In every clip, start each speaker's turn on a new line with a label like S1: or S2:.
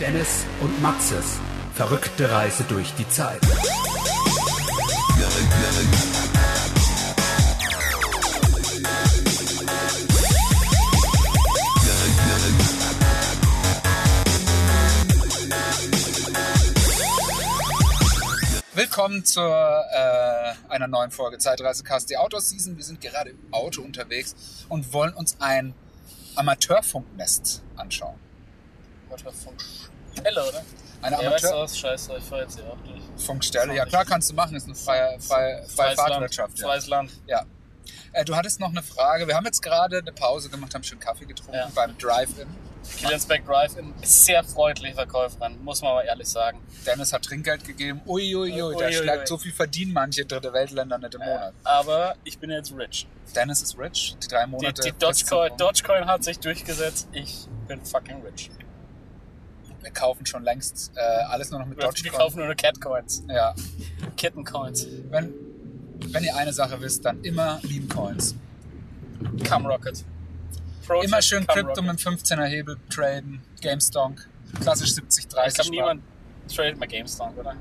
S1: Dennis und Maxes verrückte Reise durch die Zeit.
S2: Willkommen zu äh, einer neuen Folge Zeitreisecast, die Outdoor Season. Wir sind gerade im Auto unterwegs und wollen uns ein Amateurfunknest anschauen.
S3: Amateurfunkstelle, oder?
S2: Eine
S3: ja, weißt du
S2: Amateurfunkstelle,
S3: was? Scheiße, ich fahr jetzt hier auch durch.
S2: ja klar kannst du machen, ist eine freie, freie, freie Fahrtwirtschaft.
S3: Land.
S2: Ja.
S3: Freies Land.
S2: Äh, du hattest noch eine Frage. Wir haben jetzt gerade eine Pause gemacht, haben schön Kaffee getrunken
S3: Ja.
S2: beim Drive-In.
S3: Killensback Drive in sehr freundliche Verkäuferin, muss man mal ehrlich sagen.
S2: Dennis hat Trinkgeld gegeben. Uiuiui, ui, ui, da
S3: Ui, ui,
S2: schlägt
S3: ui.
S2: so viel verdienen manche dritte Weltländer nicht im Monat.
S3: Äh, aber ich bin jetzt rich.
S2: Dennis ist rich, die drei
S3: Die,
S2: Monate.
S3: die
S2: Verzögerung.
S3: Dogecoin, Dogecoin hat sich durchgesetzt. Ich bin fucking rich.
S2: Wir kaufen schon längst äh, alles nur noch mit
S3: Wir wir
S2: Dogecoin.
S3: kaufen nur noch Catcoins,
S2: Ja.
S3: Kittencoins,
S2: Wenn, wenn ihr eine Sache wisst, dann immer lieben Coins.
S3: Cumrocket. Project
S2: Immer schön
S3: Cum
S2: Krypto
S3: Rocket.
S2: mit 15er Hebel traden, GameStonk, klassisch 70,
S3: Ich
S2: 30.
S3: glaube, niemand tradet mal GameStop, oder?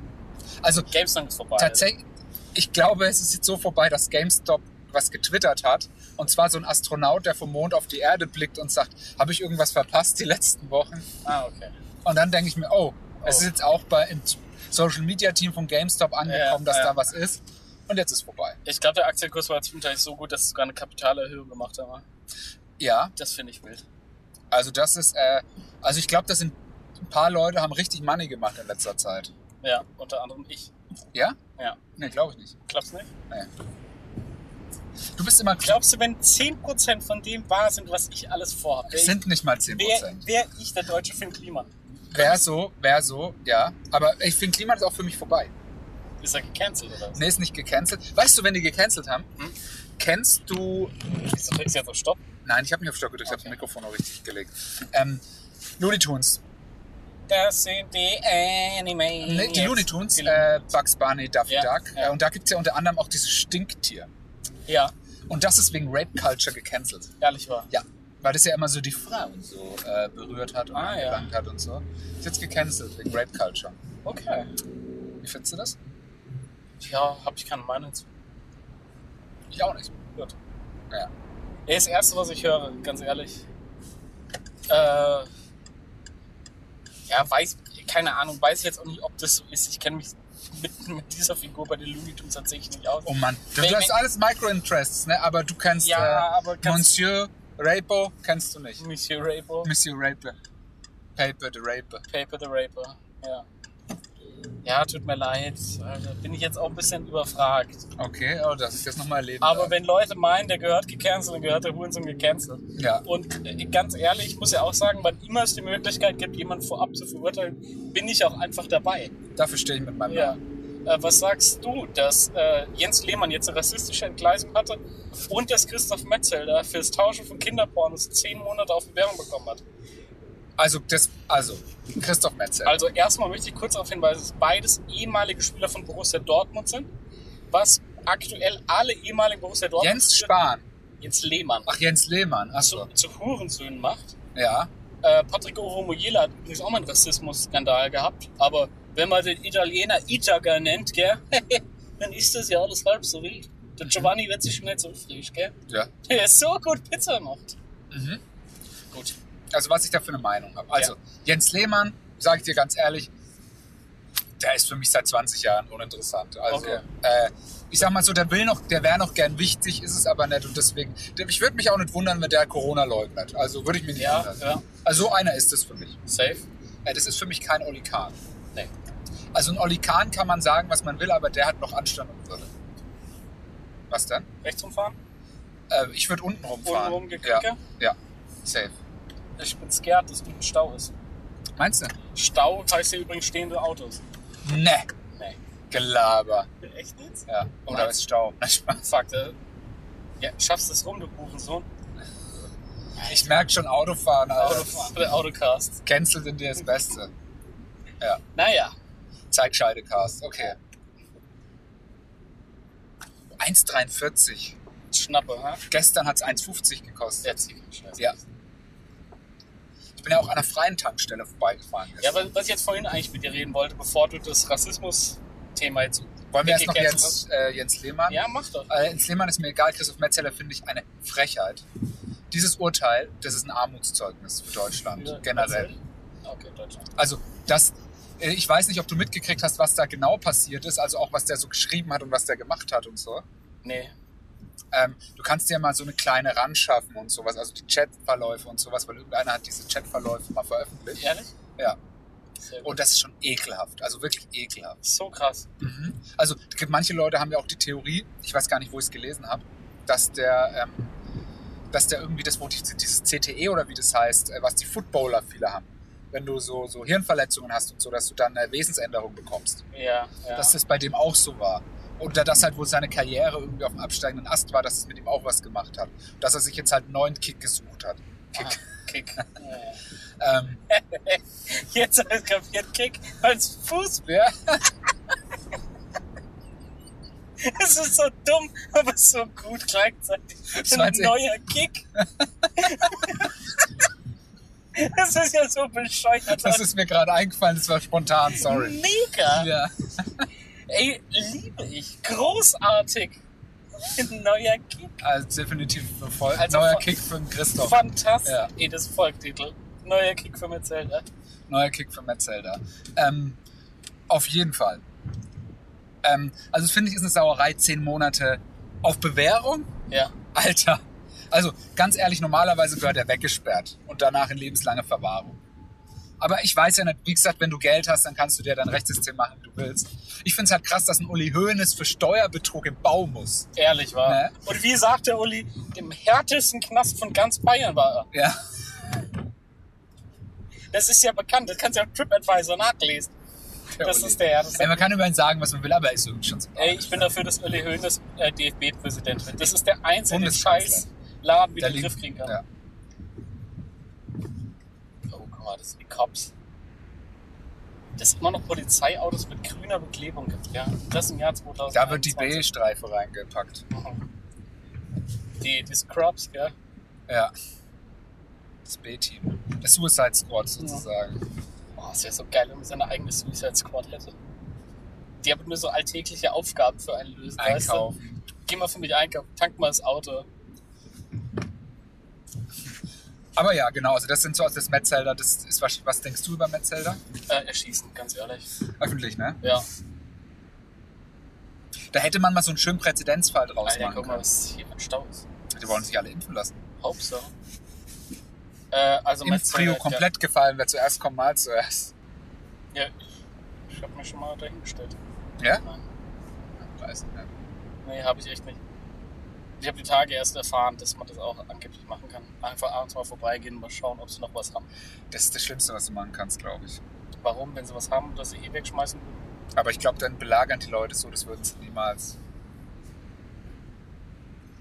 S2: Also
S3: GameStop ist vorbei.
S2: tatsächlich, ich glaube, es ist jetzt so vorbei, dass GameStop was getwittert hat. Und zwar so ein Astronaut, der vom Mond auf die Erde blickt und sagt, habe ich irgendwas verpasst die letzten Wochen?
S3: Ah, okay.
S2: Und dann denke ich mir, oh, es
S3: Oh.
S2: ist jetzt auch bei, im Social Media Team von GameStop angekommen,
S3: Ja,
S2: dass
S3: ja.
S2: da was ist. Und jetzt ist vorbei.
S3: Ich glaube, der Aktienkurs war zwischenzeitlich so gut, dass sie sogar eine Kapitalerhöhung gemacht haben.
S2: Ja,
S3: Das finde ich wild.
S2: also das ist, äh, also ich glaube, das sind ein paar Leute haben richtig Money gemacht in letzter Zeit.
S3: Ja, unter anderem ich.
S2: Ja?
S3: Ja.
S2: Nee, glaube ich nicht.
S3: Glaubst du nicht?
S2: Du bist immer
S3: Glaubst du, wenn 10% von dem wahr sind, was ich alles vorhabe,
S2: Es
S3: wäre
S2: sind nicht mal 10
S3: wär,
S2: Prozent.
S3: wär ich der deutsche Finn Klima?
S2: Wär so, wär so, ja. Aber ich finde, Klima ist auch für mich vorbei.
S3: Ist er gecancelt oder was?
S2: Nee, ist nicht gecancelt. Weißt du, wenn die gecancelt haben,
S3: Hm?
S2: kennst du.
S3: Wieso drückst du jetzt auf Stopp?
S2: Nein, ich habe mich auf Stock gedrückt, ich
S3: Okay.
S2: habe das Mikrofon noch richtig gelegt. Ähm, Looney Tunes.
S3: Das sind die Anime.
S2: Nee, die Looney Tunes,
S3: Die
S2: äh, Bugs Bunny, Daffy
S3: Hm, Genau. Ja,
S2: Duck.
S3: ja.
S2: Äh, und da gibt's ja unter anderem auch dieses Stinktier.
S3: ja,
S2: Und das ist wegen Rape Culture gecancelt.
S3: ehrlich wahr.
S2: Ja. Weil das ja immer so die Frauen so äh, berührt hat und
S3: Ah, ja.
S2: angelangt hat und so. Ist jetzt gecancelt wegen Rape Culture.
S3: Okay.
S2: Wie findest du das?
S3: Ja, habe ich keine Meinung zu.
S2: Ich auch nicht.
S3: Gut.
S2: Ja.
S3: Ey, das erste, was ich höre, ganz ehrlich. Äh, ja, weiß, keine Ahnung, weiß jetzt auch nicht, ob das so ist. Ich kenne mich mit, mit dieser Figur bei den Looney Tunes tatsächlich nicht aus.
S2: Oh Mann, du,
S3: Wenn-
S2: du hast
S3: wenn-
S2: alles Micro-Interests, ne? aber du kennst
S3: ja,
S2: äh,
S3: aber ganz
S2: Monsieur Rapo, kennst du nicht.
S3: Monsieur Raper,
S2: Monsieur Rape. Paper the Rape.
S3: Paper the Raper, ja. Ja, tut mir leid, also bin ich jetzt auch ein bisschen überfragt.
S2: Okay, oh, das ist jetzt nochmal erledigt.
S3: Aber wenn Leute meinen, der gehört gecancelt, dann gehört der Hurensohn gecancelt.
S2: Ja,
S3: Und äh, ganz ehrlich, ich muss ja auch sagen, wann immer es die Möglichkeit gibt, jemanden vorab zu verurteilen, bin ich auch einfach dabei.
S2: dafür stehe ich mit meinem
S3: Ja.
S2: Namen.
S3: Äh, was sagst du, dass äh, Jens Lehmann jetzt eine rassistische Entgleisung hatte und dass Christoph Metzelder fürs Tauschen von Kinderpornos zehn Monate auf Bewährung bekommen hat?
S2: Also, das, also, Christoph Metzel.
S3: Also erstmal möchte ich kurz darauf hinweisen, dass beides ehemalige Spieler von Borussia Dortmund sind, was aktuell alle ehemaligen Borussia Dortmund
S2: Jens Spahn.
S3: Jens Lehmann
S2: Ach, Jens Lehmann. Ach
S3: zu,
S2: so.
S3: zu Hurensöhnen macht.
S2: Ja.
S3: Äh, Patrick Oromojela hat übrigens auch mal einen Rassismus-Skandal gehabt, aber wenn man den Italiener Itaker nennt, gell, dann ist das ja alles halb so wild.
S2: Mhm.
S3: Der Giovanni wird sich schon nicht so frisch, gell?
S2: Ja.
S3: Der ist so gut Pizza macht.
S2: Mhm.
S3: Gut.
S2: Also, was ich da für eine Meinung habe. Also, Jens Lehmann, sage ich dir ganz ehrlich, der ist für mich seit 20 Jahren uninteressant. Also,
S3: Okay.
S2: äh, ich sag mal so, der will noch, der wäre noch gern wichtig, ist es aber nicht. Und deswegen, ich würde mich auch nicht wundern, wenn der Corona leugnet. Also, würde ich mich nicht
S3: Ja,
S2: wundern.
S3: ja,
S2: Also, so einer ist es für mich.
S3: safe.
S2: Äh, das ist für mich kein Oli Kahn.
S3: Nee.
S2: Also, ein Oli Kahn kann man sagen, was man will, aber der hat noch Anstand und Würde. Was dann?
S3: Rechts rumfahren?
S2: Äh, ich würde unten rumfahren.
S3: Untenrum
S2: ja,
S3: geklicke?
S2: safe.
S3: Ich bin scared, dass unten Stau ist.
S2: Meinst du?
S3: Stau heißt ja übrigens stehende Autos.
S2: Ne.
S3: Nee.
S2: Gelaber.
S3: Echt jetzt?
S2: Ja. Oder
S3: Meinst-
S2: ist Stau. Nein, Spaß.
S3: Fuck, äh, ja, schaffst es rum, du Buchensohn.
S2: Ich merke schon Autofahren, Alter.
S3: Autofahren, äh, Autocast.
S2: Cancel in dir das Beste.
S3: Naja,
S2: Zeig Scheidecast. Okay. 1,43.
S3: Schnappe, ha?
S2: Gestern hat es 1,50 gekostet.
S3: Jetzt, scheiße.
S2: Ja. bin ja auch an einer freien Tankstelle vorbeigefahren.
S3: Ja, was, was ich jetzt vorhin eigentlich mit dir reden wollte, bevor du das Rassismus-Thema jetzt.
S2: Wollen wir erst noch
S3: weggekehrt
S2: Jens, äh, Jens Lehmann?
S3: hast. Ja, mach doch.
S2: Äh, Jens Lehmann ist mir egal, Christoph Metzeler finde ich eine Frechheit. Dieses Urteil, das ist ein Armutszeugnis für Deutschland
S3: Ja,
S2: generell.
S3: Okay, Deutschland.
S2: Also das, äh, ich weiß nicht, ob du mitgekriegt hast, was da genau passiert ist, also auch was der so geschrieben hat und was der gemacht hat und so.
S3: Nee.
S2: Ähm, du kannst dir mal so eine kleine Rand schaffen und sowas, also die Chatverläufe und sowas, weil irgendeiner hat diese Chatverläufe mal veröffentlicht.
S3: Ehrlich?
S2: Ja.
S3: Sehr gut.
S2: Und das ist schon ekelhaft, also wirklich ekelhaft.
S3: So krass.
S2: Also es gibt manche Leute haben ja auch die Theorie, ich weiß gar nicht, wo ich es gelesen habe, dass der, ähm, dass der irgendwie das, wo die, dieses CTE oder wie das heißt, äh, was die Footballer viele haben, wenn du so, so Hirnverletzungen hast und so, dass du dann eine Wesensänderung bekommst
S3: Ja, ja.
S2: dass das bei dem auch so war. Und da das halt wohl seine Karriere irgendwie auf dem absteigenden Ast war, dass es mit ihm auch was gemacht hat. Und dass er sich jetzt halt einen neuen Kick gesucht hat. Kick.
S3: Kick.
S2: Ähm,
S3: Jetzt habe ich kapiert, Kick als Fuß.
S2: ja,
S3: Es ist so dumm, aber so gut gleichzeitig. Ein
S2: meinst du?
S3: neuer Kick. das ist ja so bescheuert.
S2: das ist mir gerade eingefallen, das war spontan, sorry.
S3: Mega.
S2: Ja.
S3: Ey, liebe ich. Großartig. Ein neuer Kick.
S2: Also definitiv ein voll,
S3: Also
S2: neuer
S3: von-
S2: Kick für den Christoph.
S3: Fantastisch.
S2: Ja.
S3: Ey, das ist Folgtitel. Neuer Kick für ne? Metzelder.
S2: Neuer Kick für Matt Zelda. Ähm, auf jeden Fall. Ähm, also das finde ich ist eine Sauerei, zehn Monate auf Bewährung.
S3: Ja.
S2: Alter. Also ganz ehrlich, normalerweise gehört er weggesperrt und danach in lebenslange Verwahrung. Aber ich weiß ja nicht, wie gesagt, wenn du Geld hast, dann kannst du dir dein Rechtssystem machen, wie du willst. Ich finde es halt krass, dass ein Uli Hoeneß für Steuerbetrug im Bau muss.
S3: Ehrlich war.
S2: Ne?
S3: Und wie sagt der Uli, im härtesten Knast von ganz Bayern war er.
S2: Ja,
S3: Das ist ja bekannt, das kannst du ja auf TripAdvisor nachlesen.
S2: der
S3: das
S2: Uli.
S3: ist der Herr. Das
S2: Ey, man kann über ihn sagen, was man will, aber er ist irgendwie schon so.
S3: ey, ich bin dafür, dass Uli Hoeneß äh, DFB-Präsident wird. Das ist der einzige
S2: Bundeskanzler.
S3: Scheißladen, wie
S2: Der
S3: der Griff kriegen
S2: Link-
S3: kann.
S2: Ja.
S3: Oh, guck mal, das sind die Cops. Das sind immer noch Polizeiautos mit grüner Beklebung gibt, ja. Das im Jahr 2000.
S2: Da wird die B-Streife reingepackt.
S3: Die, die Scrubs, gell?
S2: Ja. Das B-Team. Das Suicide Squad sozusagen.
S3: Boah, es wäre so geil, wenn man seine eigene Suicide Squad hätte. Die haben nur so alltägliche Aufgaben für einen lösen. weißt du?
S2: Einkaufen.
S3: Geh mal für mich einkaufen, tank mal das Auto.
S2: Aber ja, genau. Also das sind so aus das Metzelder. Das ist was, was denkst du über Metzelder?
S3: Äh, erschießen, ganz ehrlich.
S2: Öffentlich, ne?
S3: Ja.
S2: Da hätte man mal so einen schönen Präzedenzfall draus
S3: Alter,
S2: machen
S3: guck mal,
S2: können.
S3: was hier an Stau ist.
S2: Die wollen sich alle impfen lassen.
S3: Hauptsache. Äh, also
S2: Im Trio komplett gefallen, wer zuerst kommt, mal zuerst.
S3: Ja, ja, ich hab mir schon mal dahingestellt.
S2: Ja?
S3: Nein.
S2: Weiß nicht ne? mehr.
S3: Nee, habe ich echt nicht. Ich habe die Tage erst erfahren, dass man das auch angeblich machen kann. Einfach abends mal vorbeigehen und mal schauen, ob sie noch was haben.
S2: Das ist das Schlimmste, was du machen kannst, glaube ich.
S3: Warum, wenn sie was haben, dass sie eh wegschmeißen würden?
S2: Aber ich glaube, dann belagern die Leute so, das würden sie niemals.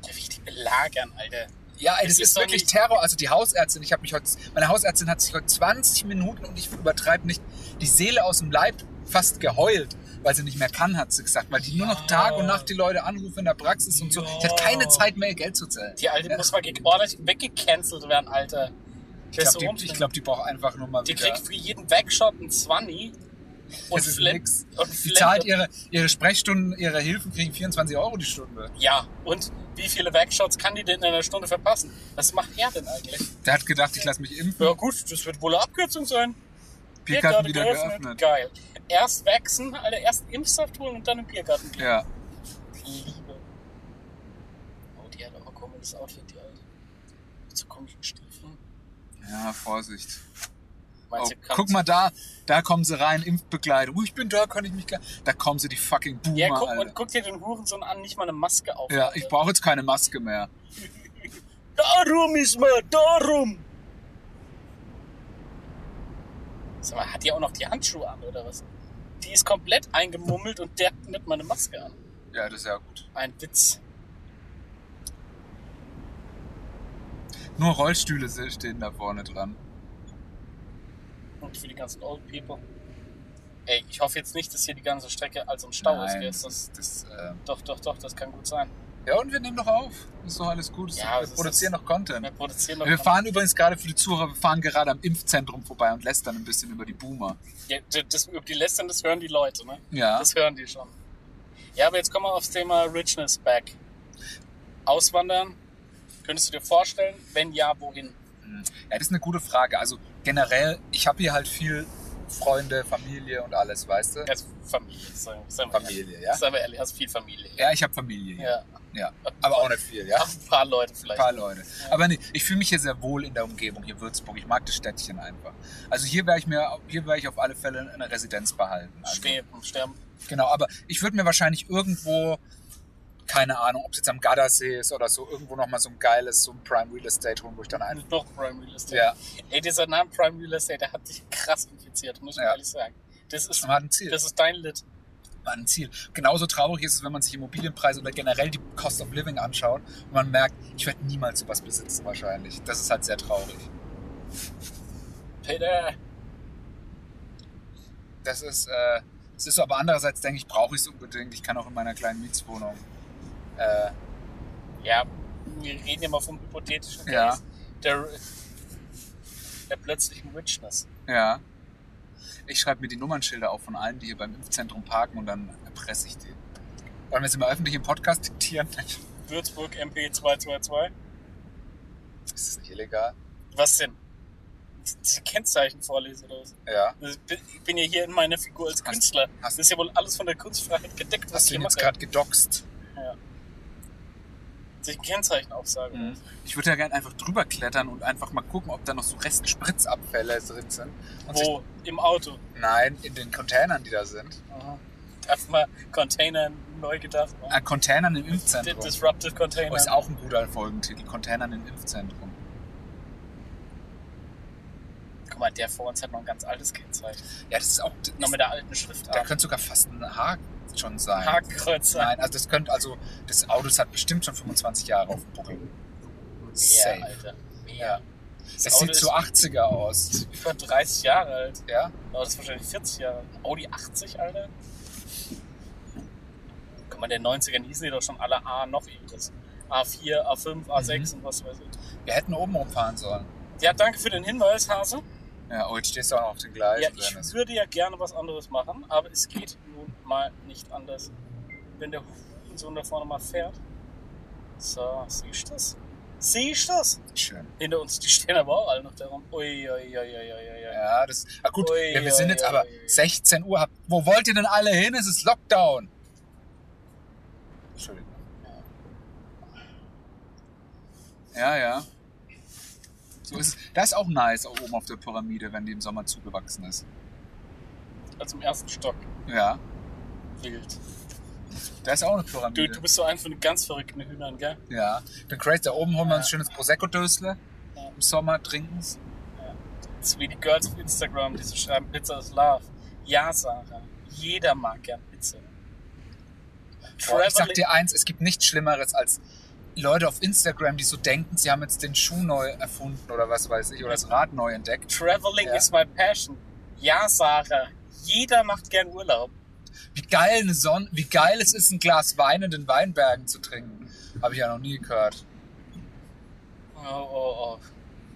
S3: Ja, wie die belagern, Alter.
S2: Ja, ey,
S3: Es
S2: das
S3: ist
S2: ist
S3: doch
S2: wirklich
S3: nicht-
S2: Terror. Also die Hausärztin, ich habe mich heute, meine Hausärztin hat sich heute 20 Minuten und ich übertreibe nicht die Seele aus dem Leib fast geheult, weil sie nicht mehr kann, hat sie gesagt, weil die nur noch
S3: Ja.
S2: Tag und Nacht die Leute anrufen in der Praxis und so.
S3: Ja.
S2: Die hat keine Zeit mehr, ihr Geld zu zählen.
S3: Die Alte muss mal ge- ordentlich weggecancelt werden, Alter.
S2: Ich glaube, die, ich glaub, die braucht einfach nur mal
S3: Die
S2: wieder.
S3: kriegt für jeden Wegshot einen 20 und
S2: Das ist
S3: Flip-
S2: nix.
S3: Und
S2: Die
S3: Flip-
S2: zahlt ihre, ihre Sprechstunden, ihre Hilfen kriegen 24 Euro die Stunde.
S3: Ja, und wie viele Backshots kann die denn in einer Stunde verpassen? Was macht er denn eigentlich?
S2: Der hat gedacht, ich lasse mich impfen.
S3: Ja gut, das wird wohl eine Abkürzung sein.
S2: Biergarten wieder geöffnet.
S3: Geil. Erst wachsen, Alter, erst einen Impfsaft holen und dann im Biergarten.
S2: Ja.
S3: Liebe. Oh, die hat auch ein komisches Outfit, die Alte. Mit so komischen Stiefeln.
S2: Ja, Vorsicht.
S3: Meinst
S2: Oh,
S3: du, kann-
S2: guck mal da, da kommen sie rein, Impfbekleidung. Uh, ich bin da, kann ich mich gar... Da kommen sie, die fucking Boomer,
S3: Ja, guck,
S2: Alter.
S3: und guck dir den Hurensohn an, nicht mal eine Maske auf.
S2: Ja,
S3: Alter.
S2: ich brauche jetzt keine Maske mehr.
S3: Darum ist mir, darum! Sag mal, hat die auch noch die Handschuhe an oder was? Die ist komplett eingemummelt und der hat nicht mal eine Maske an.
S2: Ja, das ist ja gut.
S3: Ein Witz.
S2: Nur Rollstühle se- stehen da vorne dran.
S3: Und für die ganzen Old People. Ey, ich hoffe jetzt nicht, dass hier die ganze Strecke als ein Stau ist.
S2: Nein,
S3: Jetzt.
S2: das, das, äh,
S3: Doch, doch, doch, das kann gut sein.
S2: Ja, und wir nehmen noch auf. Ist doch alles gut.
S3: Ja,
S2: wir
S3: es ist-
S2: produzieren noch
S3: Wir
S2: Content.
S3: produzieren noch
S2: Wir fahren übrigens gerade für die Zuhörer, wir fahren gerade am Impfzentrum vorbei und lästern ein bisschen über die Boomer.
S3: Ja, das, das, über die Lästern, das hören die Leute, ne?
S2: Ja.
S3: Das hören die schon. Ja, aber jetzt kommen wir aufs Thema Richness back. Auswandern, könntest du dir vorstellen? Wenn ja, wohin?
S2: Ja, das ist eine gute Frage. Also generell, ich habe hier halt viel Freunde, Familie und alles, weißt du?
S3: Also Familie, seien seien wir ehrlich.
S2: Familie, ja?
S3: Seien wir ehrlich, hast viel Familie.
S2: Ja, ich habe Familie, ja.
S3: ja.
S2: ja. Aber auch nicht viel, ja.
S3: Ein paar Leute vielleicht.
S2: Ein paar Leute. Aber nee, ich fühle mich hier sehr wohl in der Umgebung, hier Würzburg. Ich mag das Städtchen einfach. Also hier wäre ich mir, hier wäre ich auf alle Fälle eine Residenz behalten. Also,
S3: Stäben, sterben.
S2: Genau, aber ich würde mir wahrscheinlich irgendwo, keine Ahnung, ob es jetzt am Gardasee ist oder so, irgendwo nochmal so ein geiles, so ein Prime Real Estate holen, wo ich dann einfach.
S3: Noch Prime Real Estate.
S2: Ja,
S3: Ey, dieser Name Prime Real Estate, der hat dich krass infiziert, muss ich
S2: Ja.
S3: ehrlich sagen. Das ist,
S2: man hat ein Ziel.
S3: das ist dein Lit.
S2: man hat ein Ziel. Genauso traurig ist es, wenn man sich Immobilienpreise oder generell die Cost of Living anschaut und man merkt, ich werde niemals sowas besitzen wahrscheinlich. Das ist halt sehr traurig.
S3: Peter.
S2: Das ist, äh, es ist so, aber andererseits denke ich, brauche ich es unbedingt. Ich kann auch in meiner kleinen Mietswohnung. Äh,
S3: Ja, wir reden ja mal vom hypothetischen
S2: Ja.
S3: Case. Der, der plötzlichen Richness.
S2: ja. Ich schreibe mir die Nummernschilder auf von allen, die hier beim Impfzentrum parken und dann erpresse ich die. Wollen wir es immer öffentlich im Podcast diktieren?
S3: Würzburg MP222.
S2: Ist das nicht illegal?
S3: Was denn? Das Kennzeichen vorlesen oder was?
S2: Ja.
S3: Also ich bin- Ich bin ja hier in meiner Figur als Künstler.
S2: hast-
S3: das ist ja wohl alles von der Kunstfreiheit gedeckt, was
S2: Hast
S3: ich
S2: du
S3: hier
S2: ihn jetzt
S3: mache.
S2: gerade gedoxt?
S3: Dass ich ein Kennzeichen aufsage.
S2: Ich würde ja gerne einfach drüber klettern und einfach mal gucken, ob da noch so Restspritzabfälle drin sind. Und sich,
S3: Wo? Im Auto.
S2: nein, in den Containern, die da sind.
S3: Darf mal Container neu gedacht. Ne?
S2: Äh, Containern im
S3: Di-
S2: Impfzentrum.
S3: Disruptive Container.
S2: Oh, ist auch ein guter Folgentitel. Containern im Impfzentrum.
S3: Guck mal, der vor uns hat noch ein ganz altes Kennzeichen.
S2: Ja, das ist auch.
S3: Noch mit der alten Schrift.
S2: da könnte sogar fast ein Haken schon sein.
S3: Hakenkreuzer.
S2: Nein, also das könnte, also das Auto das hat bestimmt schon 25 Jahre auf dem Buckel.
S3: Mehr, Alter. Mehr.
S2: Ja.
S3: Das,
S2: Das
S3: Auto
S2: sieht
S3: ist
S2: so 80er aus.
S3: über 30 Jahre alt.
S2: Ja?
S3: Aber das ist wahrscheinlich 40 Jahre. alt. Audi 80, Alter. Guck mal, in den 90ern hießen die doch schon alle A noch irgendwas. A4, A5, A6 und was weiß ich.
S2: Wir hätten oben rumfahren sollen.
S3: Ja, danke für den Hinweis, Hase.
S2: Ja, oh, jetzt stehst du auch noch auf den Gleisen.
S3: Ja,
S2: Dennis.
S3: ich würde ja gerne was anderes machen, aber es geht nun mal nicht anders. Wenn der Sohn da vorne mal fährt. So, siehst du das? Siehst du das?
S2: Schön.
S3: Hinter uns, die stehen aber auch alle noch da rum. Ui, ui, ui, ui, ui, ui.
S2: Ja, das. Ach gut,
S3: Ui,
S2: ja, wir sind
S3: ui,
S2: jetzt
S3: ui,
S2: aber
S3: ui.
S2: 16 Uhr. Hab- Wo wollt ihr denn alle hin? Es ist Lockdown. Entschuldigung. Ja, ja. So ist es. Das ist auch nice auch oben auf der Pyramide, wenn die im Sommer zugewachsen ist.
S3: Also im ersten Stock.
S2: Ja,
S3: Wild.
S2: da ist auch eine
S3: Du,
S2: Pyramide.
S3: du bist so ein von den ganz verrückten Hühnern, gell?
S2: Ja, ich bin crazy. Da oben holen wir uns ein schönes Prosecco-Dösle
S3: Ja.
S2: im Sommer, trinken's.
S3: Das ist wie die Girls auf Instagram, die so schreiben, Pizza is love. Ja, Sarah, jeder mag gern Pizza.
S2: Boah, ich sag
S3: Traveling-
S2: dir eins, es gibt nichts Schlimmeres als Leute auf Instagram, die so denken, sie haben jetzt den Schuh neu erfunden oder was weiß ich, oder das Rad neu entdeckt.
S3: Traveling
S2: Ja.
S3: is my passion. Ja, Sarah, jeder macht gern Urlaub.
S2: Wie geil eine Sonne, wie geil es ist, ein Glas Wein in den Weinbergen zu trinken. Habe ich ja noch nie gehört.
S3: Oh, oh, oh.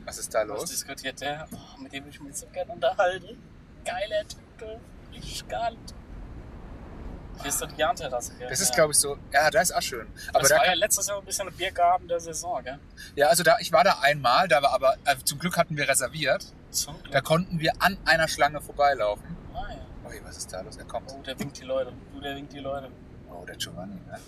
S2: Was ist da
S3: Was
S2: los?
S3: diskutiert der? Oh, mit dem ich mich so gern unterhalte. Geiler Typ, ich geil. Hier ist doch die Jahnterrasse. gell?
S2: Das ist,
S3: Ja.
S2: glaube ich, so. Ja, da ist auch schön. Aber
S3: das
S2: da,
S3: war ja letztes Jahr ein bisschen der Biergarten der Saison, gell?
S2: ja, also da, ich war da einmal, da war aber, äh, zum Glück hatten wir reserviert.
S3: Zum
S2: Da
S3: Glück.
S2: konnten wir an einer Schlange vorbeilaufen.
S3: Ah, ja.
S2: Ui, was ist da los? Er kommt.
S3: Oh, der winkt die Leute. Du, der winkt die Leute.
S2: Oh, der Giovanni, ne?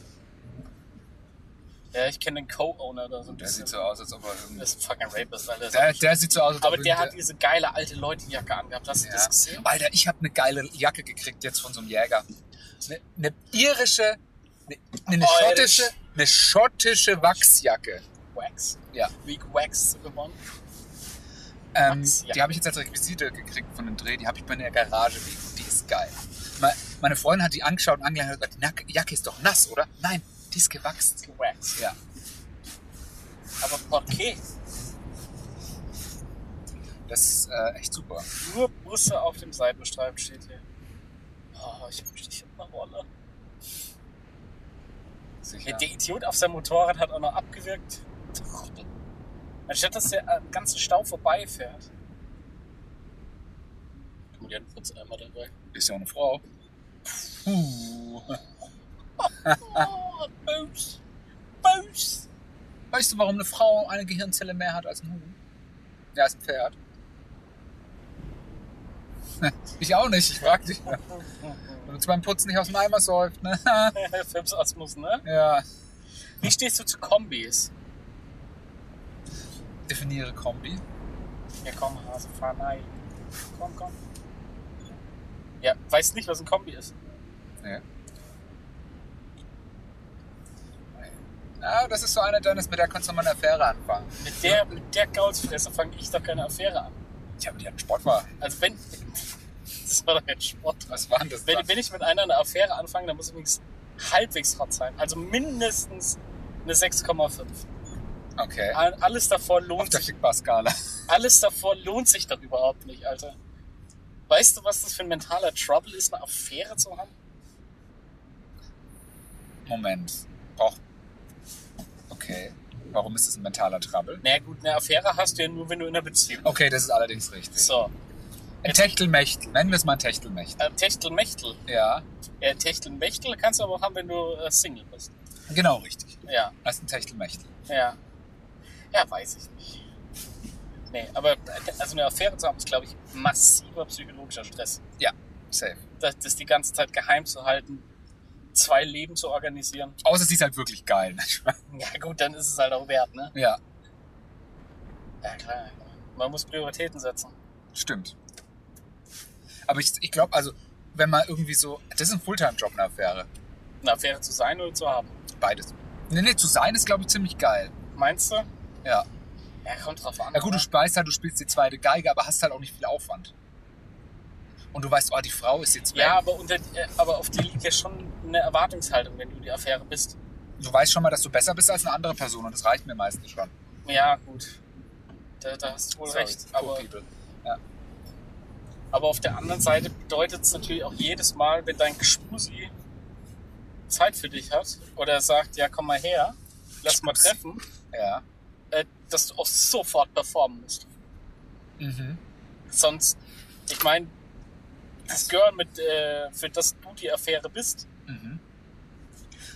S3: Ja, ich kenne den Co-Owner da so ein
S2: Der
S3: bisschen.
S2: sieht so aus, als ob er irgendwie.
S3: das ist ein fucking Rapist, Alter. Das
S2: Der,
S3: hab ich-
S2: der sieht so aus, als
S3: aber
S2: ob
S3: der
S2: ihm
S3: hat diese geile alte Leutejacke angehabt. Hast du das
S2: ja.
S3: gesehen?
S2: Alter, ich habe eine geile Jacke gekriegt jetzt von so einem Jäger. Eine, eine irische, eine, eine,
S3: Irish.
S2: schottische, eine schottische Wachsjacke.
S3: Wax.
S2: Ja.
S3: Weak Wax gewonnen.
S2: Ähm,
S3: Wachsjacke.
S2: die habe ich jetzt als Requisite gekriegt von dem Dreh. Die habe ich bei der Garage liegen. Die ist geil. Me- Meine Freundin hat die angeschaut und angelangt und hat gesagt, die Jacke ist doch nass, oder? Nein, die ist gewachsen.
S3: Wax.
S2: Ja.
S3: Aber Porqué.
S2: Das ist äh, echt super.
S3: Nur Busse auf dem Seitenstreifen steht hier. Oh, ich hab richtig eine Rolle.
S2: Sicher.
S3: Der Idiot auf seinem Motorrad hat auch noch abgewirkt. Anstatt dass der am ganzen Stau vorbeifährt. Die hat einen Putzeimer dabei.
S2: Ist ja auch eine Frau. Puh. Ah.
S3: Oh, bös. Bös.
S2: Weißt du, warum eine Frau eine Gehirnzelle mehr hat als ein Huhn? Ja, als ein Pferd. Ne, Ich auch nicht, ich frag dich. Wenn du zu beim Putzen nicht aus dem Eimer säuft, ne?
S3: Fipsasmus, ne?
S2: Ja.
S3: Wie stehst du zu Kombis?
S2: Definiere Kombi.
S3: Ja, komm, Hase, fahr nein. Komm, komm. Ja, weißt nicht, was ein Kombi ist.
S2: Nee. Ja, das ist so eine deines, mit der kannst du mal eine Affäre anfangen.
S3: Mit der, mit der Gaulsfresse fange ich doch keine Affäre an.
S2: Ja, aber die hat einen Sportwagen.
S3: Also wenn. Das war doch kein Sport.
S2: Was war denn das?
S3: Wenn,
S2: dann?
S3: wenn ich mit einer eine Affäre anfange, dann muss ich wenigstens halbwegs hot sein. Also mindestens eine 6,5.
S2: Okay.
S3: All- Alles davor
S2: Auf
S3: lohnt
S2: der
S3: sich.
S2: Flickbar-Skala.
S3: Alles davor lohnt sich doch überhaupt nicht, Alter. Weißt du, was das für ein mentaler Trouble ist, eine Affäre zu haben?
S2: Moment. Braucht. Okay. Warum ist das ein mentaler Trouble?
S3: Na gut, eine Affäre hast du ja nur, wenn du in einer Beziehung bist.
S2: Okay, das ist allerdings richtig.
S3: So,
S2: Ein Techtelmechtel. Nennen wir es mal ein Techtelmechtel.
S3: äh, Techtelmechtel.
S2: Ja.
S3: Ja, Techtelmechtel kannst du aber auch haben, wenn du äh, Single bist.
S2: Genau richtig.
S3: Ja,
S2: Das ist ein Techtelmechtel.
S3: ja. Ja, weiß ich nicht. Nee, aber äh, also eine Affäre zu haben, ist, glaube ich, massiver psychologischer Stress.
S2: Ja. Safe.
S3: Das, das die ganze Zeit geheim zu halten, zwei Leben zu organisieren.
S2: Außer sie ist halt wirklich geil.
S3: Ja gut, dann ist es halt auch wert, ne?
S2: ja.
S3: Ja klar. Man muss Prioritäten setzen.
S2: Stimmt. Aber ich, ich glaube, also, wenn man irgendwie so. Das ist ein Fulltime-Job, eine Affäre.
S3: Eine Affäre zu sein oder zu haben.
S2: Beides. Nee, nee, zu sein ist, glaube ich, ziemlich geil.
S3: Meinst du?
S2: Ja.
S3: Ja, kommt drauf an.
S2: Ja gut, du
S3: oder?
S2: speist halt, du spielst die zweite Geige, aber hast halt auch nicht viel Aufwand. Und du weißt, oh, die Frau ist jetzt weg.
S3: ja aber, unter, äh, aber auf dir liegt ja schon eine Erwartungshaltung, wenn du die Affäre bist.
S2: Du weißt schon mal, dass du besser bist als eine andere Person und das reicht mir meistens schon.
S3: Ja, gut. Da, da hast du wohl
S2: Sorry,
S3: recht.
S2: poor
S3: Aber,
S2: people.
S3: aber auf der anderen Seite bedeutet es natürlich auch jedes Mal, wenn dein Gespusi Zeit für dich hat oder sagt, ja komm mal her, lass mal treffen,
S2: Ja.
S3: äh, dass du auch sofort performen musst.
S2: Mhm.
S3: Sonst, ich meine, das Girl, mit, äh, für das du die Affäre bist,
S2: Mhm.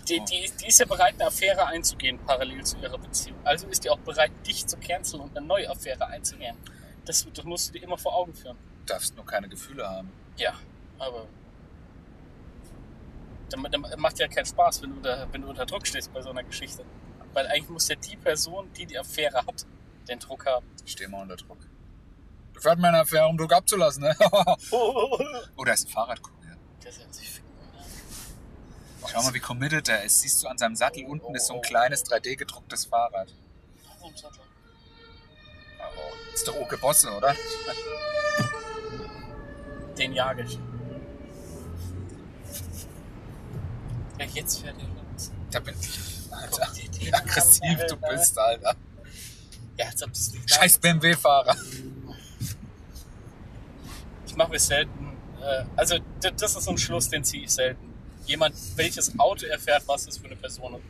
S3: die,
S2: Oh.
S3: die, die ist ja bereit, eine Affäre einzugehen, parallel zu ihrer Beziehung. Also ist die auch bereit, dich zu canceln und eine neue Affäre einzugehen. Das, das musst du dir immer vor Augen führen.
S2: Du darfst nur keine Gefühle haben.
S3: Ja, aber. Dann, dann macht ja keinen Spaß, wenn du, da, wenn du unter Druck stehst bei so einer Geschichte. Weil eigentlich muss ja die Person, die die Affäre hat, den Druck haben.
S2: Ich stehe mal unter Druck. Du fährst meine Affäre, um Druck abzulassen, ne? oh, da ist ein Fahrradkurier.
S3: Das hört sich ficken, an.
S2: Schau mal, wie committed er ist. Siehst du an seinem Sattel unten ist so ein kleines 3D-gedrucktes Fahrrad. Oh, ist doch Oke Bosse, oder?
S3: Den jag ich. Ja, jetzt fährt er los.
S2: Da bin ich.
S3: Guck
S2: Alter,
S3: dir
S2: wie
S3: den
S2: aggressiv
S3: an,
S2: du
S3: Alter.
S2: bist, Alter.
S3: Ja, als ob das nicht da
S2: Scheiß BMW-Fahrer.
S3: Ich mache mir selten. Äh, also, d- das ist so ein Schluss, den ziehe ich selten. Jemand, welches Auto er fährt, was das für eine Person ist.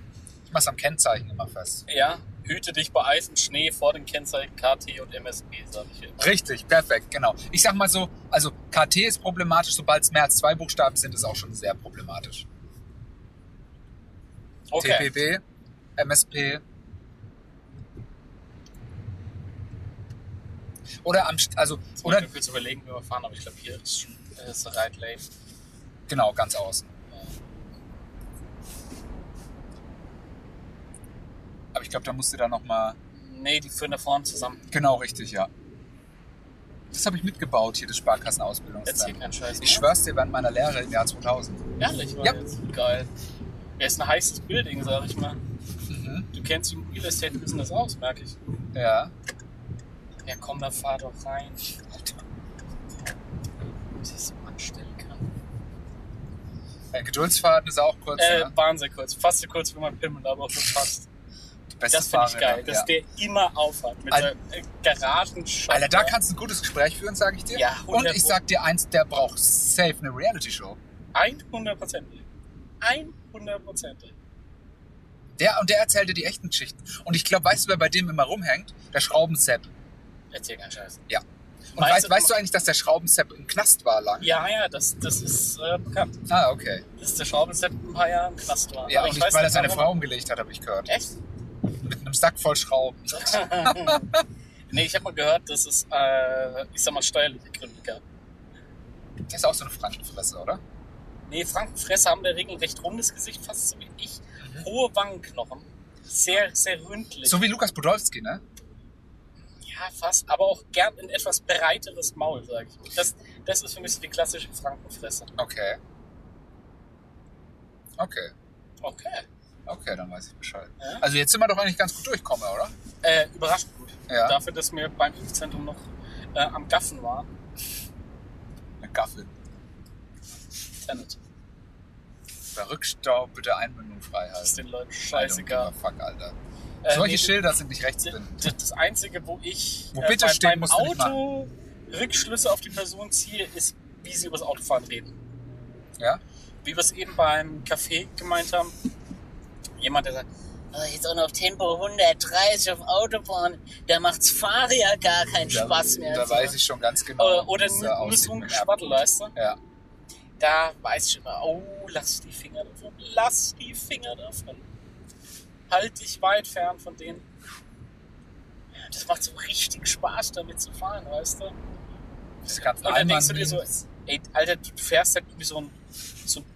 S2: Ich mach's am Kennzeichen immer fest.
S3: Ja, hüte dich bei Eis und Schnee vor den Kennzeichen KT und MSB, sage ich immer.
S2: Richtig, perfekt, genau. Ich sag mal so, also KT ist problematisch, sobald es mehr als zwei Buchstaben sind, ist auch schon sehr problematisch.
S3: Okay.
S2: TPB, MSP. Oder am, St- also,
S3: Jetzt muss ich
S2: oder,
S3: mir kurz überlegen, wie wir fahren, aber ich glaube, hier ist schon äh, ist der Right Lane.
S2: genau, ganz außen. Aber ich glaube, da musst du da nochmal,
S3: Nee, die führen da vorne zusammen.
S2: genau richtig, ja. Das habe ich mitgebaut hier, das
S3: Erzähl
S2: Sparkassenausbildungszentrum.
S3: keinen Scheiß.
S2: Ich schwör's dir, während meiner Lehre im Jahr 2000.
S3: Ehrlich, war
S2: Ja.
S3: jetzt geil. Er ist ein heißes Building, sag ich mal.
S2: Mhm.
S3: Du kennst dich im Real Estate Business aus, merke ich.
S2: Ja.
S3: Ja, komm, da fahr doch rein. Alter. Wie ich das so anstellen kann.
S2: Äh, Geduldsfaden ist auch kurz.
S3: Äh,
S2: ne?
S3: Wahnsinn kurz. Fast so kurz wie mein Pimmel, aber auch so fast.
S2: Die beste
S3: Das finde ich
S2: Fahrerin,
S3: geil, dass
S2: ja.
S3: der immer aufhat mit
S2: Al-
S3: seinem äh, Garagenshop.
S2: Alter, da
S3: ne?
S2: kannst du ein gutes Gespräch führen, sage ich dir.
S3: Ja,
S2: Und
S3: 100
S2: ich sag dir eins, der braucht safe eine Reality-Show.
S3: 100%. 100%.
S2: Der, und der erzählte die echten Geschichten. Und ich glaube, weißt du, wer bei dem immer rumhängt? Der Schraubensepp.
S3: Erzähl keinen Scheiß.
S2: Und
S3: Weißt
S2: weißt,
S3: du-
S2: weißt du eigentlich, dass der Schraubensepp im Knast war lang?
S3: Ja, ja, das, das ist äh, bekannt.
S2: Ah, okay.
S3: Das ist der Schraubensepp ein paar Jahre im Knast war.
S2: Ja,
S3: Aber
S2: und nicht, weil er
S3: nicht,
S2: seine
S3: warum.
S2: Frau umgelegt hat, habe ich gehört.
S3: Echt?
S2: Mit einem Sack voll Schrauben.
S3: nee, ich habe mal gehört, dass es, äh, ich sag mal, steuerliche Gründe gab.
S2: Der ist auch so eine Frankenfresse, oder?
S3: Nee, Frankenfresser haben in der Regel recht rundes Gesicht, fast so wie ich. Hohe Wangenknochen. Sehr, sehr ründlich.
S2: Mhm. So wie Lukas Podolski, ne?
S3: ja, fast, aber auch gern ein etwas breiteres Maul, sage ich. mal. Das, das ist für mich so die klassische Frankenfresse.
S2: Okay. Okay.
S3: Okay.
S2: Okay, dann weiß ich Bescheid.
S3: Ja.
S2: Also jetzt sind wir doch eigentlich ganz gut durchkommen, oder?
S3: Äh, überraschend gut.
S2: Ja.
S3: Dafür, dass wir beim Impfzentrum noch äh, am Gaffen waren.
S2: Eine Gaffel.
S3: Tenet.
S2: Bei Rückstau bitte Einbindung frei
S3: Das ist
S2: halten.
S3: den Leuten
S2: I
S3: scheißegal.
S2: don't give a Fuck, Alter.
S3: Äh,
S2: Solche
S3: nee,
S2: Schilder sind nicht rechtsbindend.
S3: Das, das Einzige, wo ich äh,
S2: Wo bitte
S3: bei,
S2: stehen
S3: beim
S2: musst du nicht
S3: Auto Rückschlüsse auf die Person ziehe, ist, wie sie über das Autofahren reden.
S2: Ja?
S3: Wie wir es eben beim Café gemeint haben. Jemand, der sagt, "Ah, jetzt auch noch Tempo 130 auf Autobahn, da macht's Fahren ja gar keinen Spaß mehr.
S2: Da
S3: So.
S2: weiß ich schon ganz
S3: Äh,
S2: genau.
S3: Oder
S2: wie es da
S3: nur, nur
S2: aussieht
S3: so ein
S2: mit
S3: Geschwaddel, weißt du?
S2: App. Ja.
S3: da weiß ich immer, oh, lass die Finger davon, lass die Finger davon. Halt dich weit fern von denen. Ja, Das macht so richtig Spaß, damit zu fahren, weißt du? Und
S2: Das kannst
S3: dann
S2: einmal
S3: denkst du dir so, ey, Alter, du fährst halt irgendwie so ein, so ein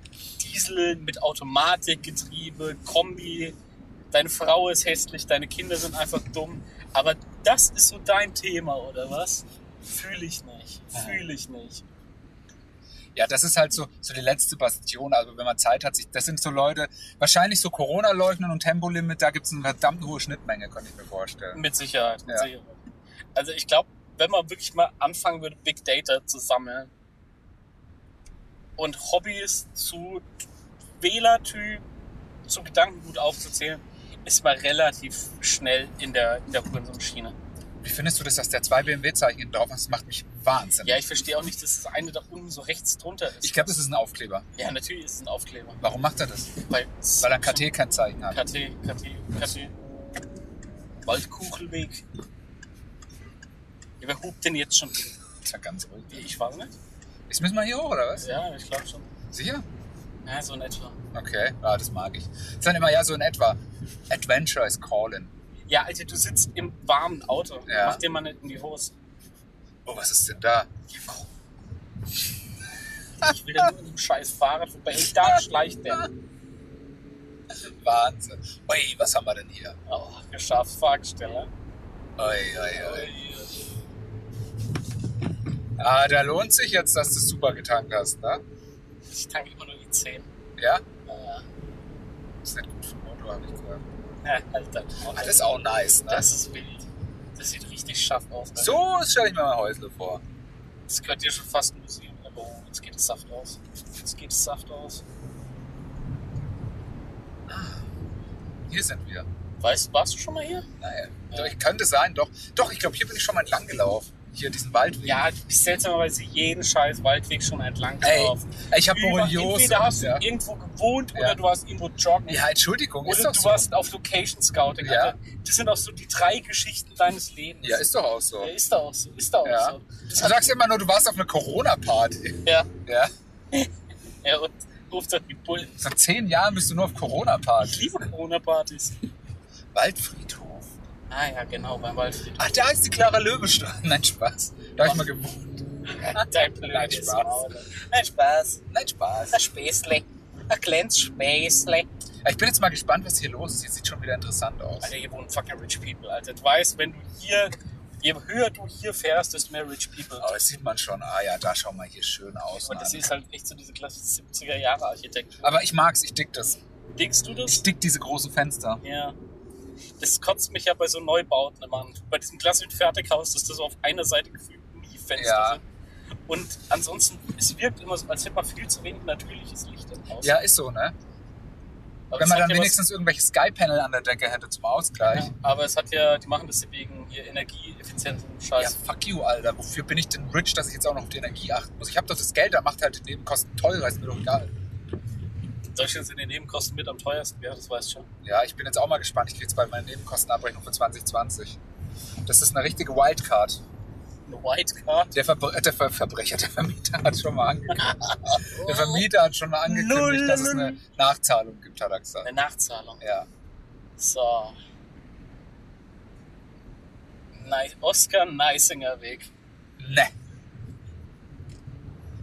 S3: Diesel mit Automatikgetriebe, Kombi. Deine Frau ist hässlich, deine Kinder sind einfach dumm. Aber das ist so dein Thema, oder was? Fühle ich nicht. Fühle ich nicht.
S2: Ja, das ist halt so, so die letzte Bastion. Also wenn man Zeit hat, sich, das sind so Leute, wahrscheinlich so Corona-Leugnen und Tempolimit, da gibt's eine verdammt hohe Schnittmenge, könnte ich mir vorstellen.
S3: Mit Sicherheit, mit
S2: Ja.
S3: Sicherheit. Also ich glaube, wenn man wirklich mal anfangen würde, Big Data zu sammeln und Hobbys zu Wählertyp, zu Gedankengut aufzuzählen, ist man relativ schnell in der, in der Konsumschiene.
S2: Wie findest du das, dass der zwei BMW-Zeichen hinten drauf hat? Das macht mich wahnsinnig.
S3: Ja, ich verstehe auch nicht, dass das eine da unten so rechts drunter ist.
S2: Ich glaube, das ist ein Aufkleber.
S3: ja, natürlich ist es ein Aufkleber.
S2: Warum macht er das?
S3: Weil,
S2: Weil er ein KT-Kennzeichen hat.
S3: KT, KT, KT. Waldkuchelweg. Ja, Wer hupt denn jetzt schon? wieder?
S2: Ist ja ganz ruhig.
S3: Ich weiß nicht.
S2: Jetzt müssen wir hier hoch, oder was?
S3: Ja, ich glaube schon.
S2: Sicher?
S3: Ja, so in etwa.
S2: Okay, ja, das mag ich. Ist dann immer ja so in etwa. Adventure is calling.
S3: Ja, Alter, du sitzt im warmen Auto.
S2: Ja.
S3: Mach dir mal nicht in die Hose.
S2: Oh, was ist denn da?
S3: Ich will ja nur mit dem scheiß Fahrrad vorbei. Und da schleicht der.
S2: Wahnsinn. Ui, was haben wir denn hier?
S3: Oh, geschafft, Fahrgesteller.
S2: Ui, ui, ui. Ah, da lohnt sich jetzt, dass du super getankt hast, ne?
S3: Ich tanke immer nur die 10.
S2: Ja? Ah.
S3: Ja,
S2: Ist nicht gut für den Motor, habe ich gehört.
S3: Alter.
S2: Ah, das ist auch nice, ne?
S3: Das ist wild. Das sieht richtig scharf aus. Alter.
S2: So stelle ich mir mal Häusle vor.
S3: Das gehört dir schon fast ein Museum. Aber oh, jetzt geht es Saft aus. Jetzt geht es Saft aus.
S2: Hier sind wir.
S3: Weißt warst du schon mal hier?
S2: Naja. Doch, ich könnte sein, doch. Doch, ich glaube, hier bin ich schon mal entlang gelaufen. Hier diesen Waldweg.
S3: Ja, du bist seltsamerweise jeden scheiß Waldweg schon entlang
S2: Ey,
S3: gelaufen.
S2: ich habe
S3: Über-
S2: Borreliose.
S3: Entweder hast du
S2: Ja.
S3: irgendwo gewohnt
S2: Ja.
S3: oder du warst irgendwo joggen.
S2: ja, Entschuldigung, ist
S3: Oder
S2: doch
S3: du
S2: so.
S3: warst auf Location Scouting.
S2: Ja.
S3: Alter. Das sind auch so die drei Geschichten deines Lebens.
S2: ja, ist doch auch so.
S3: Ja, ist da auch so. Ist da auch
S2: Ja.
S3: so.
S2: Du sagst immer nur, du warst auf einer Corona-Party.
S3: Ja.
S2: Ja.
S3: ja, und ruft dann die Bullen.
S2: Seit zehn Jahren bist du nur auf
S3: Ich
S2: Corona-Partys.
S3: liebe Corona-Partys.
S2: Waldfriedhof.
S3: Ah ja, genau, beim Waldfried.
S2: Ach, da ist die Clara Löwenstein. Nein, Spaß. Da hab ich mal gewohnt.
S3: Dein blödes
S2: Spaß.
S3: Maul. Nein, Spaß.
S2: Nein, Spaß.
S3: Ein Späßle. Ein kleines Späßle.
S2: Ich bin jetzt mal gespannt, was hier los ist. Hier sieht schon wieder interessant aus.
S3: Alter, hier wohnen fucking rich people, Alter. Du weißt, wenn du hier, je höher du hier fährst, desto mehr rich people.
S2: Aber das sieht man schon. Ah ja, da schau mal hier schön aus.
S3: Und das
S2: Mann.
S3: ist halt echt so diese klassische 70er-Jahre-Architektur.
S2: Aber ich mag's, ich dick das.
S3: Denkst du das?
S2: Ich dick diese großen Fenster.
S3: Ja. Das kotzt mich ja bei so Neubauten immer an. Bei diesem klassischen Fertighaus, dass das so auf einer Seite gefühlt nie Fenster
S2: Ja.
S3: sind. Und ansonsten, es wirkt immer so, als hätte man viel zu wenig natürliches Licht im Haus.
S2: Ja, ist so, ne?
S3: aber
S2: Wenn
S3: es
S2: man
S3: hat
S2: dann
S3: ja
S2: wenigstens irgendwelche Sky-Panel an der Decke hätte zum Ausgleich.
S3: Was, ja, aber es hat ja, die machen das ja wegen hier Energieeffizienz und
S2: Ja,
S3: Scheiß.
S2: fuck you, Alter. Wofür bin ich denn rich, dass ich jetzt auch noch auf die Energie achten muss? Ich habe doch das Geld, da macht halt die Nebenkosten teurer, ist mir doch egal.
S3: Soll ich jetzt in den Nebenkosten mit am teuersten? Ja, das weißt schon.
S2: Ja, ich bin jetzt auch mal gespannt. Ich krieg's bei meiner Nebenkostenabrechnung für 2020. Das ist eine richtige Wildcard.
S3: Eine Whitecard.
S2: Der, Verbre äh, der Ver Verbrecher, der Vermieter hat schon mal angekündigt. Der Vermieter hat schon mal angekündigt, dass es eine Nachzahlung gibt, hat er gesagt.
S3: Eine Nachzahlung.
S2: Ja.
S3: So. Nei- Oskar Neisinger Weg.
S2: Ne.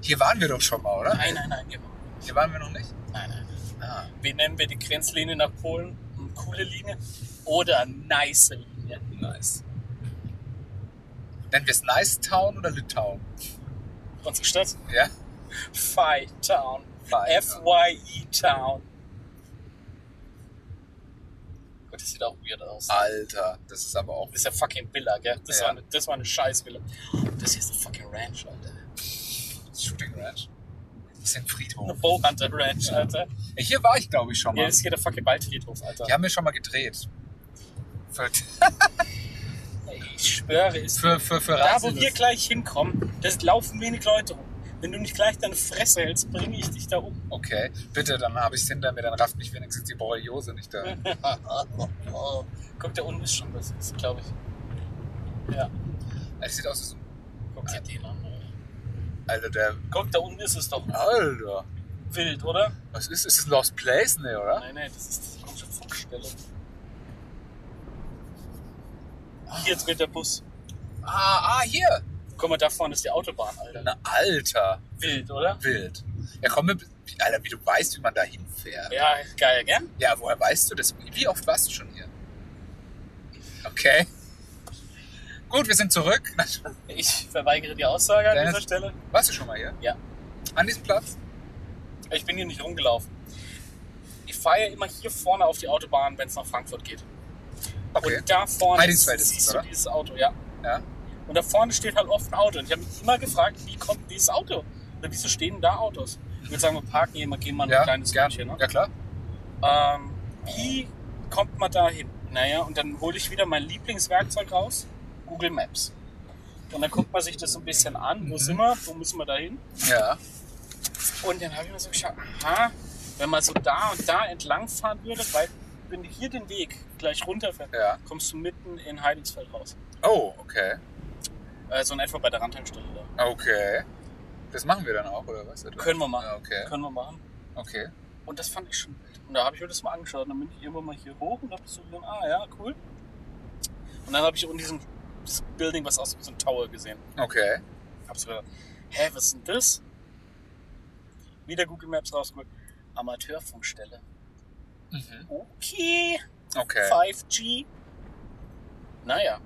S2: Hier waren wir doch schon mal, oder?
S3: Nein, nein, nein, genau.
S2: Hier waren wir noch nicht.
S3: Nein, nein. nein.
S2: Ah.
S3: Wie nennen wir die Grenzlinie nach Polen? Eine coole Linie oder nice Linie?
S2: Nice. Nennen wir es Nice Town oder Litauen?
S3: Unsere Stadt?
S2: Ja?
S3: Phi Town.
S2: Phi
S3: F-Y-E Town. Gott, das sieht auch weird aus.
S2: Alter, das ist aber auch.
S3: Das ist ja fucking Villa, gell? Das,
S2: Ah. Ja.
S3: war, eine, das war eine scheiß Villa. Das hier ist eine fucking Ranch, Alter.
S2: Shooting Ranch. Das ist ein
S3: Eine
S2: Friedhof.
S3: Bowhunter Ranch,
S2: Ja.
S3: Alter.
S2: Hier war ich, glaube ich, schon
S3: Hier
S2: mal.
S3: ist hier der fucking Waldfriedhof, Alter.
S2: Die haben wir schon mal gedreht. Für,
S3: Ey, Ich schwöre, es
S2: für, für, für
S3: Da, wo
S2: Reisende.
S3: wir gleich hinkommen, das laufen wenig Leute rum. Wenn du nicht gleich deine Fresse hältst, bringe ich dich da um.
S2: Okay, bitte, dann habe ich es hinter mir, dann rafft mich wenigstens die Borreliose nicht da.
S3: Oh, Guck, da unten ist schon was, glaube ich. Ja,
S2: Es sieht aus wie so ein.
S3: guck dir den an. Alter.
S2: Alter, der.
S3: Guck, da unten ist es doch
S2: Alter.
S3: wild, oder?
S2: Was ist? Ist es Lost Place? Ne, oder?
S3: Nein, nein, das ist die komische Funkstelle. Hier jetzt mit der Bus.
S2: Ah, ah, hier.
S3: Guck mal, da vorne ist die Autobahn, Alter.
S2: Na, Alter.
S3: Wild, oder?
S2: Wild. Ja, komm, mit- Alter, wie du weißt, wie man da hinfährt.
S3: Ja, geil, gell?
S2: Ja, woher weißt du das? Wie oft warst du schon hier? Okay. Gut, wir sind zurück. Na,
S3: Ich verweigere die Aussage an
S2: Dennis-
S3: dieser Stelle.
S2: Warst du schon mal hier?
S3: Ja.
S2: An diesem Platz?
S3: Ich bin hier nicht rumgelaufen. Ich fahre ja immer hier vorne auf die Autobahn, wenn es nach Frankfurt geht.
S2: Okay.
S3: Und da vorne
S2: Heidensfeld ist es,
S3: siehst du
S2: oder?
S3: dieses Auto, ja.
S2: Ja.
S3: Und da vorne steht halt oft ein Auto. Und ich habe mich immer gefragt, wie kommt dieses Auto? Oder wieso stehen da Autos? Ich würde sagen, wir parken hier mal, gehen mal ein
S2: Ja,
S3: kleines
S2: gern.
S3: Stückchen. Ne?
S2: Ja, klar.
S3: Ähm, wie kommt man da hin? Naja, und dann hole ich wieder mein Lieblingswerkzeug raus, Google Maps. Und dann guckt man sich das so ein bisschen an. Wo
S2: Mhm.
S3: sind wir? Wo müssen wir da hin?
S2: Ja.
S3: Und dann habe ich mir so geschaut, aha, wenn man so da und da entlang fahren würde, weil wenn du hier den Weg gleich runterfährst,
S2: Ja.
S3: kommst du mitten in Heidelsfeld raus.
S2: Oh, okay.
S3: Also in etwa bei der Randtankstelle da.
S2: Okay. Das machen wir dann auch, oder was?
S3: Können wir machen.
S2: Ja, Ah, okay.
S3: Können wir machen.
S2: Okay.
S3: Und das fand ich schon wild. Und da habe ich mir das mal angeschaut. Und dann bin ich irgendwann mal hier hoch und habe so gesehen, ah ja, cool. Und dann habe ich unten diesen das Building, was aussieht wie so ein Tower gesehen.
S2: Okay.
S3: Hab so gedacht, hä, was ist denn das? Wieder Google Maps rausgeholt. Amateurfunkstelle.
S2: Mhm.
S3: Okay.
S2: Okay.
S3: 5G. Naja.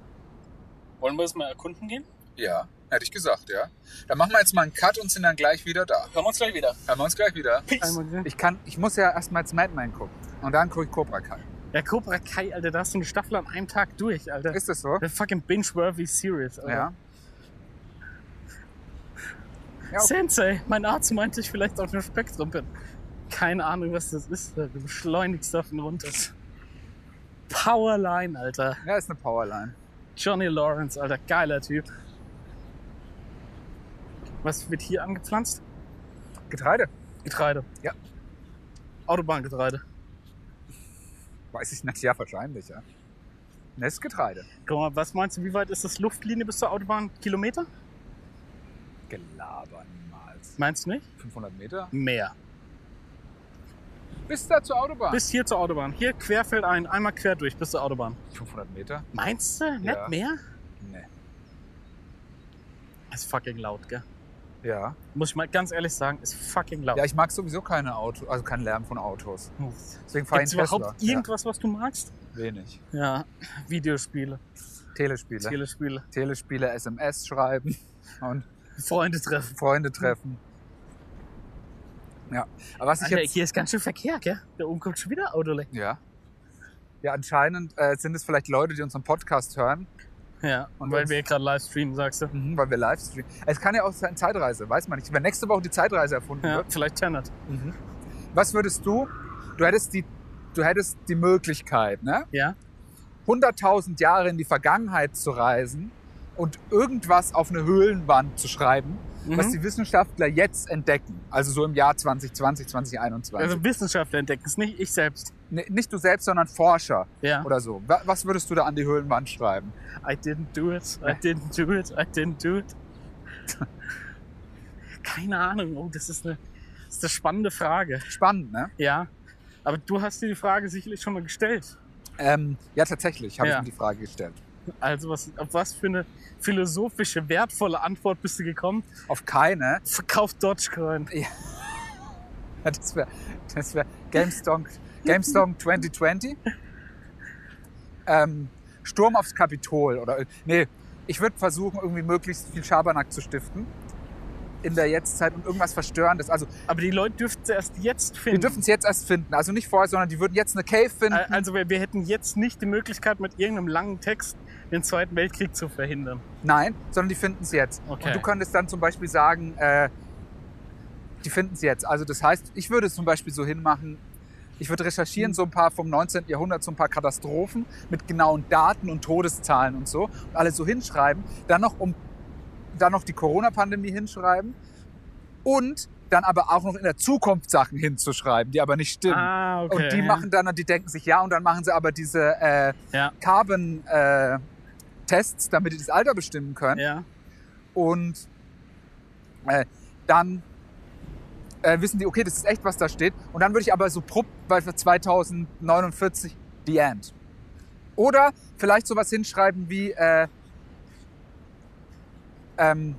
S3: Wollen wir es mal erkunden gehen?
S2: Ja. Hätte ich gesagt, ja. Dann machen wir jetzt mal einen Cut und sind dann gleich wieder da.
S3: Hören wir uns gleich wieder.
S2: Hören wir uns gleich wieder.
S3: Peace.
S2: Ich kann, ich muss ja erstmal jetzt Madman gucken. Und dann gucke ich Cobra Kai.
S3: Ja, Cobra Kai, Alter, da hast du eine Staffel an einem Tag durch, Alter.
S2: Ist das so?
S3: Der fucking binge-worthy series, Alter.
S2: Ja. Ja, okay.
S3: Sensei, mein Arzt meinte, ich vielleicht auf dem Spektrum bin. Keine Ahnung, was das ist. Alter. Du beschleunigst davon runter. Powerline, Alter.
S2: Ja, ist eine Powerline.
S3: Johnny Lawrence, Alter, geiler Typ. Was wird hier angepflanzt?
S2: Getreide?
S3: Getreide.
S2: Ja.
S3: Autobahngetreide.
S2: Weiß ich nicht. Ja, wahrscheinlich, ja. Das ist Getreide.
S3: Guck mal, was meinst du, wie weit ist das Luftlinie bis zur Autobahn? Kilometer?
S2: Gelaber niemals.
S3: Meinst du nicht?
S2: 500 Meter?
S3: Mehr.
S2: Bis da zur Autobahn.
S3: Bis hier zur Autobahn. Hier querfeld ein, einmal quer durch bis zur Autobahn.
S2: 500 Meter?
S3: Meinst du? Nicht
S2: Ja.
S3: mehr?
S2: Nee.
S3: Ist fucking laut, gell?
S2: Ja.
S3: Muss ich mal ganz ehrlich sagen, ist fucking laut.
S2: Ja, ich mag sowieso keine Auto, also keinen Lärm von Autos.
S3: Gibt's
S2: Deswegen fahre ich einen Tesla.
S3: überhaupt irgendwas, was du magst?
S2: ja, wenig.
S3: Ja, Videospiele,
S2: Telespiele.
S3: Telespiele,
S2: Telespiele, SMS schreiben und
S3: Freunde treffen.
S2: Freunde treffen. Ja. Aber was ich
S3: Alter,
S2: jetzt.
S3: hier ist ganz schön Verkehr, gell? Da oben kommt schon wieder Autoleck.
S2: Ja. Ja, anscheinend äh, sind es vielleicht Leute, die unseren Podcast hören,
S3: Ja,
S2: Und
S3: und weil
S2: das-
S3: wir hier gerade live streamen, sagst du.
S2: mhm. weil wir Livestreamen. Es kann ja auch sein Zeitreise, weiß man nicht. Wenn nächste Woche die Zeitreise erfunden
S3: Ja,
S2: wird.
S3: vielleicht Tenet.
S2: Mhm. Was würdest du? Du hättest die, du hättest die Möglichkeit, ne?
S3: Ja.
S2: 100.000 Jahre in die Vergangenheit zu reisen und irgendwas auf eine Höhlenwand zu schreiben
S3: Mhm.
S2: was die Wissenschaftler jetzt entdecken. Also so im Jahr 2020, 2021.
S3: Also Wissenschaftler entdecken es nicht, ich selbst.
S2: N- Ne, Nicht du selbst, sondern Forscher
S3: Ja.
S2: oder so. Wa- Was würdest du da an die Höhlenwand schreiben?
S3: I didn't do it, I didn't do it, I didn't do it. Keine Ahnung, oh, das ist eine, das ist eine spannende Frage.
S2: Spannend, ne?
S3: Ja. Aber du hast dir die Frage sicherlich schon mal gestellt.
S2: Ähm, ja, tatsächlich habe
S3: Ja.
S2: ich mir die Frage gestellt.
S3: Also was, auf was für eine philosophische, wertvolle Antwort bist du gekommen?
S2: Auf keine.
S3: Verkauft Dogecoin.
S2: Das wäre das wär GameStop, GameStop 2020. Ähm, Sturm aufs Kapitol oder nee, ich würde versuchen, irgendwie möglichst viel Schabernack zu stiften in der Jetztzeit und irgendwas Verstörendes. Also
S3: Aber die Leute dürften sie erst jetzt
S2: wir
S3: finden.
S2: dürfen es jetzt erst finden. Also nicht vorher, sondern die würden jetzt eine Cave finden.
S3: Äh, Also wir, wir hätten jetzt nicht die Möglichkeit, mit irgendeinem langen Text den Zweiten Weltkrieg zu verhindern.
S2: Nein, sondern die finden es jetzt.
S3: Okay.
S2: Und du könntest dann zum Beispiel sagen, äh, die finden es jetzt. Also das heißt, ich würde es zum Beispiel so hinmachen, ich würde
S3: Mhm.
S2: recherchieren so ein paar vom 19. Jahrhundert, so ein paar Katastrophen mit genauen Daten und Todeszahlen und so und alles so hinschreiben, dann noch um dann noch die Corona-Pandemie hinschreiben und dann aber auch noch in der Zukunft Sachen hinzuschreiben, die aber nicht stimmen.
S3: Ah, okay.
S2: Und die
S3: ja.
S2: machen dann, die denken sich ja, und dann machen sie aber diese äh,
S3: Ja.
S2: Carbon-Tests, äh, damit die das Alter bestimmen können.
S3: Ja.
S2: Und äh, dann äh, wissen die, okay, das ist echt, was da steht. Und dann würde ich aber so prompt, weil für 2049 the end. Oder vielleicht sowas hinschreiben wie, äh, ähm,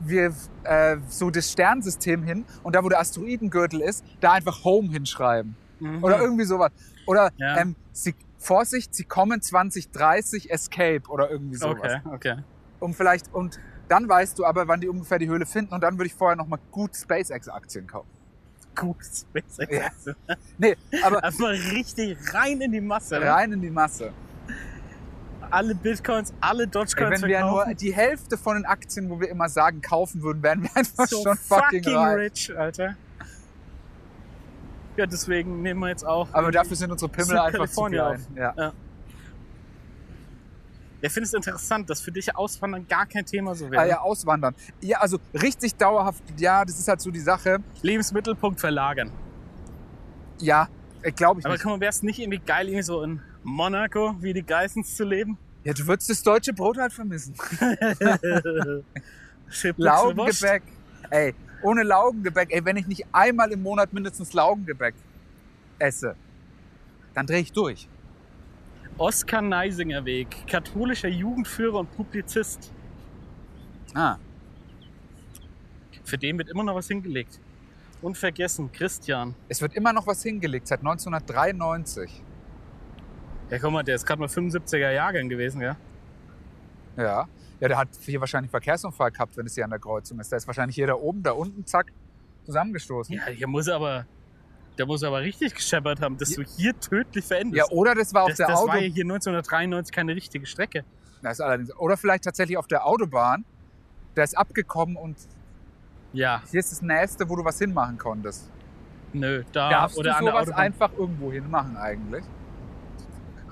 S2: wir äh, so das Sternensystem hin und da, wo der Asteroidengürtel ist, da einfach Home hinschreiben.
S3: Mhm.
S2: Oder irgendwie sowas. Oder
S3: Ja.
S2: ähm, sie, Vorsicht, sie kommen 2030 Escape oder irgendwie sowas.
S3: Okay, okay.
S2: Um vielleicht, und dann weißt du aber, wann die ungefähr die Höhle finden und dann würde ich vorher nochmal gut SpaceX-Aktien kaufen.
S3: Gut, SpaceX.
S2: Ja. Nee, aber
S3: Erstmal richtig rein in die Masse.
S2: rein in die Masse.
S3: Alle Bitcoins, alle
S2: Ey,
S3: Dogecoins
S2: wenn wir nur
S3: verkaufen.
S2: die Hälfte von den Aktien, wo wir immer sagen, kaufen würden, wären wir einfach
S3: so
S2: schon fucking, reich.
S3: rich, Alter. Ja, deswegen nehmen wir jetzt auch.
S2: Aber dafür sind unsere Pimmel
S3: Süd-
S2: einfach zu
S3: Kalifornien
S2: klein. Ja.
S3: Ich finde es interessant, dass für dich Auswandern gar kein Thema so wäre.
S2: Ah, ja, auswandern. Ja, also richtig dauerhaft, ja, das ist halt so die Sache.
S3: Lebensmittelpunkt verlagern.
S2: Ja, glaube ich
S3: Aber
S2: nicht.
S3: guck mal, wär's nicht irgendwie geil, irgendwie so in Monaco wie die Geissens zu leben?
S2: Ja, du würdest das deutsche Brot halt vermissen.
S3: Schippuchse Wurst.
S2: Laugengebäck. Ey, ohne Laugengebäck, ey, wenn ich nicht einmal im Monat mindestens Laugengebäck esse, dann drehe ich durch.
S3: Oskar Neisinger Weg, katholischer Jugendführer und Publizist.
S2: Ah.
S3: Für den wird immer noch was hingelegt. Unvergessen, Christian.
S2: Es wird immer noch was hingelegt, seit 1993.
S3: Ja, guck mal, der ist gerade mal 75er Jahrgang gewesen, ja?
S2: Ja. Ja, der hat hier wahrscheinlich einen Verkehrsunfall gehabt, wenn es hier an der Kreuzung ist. Da ist wahrscheinlich jeder oben, da unten, zack, zusammengestoßen.
S3: Ja, hier muss aber, der muss aber richtig gescheppert haben, dass du hier tödlich
S2: Ja,
S3: verendest.
S2: oder das war auf
S3: das,
S2: der
S3: das
S2: Auto.
S3: war ja hier 1993 keine richtige Strecke.
S2: Das ist allerdings, oder vielleicht tatsächlich auf der Autobahn. Der ist abgekommen und
S3: Ja,
S2: hier ist das Nächste, wo du was hinmachen konntest.
S3: nö, da
S2: Darfst
S3: Ah, oder
S2: du
S3: an der
S2: sowas
S3: Autobahn.
S2: einfach irgendwo hinmachen eigentlich?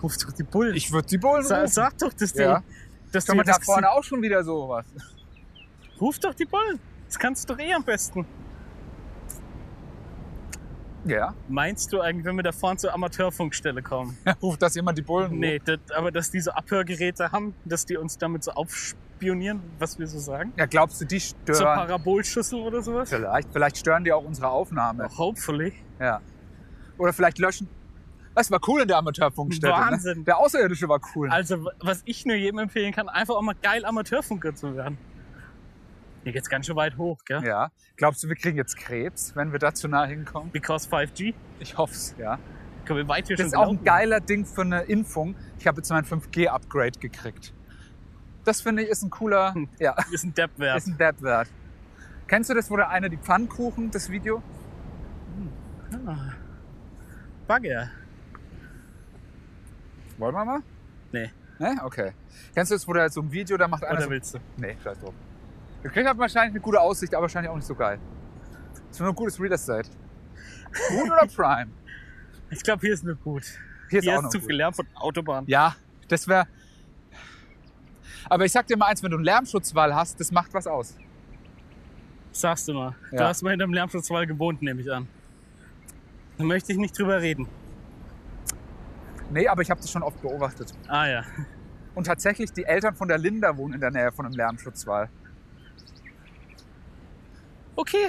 S3: Ruf doch die Bullen.
S2: Ich würde die Bullen
S3: Sa
S2: rufen.
S3: sag doch, dass die,
S2: Ja.
S3: dass
S2: Schau
S3: die
S2: mal, da
S3: das
S2: vorne auch schon wieder sowas.
S3: Ruf doch die Bullen. Das kannst du doch eh am besten.
S2: Ja.
S3: Meinst du eigentlich, wenn wir da vorne zur Amateurfunkstelle kommen?
S2: Ruft das jemand die Bullen? hoch?
S3: nee, das, aber dass die so Abhörgeräte haben, dass die uns damit so aufspionieren, was wir so sagen?
S2: Ja, glaubst du, die
S3: Zur
S2: stören?
S3: Parabolschüssel oder sowas?
S2: Vielleicht, vielleicht stören die auch unsere Aufnahme.
S3: Hopefully.
S2: Ja. Oder vielleicht löschen. Das war cool in der Amateurfunkstätte. Ne?
S3: Wahnsinn.
S2: Der Außerirdische war cool.
S3: Also, was ich nur jedem empfehlen kann, einfach auch mal geil Amateurfunker zu werden. Hier geht's ganz schön weit hoch, gell?
S2: Ja. Glaubst du, wir kriegen jetzt Krebs, wenn wir da zu nah hinkommen?
S3: Because 5G.
S2: Ich hoff's, ja.
S3: Können wir weit hier
S2: Das
S3: schon
S2: ist auch
S3: gelaufen.
S2: ein geiler Ding für eine Impfung. Ich habe jetzt mein 5G-Upgrade gekriegt. Das finde ich ist ein cooler,
S3: Hm.
S2: ja,
S3: Ist ein Depp wert.
S2: ist ein Dab wert. Kennst du das, wo der eine die Pfannkuchen, das Video?
S3: Ah. Bagger.
S2: Wollen wir mal?
S3: Nee.
S2: Ne? Okay. Kennst du das, wo der halt so ein Video, da macht einer
S3: Oder
S2: so
S3: willst du?
S2: Nee, scheiß drauf. Wir kriegen halt wahrscheinlich eine gute Aussicht, aber wahrscheinlich auch nicht so geil. Ist nur ein gutes Real Estate. Gut oder Prime?
S3: Ich glaube, hier ist nur gut.
S2: Hier
S3: Hier ist
S2: noch
S3: zu
S2: gut.
S3: viel Lärm von Autobahn.
S2: Ja, das wäre. Aber ich sag dir mal eins, wenn du einen Lärmschutzwall hast, das macht was aus.
S3: Sagst du mal.
S2: Ja.
S3: Du hast mal hinterm Lärmschutzwall gewohnt, nehme ich an. Da möchte ich nicht drüber reden.
S2: Nee, aber ich habe das schon oft beobachtet.
S3: Ah ja.
S2: Und tatsächlich, die Eltern von der Linda wohnen in der Nähe von einem Lärmschutzwall.
S3: Okay.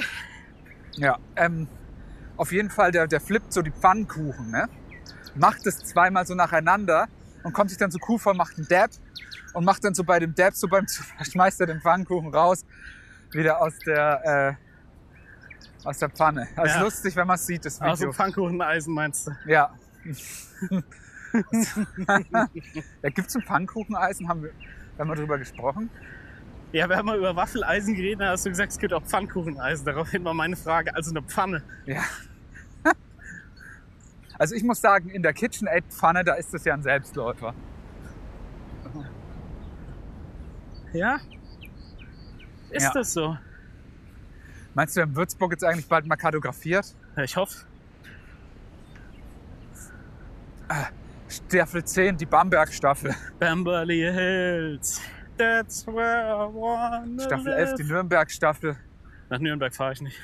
S2: Ja. Ähm, auf jeden Fall, der, der flippt so die Pfannkuchen, ne? Macht es zweimal so nacheinander und kommt sich dann zur Kuh vor, macht einen Dab und macht dann so bei dem Dab, so beim schmeißt er den Pfannkuchen raus, wieder aus der, äh, aus der Pfanne. Also
S3: Ja.
S2: lustig, wenn man es sieht, das Video.
S3: Also Pfannkucheneisen meinst du?
S2: Ja. ja, gibt's ein Pfannkucheneisen? Haben wir, haben wir drüber gesprochen?
S3: Ja, wir haben mal über Waffeleisen geredet, da hast du gesagt, es gibt auch Pfannkucheneisen. Daraufhin war meine Frage, also eine Pfanne.
S2: Ja. Also ich muss sagen, in der KitchenAid-Pfanne, da ist das ja ein Selbstläufer.
S3: Ja? Ist
S2: Ja.
S3: das so?
S2: Meinst du, in Würzburg jetzt eigentlich bald mal kartografiert?
S3: Ja, Ich hoffe.
S2: Staffel 10, die Bamberg-Staffel.
S3: Bamberly Hills. That's where I wanna
S2: Staffel
S3: live.
S2: 11, die Nürnberg-Staffel.
S3: Nach Nürnberg fahre ich nicht.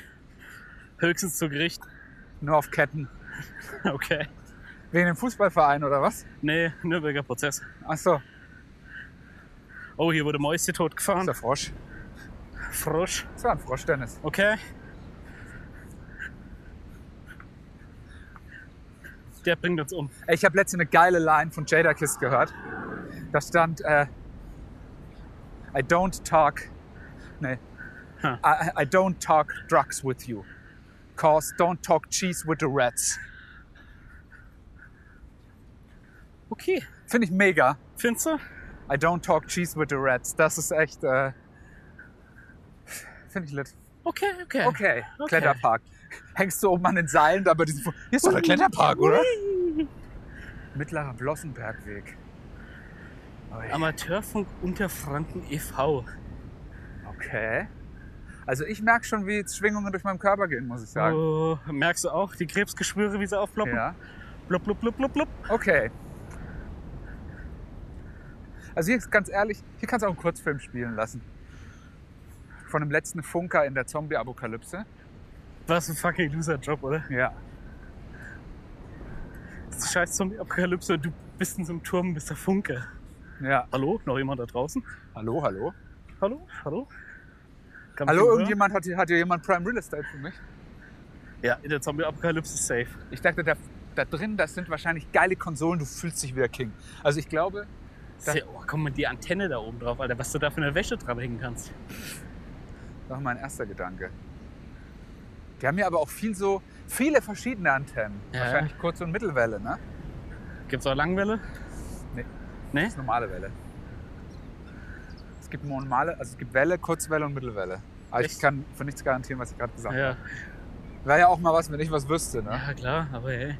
S3: Höchstens zu Gericht.
S2: Nur auf Ketten.
S3: Okay.
S2: Wegen dem Fußballverein oder was?
S3: Nee, Nürnberger Prozess.
S2: Ach so,
S3: Oh, hier wurde Mäuse
S2: ist
S3: totgefahren.
S2: der Frosch.
S3: Frosch.
S2: Das war ein Frosch, Dennis.
S3: Okay. Der bringt uns um.
S2: Ey, Ich habe letztens eine geile Line von Jada Kiss gehört. Da stand, äh, I don't talk, nee,
S3: Huh.
S2: I, I don't talk drugs with you. Cause don't talk cheese with the rats.
S3: Okay.
S2: Finde ich mega.
S3: Findest du?
S2: I don't talk cheese with the rats. Das ist echt, äh, finde ich lit.
S3: Okay, okay.
S2: Okay, Kletterpark. Hängst du oben an den Seilen da bei diesem, hier ist doch der Kletterpark, oder? Mittlerer Blossenbergweg. Oh Ui.
S3: Amateurfunk Unterfranken e e.V.
S2: Okay. Also ich merke schon, wie jetzt Schwingungen durch meinen Körper gehen, muss ich sagen.
S3: Oh, merkst du auch die Krebsgeschwüre, wie sie aufploppen?
S2: Ja.
S3: Blub, blub, blub, blub, blub.
S2: Okay. Also hier ist ganz ehrlich, hier kannst du auch einen Kurzfilm spielen lassen. Von dem letzten Funker in der Zombie-Apokalypse.
S3: Was ein fucking Loser-Job, oder?
S2: Ja.
S3: Das ist scheiß Zombie-Apokalypse und du bist in so einem Turm und bist der Funke.
S2: Ja.
S3: Hallo? Noch jemand da draußen?
S2: Hallo, hallo.
S3: Hallo? Hallo? Kann mich
S2: Hallo,
S3: jemand
S2: irgendjemand hat hier, hat hier jemand Prime Real Estate für mich?
S3: hören? Ja, in der Zombie-Apokalypse ist safe.
S2: Ich dachte, da, da drin, das sind wahrscheinlich geile Konsolen, du fühlst dich wieder King. Also ich glaube,
S3: Sehr, oh, komm mal die Antenne da oben drauf, Alter, was du da für eine Wäsche dranhängen kannst.
S2: das war mein erster Gedanke. Die haben ja aber auch viel so, viele verschiedene Antennen.
S3: Ja.
S2: Wahrscheinlich Kurz- und Mittelwelle, ne?
S3: Gibt's auch Langwelle?
S2: Nee.
S3: Nee?
S2: ist normale Welle. Es gibt normale, also es gibt Welle, Kurzwelle und Mittelwelle. Aber ich
S3: Echt?
S2: kann für nichts garantieren, was ich gerade gesagt
S3: Ja,
S2: habe. Wäre ja auch mal was, wenn ich was wüsste, ne?
S3: ja, klar, aber hey.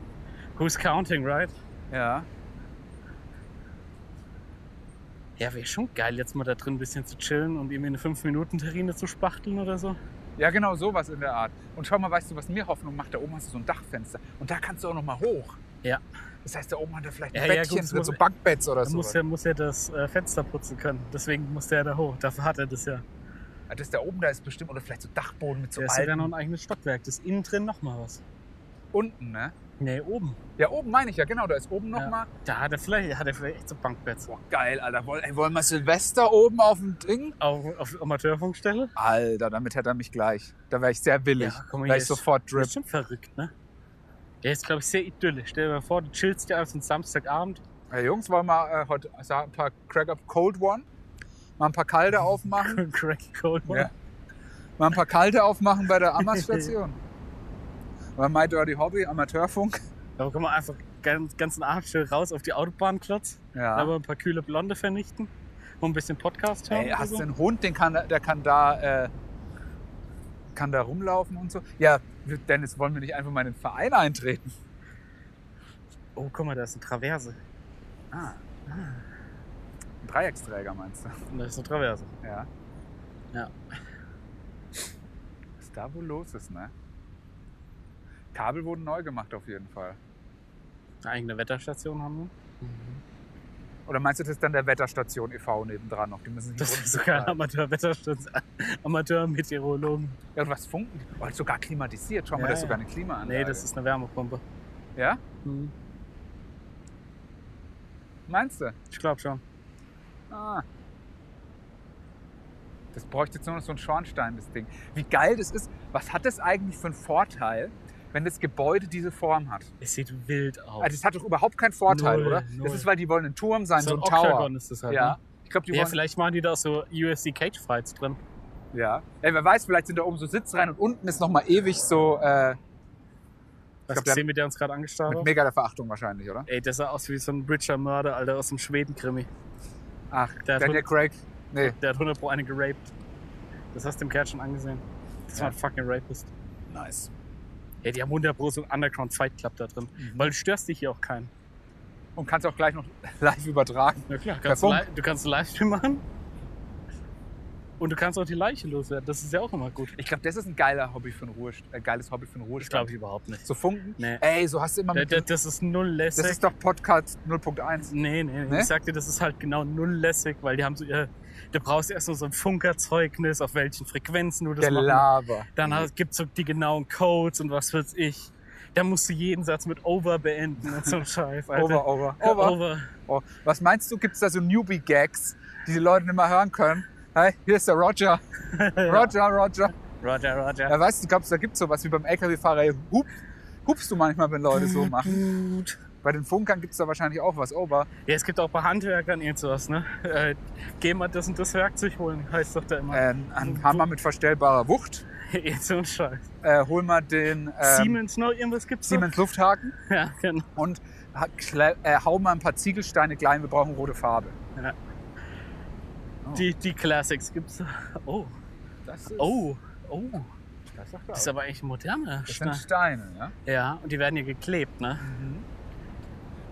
S3: Who's counting, right?
S2: Ja.
S3: Ja, wäre schon geil, jetzt mal da drin ein bisschen zu chillen und irgendwie eine 5-Minuten-Terrine zu spachteln oder so.
S2: Ja, genau, sowas in der Art. Und schau mal, weißt du, was mir Hoffnung macht? Da oben hast du so ein Dachfenster. Und da kannst du auch noch mal hoch.
S3: Ja.
S2: Das heißt, da oben hat er vielleicht ein
S3: Ja, ja,
S2: Bettchen,
S3: gut, das
S2: drin,
S3: muss-
S2: so Bankbetts oder
S3: Da
S2: so.
S3: muss
S2: Ja,
S3: er, muss er das äh, Fenster putzen können. Deswegen muss der da hoch. Dafür hat er das ja.
S2: das da oben, da ist bestimmt, oder vielleicht so Dachboden mit so
S3: der ist ja dann noch
S2: alten.
S3: ein eigenes Stockwerk. Das ist innen drin nochmal was.
S2: Unten, ne?
S3: Nee, oben.
S2: Ja, oben meine ich ja, genau, da ist oben noch
S3: Ja.
S2: mal.
S3: Da hat er vielleicht, hat er vielleicht echt so Bankbett.
S2: Geil, Alter. Woll- Ey, wollen wir Silvester oben auf dem Ding?
S3: Auf, auf Amateurfunkstelle?
S2: Alter, damit hätte er mich gleich. Da wäre ich sehr willig.
S3: komm
S2: wäre ich
S3: ist-
S2: sofort
S3: Das
S2: drip.
S3: ist schon verrückt, ne? Der ist, glaube ich, sehr idyllisch. Stell dir mal vor, du chillst dir auf so einen Samstagabend.
S2: Hey Jungs, wollen wir äh, heute sa- ein paar Crack Up Cold One? Mal ein paar kalte aufmachen?
S3: Crack Cold One.
S2: Ja. Mal ein paar kalte aufmachen bei der Amas-Station. Oder My Dirty Hobby, Amateurfunk.
S3: Da kann man einfach ganz, ganzen Abend schön raus auf die Autobahn klotz.
S2: Ja.
S3: Aber ein paar kühle Blonde vernichten. Und ein bisschen Podcast hören.
S2: Ey,
S3: oder
S2: hast du
S3: so.
S2: einen Hund, den kann, der kann da, äh, kann da rumlaufen und so? Ja, Dennis, wollen wir nicht einfach mal in den Verein eintreten?
S3: Oh, guck mal, da ist eine Traverse.
S2: Ah. Ein Dreiecksträger meinst du?
S3: Und da ist eine Traverse.
S2: Ja.
S3: Ja.
S2: Was da wohl los ist, ne? Kabel wurden neu gemacht auf jeden Fall.
S3: Mhm. Eine eigene Wetterstation haben wir.
S2: Oder meinst du, das ist dann der Wetterstation e.V. nebendran noch? Die müssen sich
S3: Das
S2: im Grunde
S3: ist sogar
S2: bezahlen.
S3: Amateurwetterstations, Amateurmeteorologen.
S2: Ja, und was funken die? Oh, ist sogar klimatisiert. Schau mal,
S3: Ja,
S2: das ist
S3: ja.
S2: sogar eine Klimaanlage.
S3: Ah, Nee, das ist eine Wärmepumpe.
S2: Ja?
S3: Hm,
S2: Meinst du?
S3: Ich glaube schon.
S2: Ah. Das bräuchte jetzt nur noch so einen Schornstein, das Ding. Wie geil das ist. Was hat das eigentlich für einen Vorteil, wenn das Gebäude diese Form hat?
S3: Es sieht wild aus.
S2: Also, das hat doch überhaupt keinen Vorteil,
S3: Null,
S2: oder?
S3: null.
S2: Das ist, weil die wollen einen Turm sein, so, ein Tower.
S3: Octagon ist das halt.
S2: Ja.
S3: Ne?
S2: Ich glaube, die
S3: Ja,
S2: wollen.
S3: vielleicht machen die da auch so UFC Cage Fights drin.
S2: Ja. Ey, wer weiß, vielleicht sind da oben so Sitzreihen und unten ist nochmal ewig so äh,
S3: Was
S2: glaub,
S3: glaub,
S2: der-
S3: gesehen, mit der uns gerade angestarrt
S2: mit
S3: hat?
S2: mega der Verachtung wahrscheinlich, oder?
S3: Ey, das sah aus wie so ein Bridger Mörder, Alter, aus dem Schweden-Krimi.
S2: Ach,
S3: Der hat
S2: Daniel Craig. Nee.
S3: Der hat 100 Pro eine geraped. Das hast du dem Kerl schon angesehen. Das war ein fucking Rapist.
S2: Nice.
S3: Ey, die haben 100 Pro so einen Underground Fight Club da drin.
S2: Mhm.
S3: Weil du störst dich hier auch keinen.
S2: Und kannst auch gleich noch live übertragen.
S3: Na klar,
S2: kannst
S3: kannst
S2: du
S3: du, du kannst Livestream machen. Und du kannst auch die Leiche loswerden. Das ist ja auch immer gut.
S2: Ich glaube, das ist ein geiler Hobby für einen Ruhest äh, geiles Hobby für einen
S3: Das
S2: Ruhestand.
S3: glaube ich überhaupt nicht.
S2: So funken.
S3: Nee.
S2: Ey, so hast du immer
S3: Da-
S2: mit.
S3: da- Das ist null lässig.
S2: Das ist Ne? doch Podcast 0.1.
S3: nee, nee, nee.
S2: Nee?
S3: Ich sagte, das ist halt genau null lässig, weil die haben so ihr. Du brauchst erst nur so ein Funkerzeugnis, auf welchen Frequenzen du das
S2: Der
S3: machen
S2: Laber.
S3: Dann gibt's so die genauen Codes und was weiß ich. Da musst du jeden Satz mit Over beenden und so ein Scheiß. Alter.
S2: Over, over,
S3: Ja,
S2: over.
S3: over.
S2: Oh, was meinst du, gibt es da so Newbie-Gags, die die Leute nicht mehr hören können? Hey, hier ist der Roger. Roger, Roger.
S3: Roger, Roger.
S2: Ja, weißt du, glaubst du, da gibt es sowas wie beim LKW-Fahrer? ey, Hup, hupst du manchmal, wenn Leute so machen.
S3: Gut.
S2: Bei den Funkern gibt es da wahrscheinlich auch was. Over.
S3: Ja, es gibt auch bei Handwerkern irgend sowas, ne? Äh, geh mal das und das Werkzeug holen, heißt doch da immer.
S2: Äh, ein Hammer mit verstellbarer Wucht.
S3: Irgend so ein Scheiß.
S2: Äh, hol mal den ähm,
S3: Siemens, noch irgendwas gibt's noch?
S2: Siemens Lufthaken
S3: Ja, genau.
S2: und ha- kle- äh, hau mal ein paar Ziegelsteine klein. Wir brauchen rote Farbe. Oh.
S3: Die, die Classics gibt's. Oh,
S2: Das ist,
S3: oh, oh.
S2: das sagt
S3: Das
S2: er auch.
S3: ist aber eigentlich ein moderner
S2: Oh. Das sind
S3: Schneid.
S2: Steine, ja?
S3: Ja, und die werden hier geklebt, ne?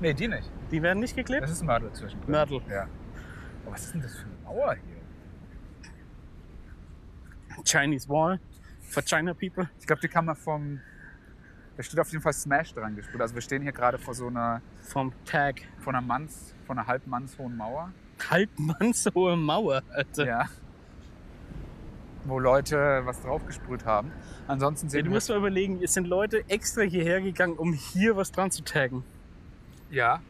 S2: Nee, die nicht.
S3: Die werden nicht geklebt?
S2: Das ist ein Mörtel zwischendrin.
S3: Mörtel.
S2: Ja. Oh, was ist denn das für eine Mauer hier?
S3: Chinese Wall. For China People.
S2: Ich glaube, die kann man vom. Da steht auf jeden Fall Smash dran gespielt. Also wir stehen hier gerade vor so einer
S3: Vom Tag.
S2: von einer Manns, von einer halbmannshohen Mauer.
S3: Halbmannshohe Mauer, Alter.
S2: Ja. Wo Leute was draufgesprüht haben. Ansonsten
S3: Ja,
S2: sehen
S3: du musst mal überlegen, es sind Leute extra hierher gegangen, um hier was dran zu taggen.
S2: wir. Ja.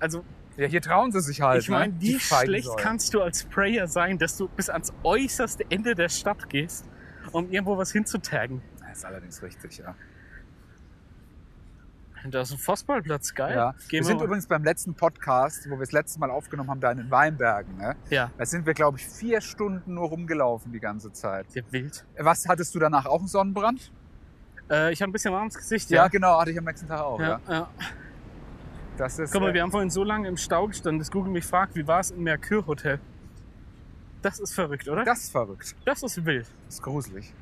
S3: Also,
S2: Ja, hier trauen sie sich halt.
S3: ich meine,
S2: ne?
S3: wie
S2: feigen
S3: schlecht
S2: Säue.
S3: kannst du als Prayer sein, dass du bis ans äußerste Ende der Stadt gehst, um irgendwo was hinzutaggen?
S2: Das ist allerdings richtig, ja.
S3: Da ist ein Fußballplatz, geil.
S2: ja.
S3: Gehen
S2: Wir sind
S3: mal.
S2: übrigens beim letzten Podcast, wo wir das letzte Mal aufgenommen haben, da in den Weinbergen. Ne?
S3: Ja.
S2: Da sind wir, glaube ich, vier Stunden nur rumgelaufen die ganze Zeit.
S3: Sehr wild.
S2: Was hattest du danach auch einen Sonnenbrand?
S3: Äh, ich habe ein bisschen warmes Gesicht,
S2: Ja,
S3: ja.
S2: genau, hatte ich am nächsten Tag auch. Ja.
S3: ja, ja.
S2: Das ist.
S3: Guck mal,
S2: äh,
S3: wir haben vorhin so lange im Stau gestanden, dass Google mich fragt, wie war es im Mercure Hotel? Das ist verrückt, oder?
S2: das ist verrückt.
S3: Das ist wild.
S2: Das ist gruselig.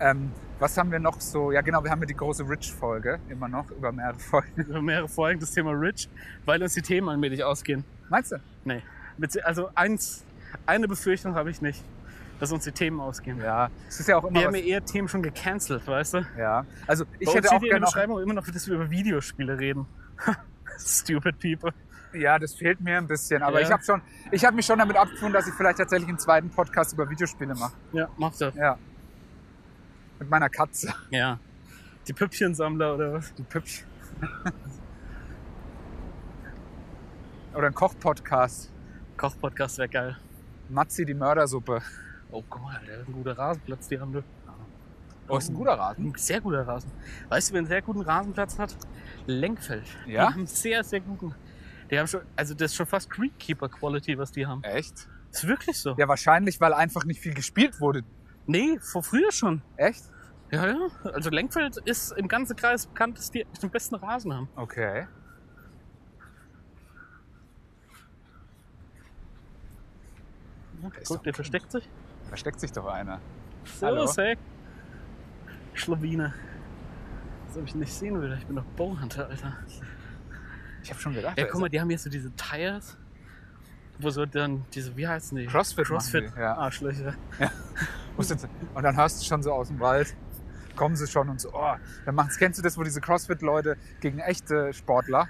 S2: Ähm, was haben wir noch so? Ja, genau, wir haben ja die große Rich-Folge immer noch über mehrere Folgen.
S3: Über mehrere Folgen das Thema Rich, weil uns die Themen allmählich ausgehen.
S2: Meinst du?
S3: Nee. Bezieh- Also eins, eine Befürchtung habe ich nicht, dass uns die Themen ausgehen.
S2: Ja. Es ist ja auch immer.
S3: Wir haben ja
S2: was,
S3: eher Themen schon gecancelt, weißt du?
S2: ja. Also, ich
S3: Bei uns
S2: hätte
S3: steht
S2: auch
S3: hier in der
S2: gerne noch.
S3: Beschreibung immer noch, dass wir über Videospiele reden. Stupid people.
S2: Ja, das fehlt mir ein bisschen. Aber
S3: Ja.
S2: ich habe schon, ich habe mich schon damit abgefunden, dass ich vielleicht tatsächlich einen zweiten Podcast über Videospiele mache.
S3: Ja, macht er.
S2: Ja. Mit meiner Katze.
S3: Ja. Die Püppchensammler oder was?
S2: Die Püppchen. Oder ein Koch-Podcast.
S3: Kochpodcast wäre geil.
S2: Matzi, die Mördersuppe.
S3: Oh, guck mal, der ist ein guter Rasenplatz, die haben wir.
S2: Oh, ist ein guter Rasen.
S3: Ein sehr guter Rasen. Weißt du, wer einen sehr guten Rasenplatz hat? Lenkfeld.
S2: Ja?
S3: Die haben einen sehr, sehr guten. Die haben schon, also das ist schon fast Greenkeeper Quality, was die haben.
S2: Echt?
S3: Ist wirklich so.
S2: Ja, wahrscheinlich, weil einfach nicht viel gespielt wurde.
S3: Nee, vor früher schon.
S2: Echt?
S3: Ja, ja. Also Lenkfeld ist im ganzen Kreis bekannt, dass die den besten Rasen haben.
S2: Okay. Der ist
S3: Guck,
S2: doch
S3: der
S2: kein-
S3: versteckt sich.
S2: Versteckt sich doch einer. Hallo.
S3: Servus, hey. Schlawine. Als ob ich ihn nicht sehen würde. Ich bin doch Bowhunter, Alter.
S2: Ich habe schon gedacht.
S3: Ja,
S2: da
S3: guck mal, die haben hier so diese Tires, wo so dann diese, wie heißen die?
S2: Crossfit machen die,
S3: Crossfit.
S2: ja.
S3: Arschlöcher.
S2: ist- Wusstet ihr- Und dann hörst du schon so aus dem Wald, kommen sie schon und so, oh, dann machen's. Kennst du das, wo diese Crossfit-Leute gegen echte Sportler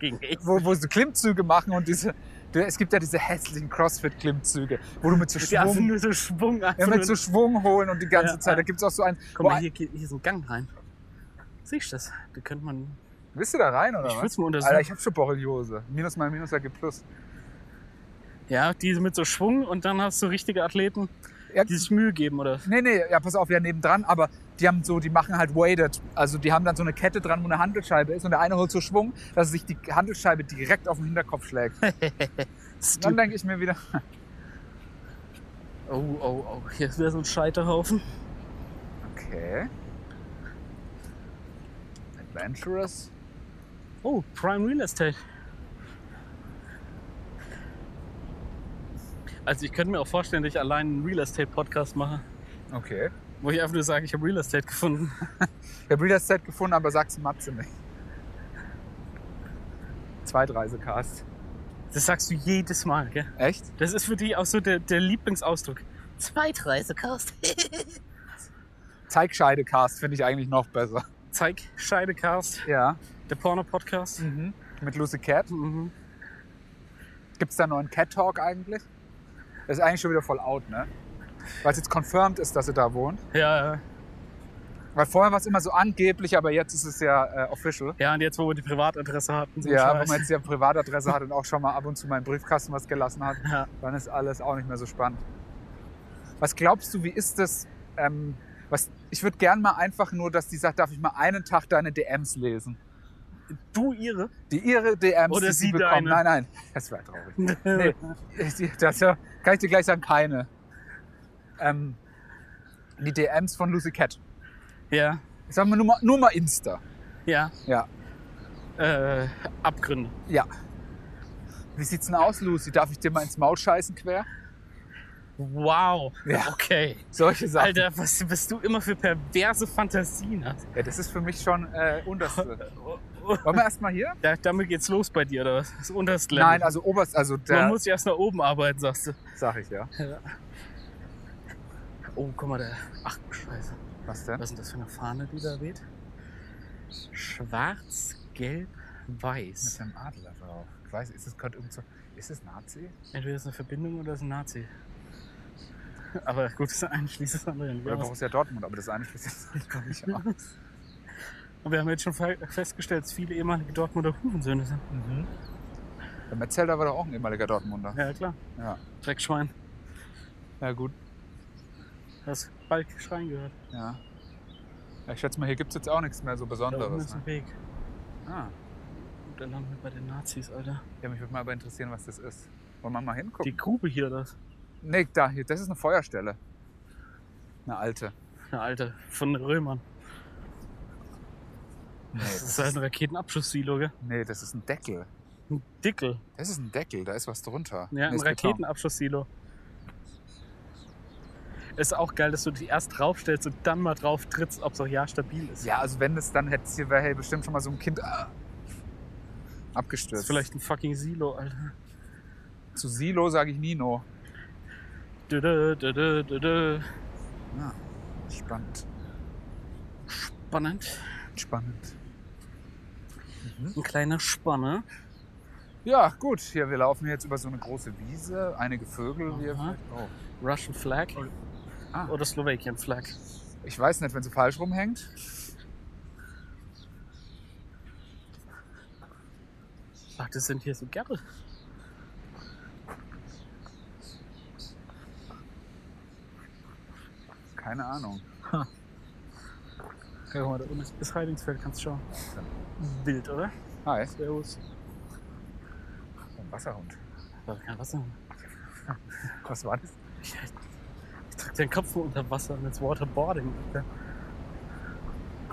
S3: Ging echt.
S2: wo, wo sie Klimmzüge machen und diese. Es gibt ja diese hässlichen Crossfit-Klimmzüge, wo du mit so
S3: Die haben
S2: Schwung,
S3: also nur so Schwung.
S2: ja,
S3: einfach
S2: mit so
S3: nur-
S2: Schwung holen und die ganze
S3: Ja,
S2: Zeit. Da
S3: ja.
S2: gibt's auch so einen.
S3: Komm
S2: wo
S3: mal,
S2: ein-
S3: hier geht hier ist ein Gang rein. Siehst du das? Da könnte man.
S2: Willst du da rein oder
S3: Ich
S2: was?
S3: will's mal untersuchen.
S2: Alter, ich hab schon Borreliose. Minus mal Minus ergibt Plus.
S3: Ja, diese mit so Schwung und dann hast du richtige Athleten,
S2: Ja,
S3: die sich Mühe geben, oder?
S2: nee, nee, ja, pass auf, ja, nebendran, aber die haben so, die machen halt weighted. Also die haben dann so eine Kette dran, wo eine Handelscheibe ist und der eine holt so Schwung, dass sich die Handelscheibe direkt auf den Hinterkopf schlägt. Und dann denke ich mir wieder,
S3: Oh, oh, oh. Hier ist wieder so ein Scheiterhaufen.
S2: okay. Adventurous.
S3: Oh, Prime Real Estate. Also ich könnte mir auch vorstellen, dass ich allein einen Real Estate Podcast mache,
S2: Okay.
S3: wo ich einfach nur sage, ich habe Real Estate gefunden.
S2: Ich habe Reader's Set gefunden, aber sag's Matze nicht. Zweitreisecast.
S3: Das sagst du jedes Mal, gell?
S2: Echt?
S3: Das ist für dich auch so der, der Lieblingsausdruck. Zweitreisecast.
S2: Zeigscheidecast finde ich eigentlich noch besser.
S3: Zeig Scheidecast,
S2: Ja.
S3: der Porno Podcast.
S2: Mhm. Mit Lucy Cat.
S3: Mhm.
S2: Gibt's da noch einen Cat Talk eigentlich? Das ist eigentlich schon wieder voll out, ne? Weil es jetzt confirmed ist, dass sie da wohnt.
S3: Ja, ja.
S2: Weil vorher war es immer so angeblich, aber jetzt ist es ja äh, official.
S3: ja, und jetzt, wo wir die Privatadresse hatten, so ein
S2: Ja,
S3: Scheiß.
S2: wenn man jetzt ja Privatadresse hat und auch schon mal ab und zu meinen Briefkasten was gelassen hat,
S3: Ja.
S2: dann ist alles auch nicht mehr so spannend. Was glaubst du, wie ist das? Ähm, was, ich würde gern mal einfach nur, dass die sagt, darf ich mal einen Tag deine DMs lesen?
S3: Du ihre?
S2: Die ihre DMs,
S3: Oder
S2: die
S3: sie
S2: bekommen.
S3: deine.
S2: Nein, nein, das wäre traurig. Nee, die- das ja- kann ich dir gleich sagen, keine. Ähm, die DMs von Lucy Cat.
S3: Ja,
S2: Sagen wir nur mal, nur mal Insta.
S3: ja.
S2: Ja.
S3: Äh, Abgründe.
S2: Ja. Wie sieht's denn aus, Lucy? Darf ich dir mal ins Maul scheißen quer?
S3: Wow.
S2: Ja.
S3: Okay.
S2: Solche Sachen.
S3: Alter, was, was du immer für perverse Fantasien hast.
S2: Ja, das ist für mich schon äh, unterste. Wollen wir erstmal hier?
S3: Da, damit geht's los bei dir, oder was? Das unterste Level.
S2: Nein, also oberst, also
S3: Man
S2: der,
S3: muss erst nach oben arbeiten, sagst du.
S2: sag ich ja.
S3: Oh, guck mal, da. Ach, scheiße.
S2: Was denn?
S3: Was ist denn das für eine Fahne, die da weht? Schwarz, gelb, weiß.
S2: einem Adler drauf. Ich weiß, ist es gerade irgend so, ist es Nazi?
S3: Entweder ist es eine Verbindung oder ist ein Nazi. Aber gut, das eine schließt das andere nicht
S2: Oder
S3: aus.
S2: Borussia Dortmund, aber das eine schließt das andere nicht aus.
S3: Und wir haben jetzt schon fe- festgestellt, dass viele ehemalige Dortmunder Hurensöhne sind.
S2: Mhm. Der Metzelder war doch auch ein ehemaliger Dortmunder.
S3: Ja, klar.
S2: Ja.
S3: Dreckschwein.
S2: Ja, gut.
S3: Du hast bald Schreien gehört.
S2: Ja. ja ich schätze mal, hier gibt's jetzt auch nichts mehr so
S3: Da unten ist
S2: Besonderes. Ne?
S3: ein Weg.
S2: Ah.
S3: Und dann landen wir bei den Nazis, Alter.
S2: Ja, mich würde mal aber interessieren, was das ist. Wollen wir mal hingucken?
S3: Die Grube hier, das.
S2: Nee, da, hier, das ist eine Feuerstelle. Eine alte.
S3: Ja, Alter, von den Römern.
S2: Nee,
S3: Das ist halt ein Raketenabschusssilo, gell?
S2: nee, das ist ein Deckel.
S3: Ein Dickel.
S2: Das ist ein Deckel, da ist was drunter.
S3: Ja,
S2: nee,
S3: ein
S2: ist Beton.
S3: Raketenabschusssilo. Ist auch geil, dass du dich erst draufstellst und dann mal drauf trittst, ob es auch ja stabil ist.
S2: Ja, also wenn es dann hätte es hier wäre hey, bestimmt schon mal so ein Kind ah,
S3: Das
S2: abgestürzt.
S3: ist vielleicht ein fucking Silo, Alter.
S2: zu Silo sage ich Nino.
S3: Dö, dö, dö, dö, dö, dö.
S2: Ja, Ah, spannend,
S3: Spannend.
S2: spannend. Hm?
S3: Ein kleiner Spanner.
S2: Ja, gut, hier wir laufen jetzt über so eine große Wiese, einige Vögel hier.
S3: Aha.
S2: vielleicht- Oh.
S3: Russian Flag
S2: Ah.
S3: oder Slowakian Flag.
S2: Ich weiß nicht, wenn sie falsch rumhängt.
S3: Ach, das sind hier so Gärte.
S2: Keine Ahnung.
S3: Ja, guck mal, da unten ist das Heilingsfeld, kannst schauen. Wild, oder?
S2: Hi,
S3: Servus.
S2: Ah, ein Wasserhund.
S3: Da ist kein Wasser.
S2: Was war das?
S3: Ich drück den Kopf nur unter Wasser und jetzt Waterboarding. Alter.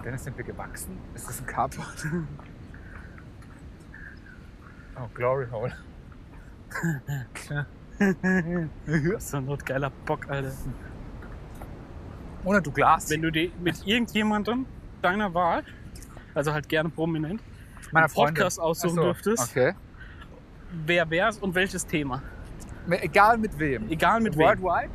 S2: Dennis, sind wir gewachsen? Ist das ein Carport? Oh, Glory Hole. Mhm.
S3: Das ist so ein notgeiler Bock, Alter.
S2: Oder du Glas.
S3: Wenn du die mit irgendjemandem deiner Wahl, also halt gerne prominent, einen Podcast aussuchen
S2: Ach so,
S3: dürftest,
S2: Okay.
S3: wer wär's und welches Thema.
S2: Mir Egal mit wem.
S3: Egal mit wem.
S2: Worldwide?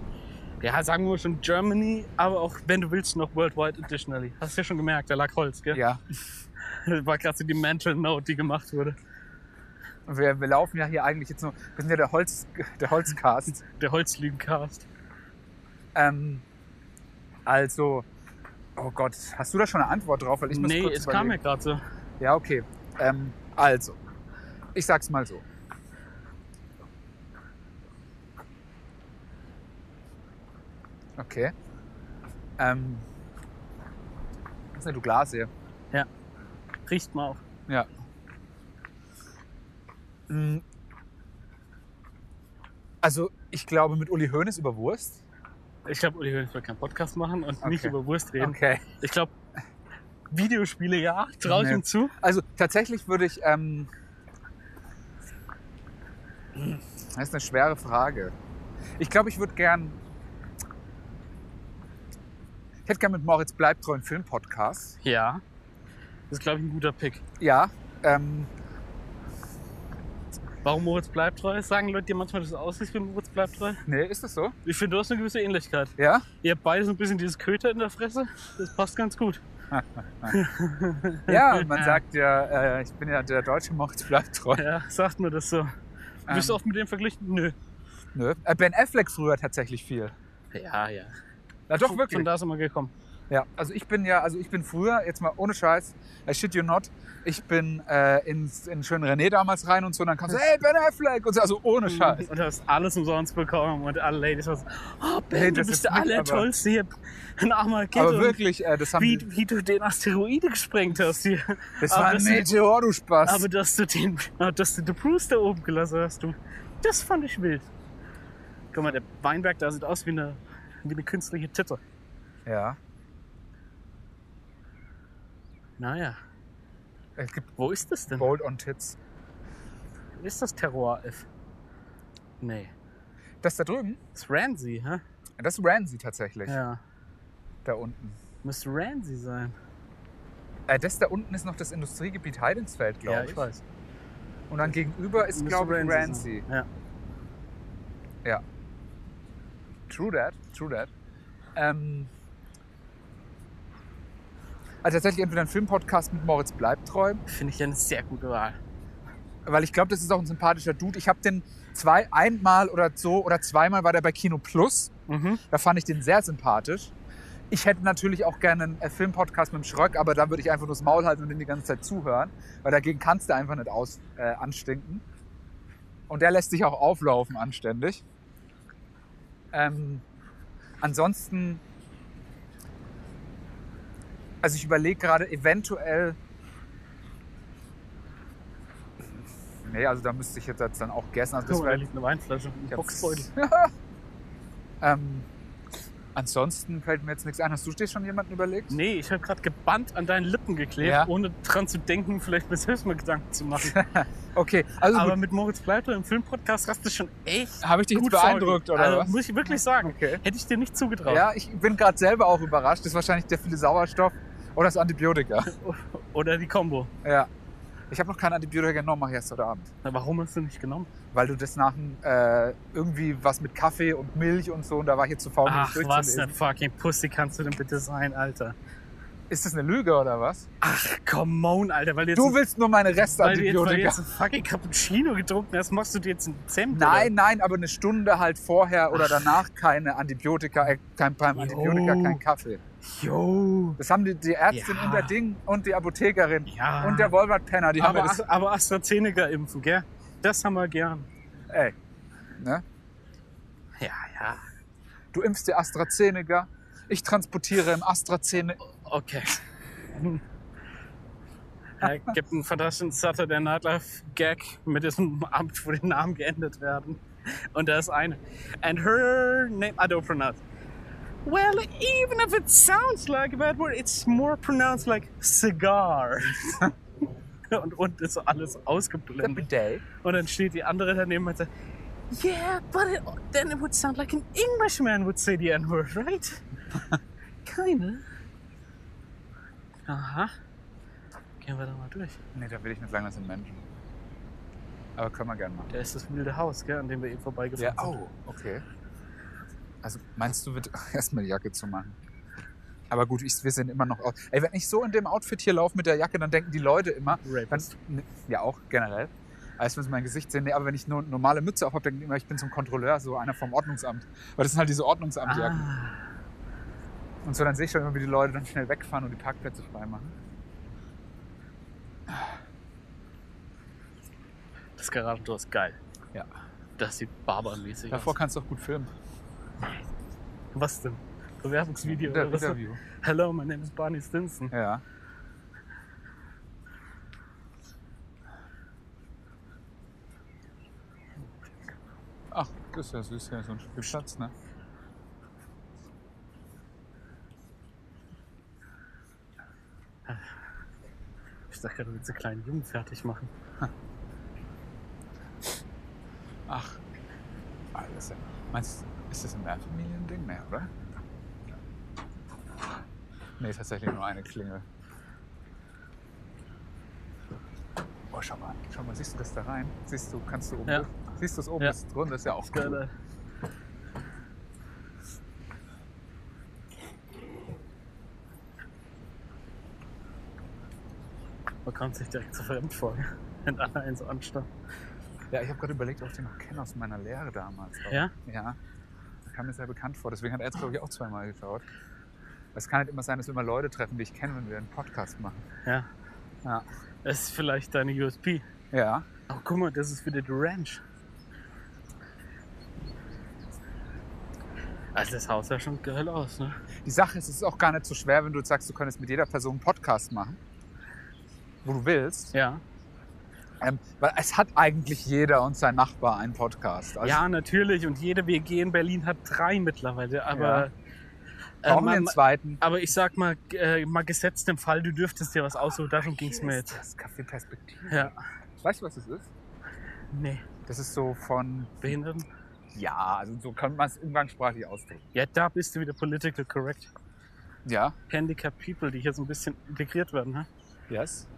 S3: Ja, sagen wir schon Germany, aber auch wenn du willst noch Worldwide Additionally. Hast du ja schon gemerkt, da lag Holz, gell?
S2: Ja.
S3: Das war gerade so die Mental Note, die gemacht wurde.
S2: Und wir, wir laufen ja hier eigentlich jetzt nur, wir sind ja der, Holz, der Holzcast.
S3: Der Holzlügencast.
S2: ähm, also, oh Gott, hast du da schon eine Antwort drauf? Weil ich muss
S3: Nee,
S2: kurz
S3: es kam mir
S2: überlegen.
S3: gerade so.
S2: Ja, okay. Ähm, also, ich sag's mal so. Okay. Ähm, was ist denn du Glas hier?
S3: Riecht mal auch.
S2: Ja. Mm. Also, ich glaube, mit Uli Hoeneß über Wurst.
S3: Ich glaube, Uli Hoeneß wird keinen Podcast machen und nicht
S2: Okay.
S3: über Wurst reden.
S2: Okay.
S3: Ich glaube, Videospiele ja, traue ich
S2: Nee.
S3: ihm zu.
S2: Also, tatsächlich würde ich. Ähm, das ist eine schwere Frage. Ich glaube, ich würde gern. Ich hätte gern mit Moritz Bleibtreu einen Filmpodcast.
S3: Ja. Das ist, glaube ich, ein guter Pick.
S2: Ja. Ähm,
S3: Warum Moritz bleibt treu? ist, Sagen Leute dir manchmal, dass du aussiehst wie Moritz bleibt treu?
S2: nee, ist das so?
S3: Ich finde, du hast eine gewisse Ähnlichkeit.
S2: Ja?
S3: Ihr habt beide so ein bisschen dieses Köter in der Fresse. Das passt ganz gut.
S2: Ja, man sagt ja, äh, ich bin ja der deutsche Moritz Bleibtreu.
S3: Ja, sagt mir das so. Bist du
S2: Ähm.
S3: oft mit dem verglichen? Nö.
S2: Nö. Äh, Ben Affleck früher tatsächlich viel.
S3: Ja, ja.
S2: Na doch,
S3: Von-
S2: wirklich.
S3: Von da sind wir gekommen.
S2: Ja, also ich bin ja, also ich bin früher, jetzt mal ohne Scheiß, I shit you not, ich bin äh, ins, in schönen René damals rein und so, und dann kam so, hey, Ben Affleck, und so, also ohne
S3: Mhm.
S2: Scheiß.
S3: Und hast alles umsonst bekommen und alle Ladies waren so, oh Ben,
S2: Nee,
S3: du
S2: das
S3: bist
S2: jetzt
S3: der
S2: nicht, aber-
S3: allertollste hier. Ein armer Kid.
S2: Aber
S3: und
S2: wirklich, äh, das haben
S3: Wie, wie du den Asteroide gesprengt hast hier.
S2: das
S3: aber
S2: war ein
S3: das-
S2: Meteor, du Spaß.
S3: Aber dass du den, ah, dass du den Bruce da oben gelassen hast, du, das fand ich wild. Guck mal, der Weinberg da sieht aus wie eine, wie eine künstliche Titte.
S2: ja,
S3: Naja,
S2: es gibt
S3: wo ist das denn?
S2: Bold on Tits.
S3: Ist das Terror F? Nee.
S2: Das da drüben,
S3: Das ist Ramsey, hä?
S2: das ist Ramsey tatsächlich,
S3: Ja.
S2: da unten.
S3: Müsste Ramsey sein.
S2: Äh, das da unten ist noch das Industriegebiet Heidensfeld, glaube ich.
S3: weiß.
S2: Und dann gegenüber ist,
S3: Müsste
S2: glaube ich,
S3: Ramsey
S2: Ramsey.
S3: sein. Ja.
S2: True that, true that. Ähm, also tatsächlich entweder ein Filmpodcast mit Moritz Bleibtreu,
S3: Finde ich eine sehr gute Wahl.
S2: weil ich glaube, das ist auch ein sympathischer Dude. Ich habe den zwei, einmal oder so oder zweimal war der bei Kino Plus.
S3: Mhm.
S2: Da fand ich den sehr sympathisch. Ich hätte natürlich auch gerne einen äh, Filmpodcast mit dem Schröck, aber da würde ich einfach nur das Maul halten und ihm die ganze Zeit zuhören, weil dagegen kannst du einfach nicht aus, äh, anstinken. Und der lässt sich auch auflaufen anständig. Ähm, ansonsten, also ich überlege gerade eventuell, nee, also da müsste ich jetzt dann auch gessen. Also das
S3: Guck mal, da
S2: wäre
S3: liegt eine Weinflasche und
S2: ich
S3: ein Boxbeutel.
S2: hab's- ähm, ansonsten fällt mir jetzt nichts ein. Hast du dir schon jemanden überlegt?
S3: Nee, ich habe gerade gebannt an deinen Lippen geklebt,
S2: Ja.
S3: ohne dran zu denken, vielleicht mir selbst mal Gedanken zu machen.
S2: Okay, also
S3: Aber
S2: gut.
S3: mit Moritz Bleibtreu im Filmpodcast hast du schon echt
S2: Habe ich dich jetzt
S3: gut
S2: beeindruckt
S3: vorgelegt.
S2: oder
S3: also,
S2: was?
S3: Muss ich wirklich sagen.
S2: Okay.
S3: Hätte ich dir nicht zugetraut.
S2: Ja, ich bin gerade selber auch überrascht. Das ist wahrscheinlich der viele Sauerstoff oder das Antibiotika.
S3: Oder die Combo.
S2: ja. Ich habe noch kein Antibiotika genommen, mache ich erst heute Abend.
S3: Na, warum hast du nicht genommen?
S2: Weil du das nach dem, äh, irgendwie was mit Kaffee und Milch und so und da war ich jetzt zu faul, mir das
S3: Ach, was
S2: durchzulesen.
S3: ein fucking Pussy kannst du denn bitte sein, Alter?
S2: Ist das eine Lüge oder was?
S3: Ach, come on, Alter, weil du jetzt,
S2: Du
S3: ein-
S2: willst nur meine
S3: weil du jetzt, weil du
S2: Restantibiotika.
S3: jetzt ein fucking Cappuccino getrunken hast, machst du dir jetzt einen Zemp?
S2: Nein, nein, aber eine Stunde halt vorher oder danach keine Antibiotika, äh, kein, beim
S3: Jo.
S2: Antibiotika, kein Kaffee.
S3: Oder? Yo.
S2: Das haben die, die Ärztin
S3: Ja.
S2: und der Ding und die Apothekerin
S3: Ja.
S2: und der Wolvert Penner, die haben
S3: aber,
S2: mir das.
S3: Ast- aber AstraZeneca impfen, gell? Das haben wir gern.
S2: Ey, ne?
S3: Ja, ja.
S2: Du impfst dir AstraZeneca, ich transportiere im AstraZeneca.
S3: Okay. Ja, gibt einen fantastischen Saturday Night Live Gag mit diesem Amt, wo die Namen geändert werden. Und da ist eine. And her name, I don't pronounce. Well, even if it sounds like a bad word, it's more pronounced like cigar. und unten ist so alles ausgeblendet.
S2: Day.
S3: Und dann steht die andere daneben und sagt, yeah, but it, then it would sound like an Englishman would say the N-word, right? Keine. Aha. Gehen wir da mal durch.
S2: Nee, da will ich nicht lang, das sind Menschen. Aber können wir gerne machen.
S3: Da ist das wilde Haus, gell, an dem wir eben vorbeigefahren sind.
S2: oh, okay. Also meinst du, wird erstmal die Jacke zu machen? Aber gut, ich, wir sind immer noch aus. Ey, wenn ich so in dem Outfit hier laufe mit der Jacke, dann denken die Leute immer, dann,
S3: Rapist.
S2: ja auch generell, als wenn sie mein Gesicht sehen. Nee, aber wenn ich nur normale Mütze auf habe, denken die immer, ich bin so ein Kontrolleur, so einer vom Ordnungsamt. Weil das sind halt diese Ordnungsamtjacken.
S3: Ah,
S2: Und so dann sehe ich schon immer, wie die Leute dann schnell wegfahren und die Parkplätze freimachen.
S3: das Garagentor ist geil.
S2: Ja.
S3: Das sieht barbarmäßig
S2: Davor
S3: aus.
S2: kannst du auch gut filmen.
S3: Was denn? Bewerbungsvideo
S2: Inter-
S3: oder was?
S2: Interview.
S3: Hello, my name is Barney Stinson.
S2: Ja. Ach, das ist ja süß, ja, so ein Spielplatz, ne?
S3: Ich sag gerade, du willst einen kleinen Jungen fertig machen.
S2: Ach, alles ja. Meinst du, ist das ein Mehrfamiliending? Nee, oder? Nee, tatsächlich nur eine Klingel. Oh, schau mal, schau mal, siehst du das da rein? Siehst du, kannst du oben.
S3: Ja.
S2: hoch- Siehst du es oben?
S3: Ja.
S2: Das ist drunter, ist ja auch cool.
S3: Geil. ne? Man kommt sich direkt zu fremd vor, wenn alle eins anstarren.
S2: Ja, ich habe gerade überlegt, ob ich den noch kenne aus meiner Lehre damals. Auch.
S3: Ja?
S2: Ja. Das kam mir sehr bekannt vor. Deswegen hat er jetzt, glaube ich, auch zweimal geschaut. Es kann halt immer sein, dass wir immer Leute treffen, die ich kenne, wenn wir einen Podcast machen.
S3: Ja.
S2: Ja.
S3: Das ist vielleicht deine USP.
S2: Ja.
S3: Oh, guck mal, das ist wieder die Ranch. Also das Haus sah schon geil aus, ne?
S2: Die Sache ist, es ist auch gar nicht so schwer, wenn du jetzt sagst, du könntest mit jeder Person einen Podcast machen. Wo du willst.
S3: Ja.
S2: Ähm, weil es hat eigentlich jeder und sein Nachbar einen Podcast. Also
S3: ja, natürlich. Und jede WG in Berlin hat drei mittlerweile. Aber, äh,
S2: brauchen wir
S3: man,
S2: einen zweiten.
S3: aber ich sag mal, äh, mal gesetzt im Fall, du dürftest dir was aussuchen. Darum ging's
S2: Hier
S3: mir
S2: ist
S3: jetzt.
S2: Das Café Perspektive.
S3: Ja.
S2: Weißt du, was es ist?
S3: Nee.
S2: Das ist so von,
S3: Behinderten?
S2: ja, also so kann man es umgangssprachlich ausdrücken.
S3: Ja, da bist du wieder political correct.
S2: Ja.
S3: Handicapped People, die hier so ein bisschen integriert werden, ne?
S2: Yes.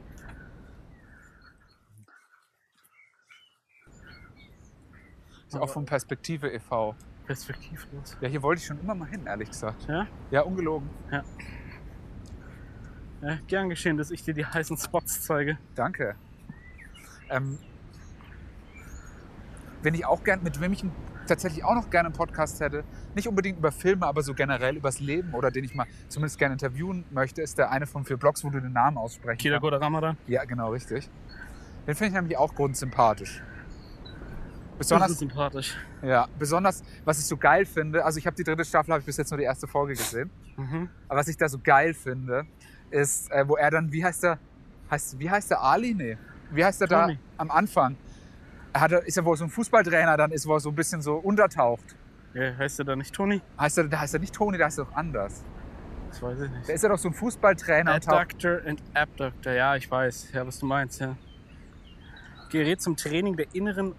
S2: Ist auch von Perspektive e.V.
S3: Perspektivlos.
S2: Ja, hier wollte ich schon immer mal hin, ehrlich gesagt.
S3: Ja?
S2: Ja, ungelogen.
S3: ja? Gern geschehen, dass ich dir die heißen Spots zeige.
S2: Danke. Ähm, wenn ich auch gern, mit wem ich einen- tatsächlich auch noch gerne einen Podcast hätte, nicht unbedingt über Filme, aber so generell übers Leben oder den ich mal zumindest gerne interviewen möchte, ist der eine von vier Blogs, wo du den Namen aussprechen
S3: Kira
S2: kannst.
S3: Ramadan.
S2: Ja, genau, richtig. Den finde ich nämlich auch grundsympathisch. Besonders,
S3: sympathisch.
S2: ja, besonders, was ich so geil finde, also ich habe die dritte Staffel, habe ich bis jetzt nur die erste Folge gesehen.
S3: Mhm.
S2: Aber was ich da so geil finde, ist, äh, wo er dann, wie heißt der, heißt, wie heißt der Ali? Nee. Wie heißt er da
S3: Tony.
S2: am Anfang? Er hatte, ist ja wohl so ein Fußballtrainer, dann ist wohl so ein bisschen so untertaucht.
S3: Ja, heißt er da nicht Toni?
S2: Heißt er, da heißt er nicht Toni, da heißt er doch anders.
S3: Das weiß ich nicht.
S2: Da ist er doch so ein Fußballtrainer und taucht.
S3: Adductor and Abductor, ja, ich weiß, ja, was du meinst, ja. Gerät zum Training der inneren.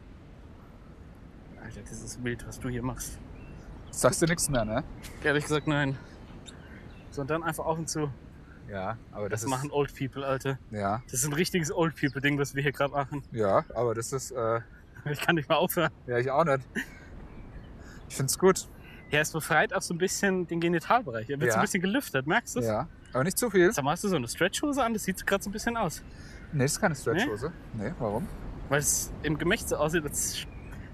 S3: Alter, das ist wild, was du hier machst.
S2: Sagst du nichts mehr, ne?
S3: Ehrlich gesagt, nein. Sondern einfach auf und zu.
S2: Ja, aber
S3: Das, machen Old People, Alter.
S2: Ja,
S3: Das ist ein richtiges Old People-Ding, was wir hier gerade machen.
S2: ja, aber das ist. Äh,
S3: Ich kann nicht mal aufhören.
S2: ja, ich auch nicht. Ich find's gut.
S3: Ja, es befreit auch so ein bisschen den Genitalbereich. Er wird so ein
S2: Ja.
S3: bisschen gelüftet, merkst du es?
S2: Ja. Aber nicht zu viel.
S3: Da machst du so eine Stretchhose an, das sieht gerade so ein bisschen aus.
S2: Nee, das ist keine Stretchhose. Nee, warum?
S3: Weil es im Gemächt so aussieht, als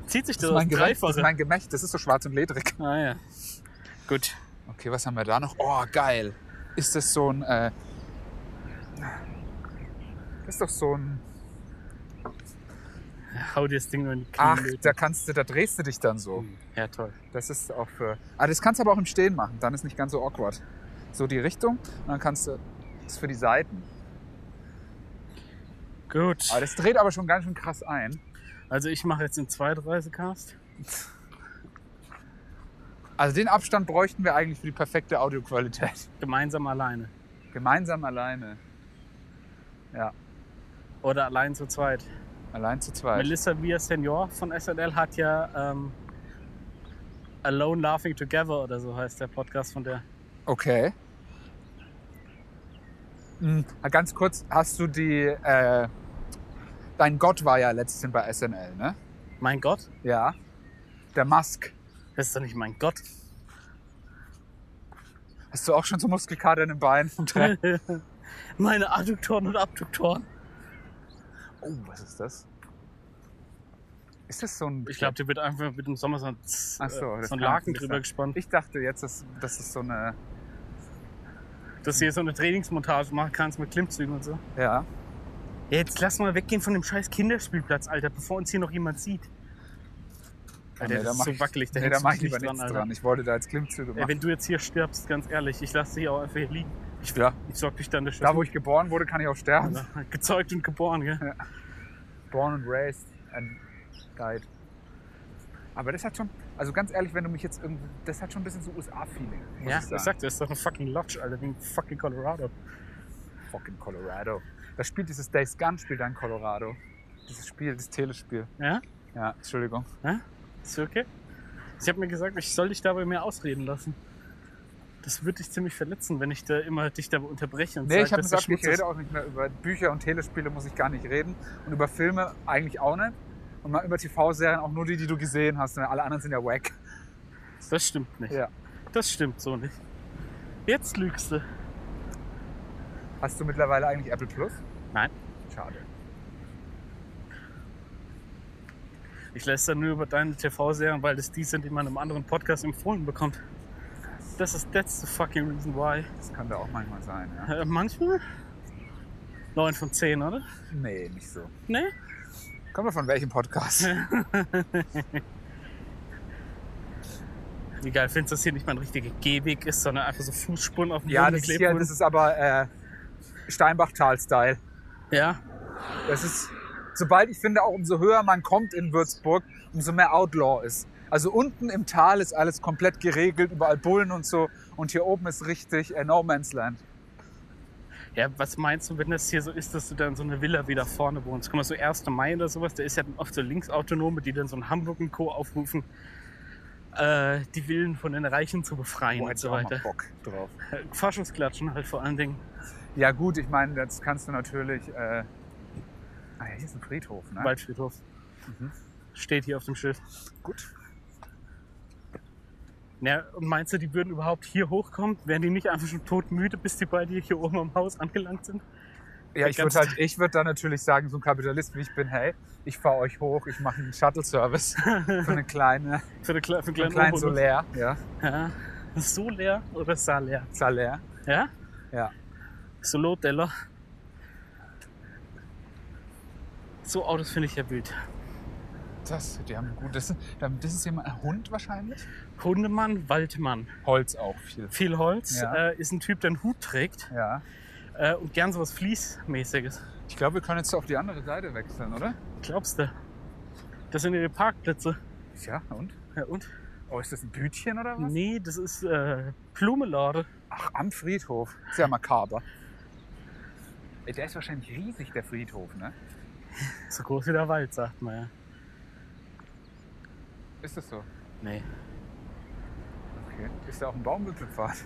S3: zieht sich
S2: Das
S3: das,
S2: ist mein Gemächt. Das
S3: Dreifache.
S2: ist mein Gemächt. Das ist so schwarz und ledrig.
S3: ah ja. Gut.
S2: Okay, was haben wir da noch? Oh, geil. Ist das so ein. Äh, das ist doch so ein.
S3: Hau dir das Ding nur in die
S2: Ach,
S3: Knie.
S2: da kannst du, da drehst du dich dann so.
S3: Ja, toll.
S2: Das ist auch für. Ah, das kannst du aber auch im Stehen machen, dann ist nicht ganz so awkward. So die Richtung und dann kannst du. Das ist für die Seiten.
S3: Gut.
S2: Aber das dreht aber schon ganz schön krass ein.
S3: Also ich mache jetzt den zweiten Reisecast.
S2: Also den Abstand bräuchten wir eigentlich für die perfekte Audioqualität.
S3: Gemeinsam alleine.
S2: Gemeinsam alleine.
S3: Oder allein zu zweit.
S2: Allein zu zweit.
S3: Melissa Via Senior von SNL hat ja ähm, Alone Laughing Together oder so heißt der Podcast von der.
S2: Okay. Hm, ganz kurz, hast du die. Äh, dein Gott war ja letztens bei SNL, ne?
S3: Mein Gott?
S2: Ja. Der Musk.
S3: Das ist doch nicht mein Gott.
S2: Hast du auch schon so Muskelkater in den Beinen vom Training?
S3: Meine Adduktoren und Abduktoren.
S2: Oh, was ist das? Ist das so ein...
S3: Ich glaube, der wird einfach mit dem Sommer so ein, Zzz,
S2: Ach so,
S3: äh,
S2: das
S3: so ein
S2: kann
S3: Laken
S2: natürlich
S3: drüber
S2: sein.
S3: gespannt.
S2: Ich dachte jetzt, dass, dass das so eine...
S3: Dass du hier so eine Trainingsmontage machen kannst mit Klimmzügen und so.
S2: Ja.
S3: Ja, jetzt lass mal weggehen von dem scheiß Kinderspielplatz, Alter, bevor uns hier noch jemand sieht. Alter,
S2: Nee,
S3: das ist
S2: mach
S3: so
S2: ich-
S3: wackelig, da
S2: nee, da
S3: hängst du
S2: mach ich
S3: dich
S2: lieber
S3: nicht dran,
S2: nichts dran,
S3: Alter.
S2: Ich wollte da als Klimmzüge
S3: Ey,
S2: machen.
S3: wenn du jetzt hier stirbst, ganz ehrlich, ich lasse dich auch einfach hier liegen.
S2: Ich, ja.
S3: Ich sorg dich dann der
S2: Da, wo ich geboren wurde, kann ich auch sterben.
S3: Gezeugt und geboren, gell?
S2: Born and raised and died. Aber das hat schon, also ganz ehrlich, wenn du mich jetzt irgendwie, das hat schon ein bisschen so USA-Feeling. muss
S3: Ja,
S2: ich
S3: ich
S2: sagen.
S3: sag dir, das ist doch ein fucking Lodge, Alter, wie in fucking Colorado.
S2: Fucking Colorado. Da spielt dieses Days Gun, spielt da in Colorado. Dieses Spiel, das Telespiel.
S3: Ja?
S2: Ja, Entschuldigung.
S3: Ist okay? Ich habe mir gesagt, ich soll dich dabei mehr ausreden lassen. Das würde dich ziemlich verletzen, wenn ich da immer dich dabei unterbreche und
S2: Nee, ich habe
S3: sage, dass
S2: gesagt,
S3: du
S2: ich
S3: schmutzig
S2: rede auch nicht mehr über Bücher und Telespiele, muss ich gar nicht reden. Und über Filme eigentlich auch nicht. Und mal über TV-Serien auch nur die, die du gesehen hast. Und alle anderen sind ja wack.
S3: bist. Das stimmt nicht.
S2: Ja.
S3: Das stimmt so nicht. Jetzt lügst du.
S2: Hast du mittlerweile eigentlich Apple Plus?
S3: Nein.
S2: Schade.
S3: Ich lässt dann nur über deine TV-Serien, weil das die sind, die man im anderen Podcast empfohlen bekommt. Das ist that's the fucking reason why.
S2: Das kann da auch manchmal sein, ja.
S3: Äh, manchmal? 9 von 10, oder?
S2: Nee, nicht so.
S3: Ne?
S2: Kommt mal von welchem Podcast?
S3: Wie geil findest du, dass hier nicht mal ein richtiger Gehweg ist, sondern einfach so Fußspuren auf dem
S2: Ja,
S3: Boden
S2: das ist,
S3: geklebt
S2: hier,
S3: wurden?
S2: das ist aber äh, Steinbachtal-Style.
S3: Ja,
S2: Das ist, sobald ich finde, auch umso höher man kommt in Würzburg, umso mehr Outlaw ist. Also unten im Tal ist alles komplett geregelt, überall Bullen und so. Und hier oben ist richtig äh, No Man's Land.
S3: Ja, was meinst du, wenn das hier so ist, dass du dann so eine Villa wieder vorne wohnst? Guck mal, so 1. Mai oder sowas, da ist ja dann oft so Linksautonome, die dann so in Hamburg und Co. aufrufen, äh, die Villen von den Reichen zu befreien
S2: Wo hätte
S3: und
S2: ich
S3: so
S2: auch mal
S3: weiter.
S2: Bock drauf.
S3: Äh, Forschungsklatschen halt vor allen Dingen.
S2: Ja gut, ich meine, jetzt kannst du natürlich... Äh, ah ja, Mhm. hier ist ein Friedhof, ne?
S3: Waldfriedhof. Steht hier auf dem Schild.
S2: Gut.
S3: Ja, und meinst du, die würden überhaupt hier hochkommen? Wären die nicht einfach schon todmüde, bis die bei dir hier oben am Haus angelangt sind?
S2: Ja, ich würde halt, ich würd dann natürlich sagen, so ein Kapitalist wie ich bin, hey, ich fahre euch hoch, ich mache einen Shuttle-Service für eine kleine,
S3: Für, eine, kle- für einen
S2: für
S3: kleinen,
S2: einen kleinen
S3: Obolus.
S2: Solär. Ja,
S3: Ja. Soler oder Saler?
S2: Salär.
S3: Ja?
S2: Ja.
S3: Soloteller. So Autos finde ich ja wild.
S2: Das, die haben gut. Das, das ist jemand, ein Hund wahrscheinlich.
S3: Hundemann, Waldmann.
S2: Holz auch viel.
S3: Viel Holz.
S2: Ja.
S3: Äh, ist ein Typ, der einen Hut trägt.
S2: Ja.
S3: Äh, und gern sowas Fließmäßiges.
S2: Ich glaube, wir können jetzt auf die andere Seite wechseln, oder?
S3: Glaubst du? Das sind ihre Parkplätze.
S2: Ja, und?
S3: Ja, und?
S2: Oh, ist das ein Bütchen oder was?
S3: Nee, das ist äh, Blumenlade.
S2: Ach, am Friedhof. Ist ja makaber. Ey, Der ist wahrscheinlich riesig, der Friedhof, ne?
S3: So groß wie der Wald, sagt man ja.
S2: Ist das so?
S3: Nee.
S2: Okay. Ist da auch ein Baumwipfelpfad?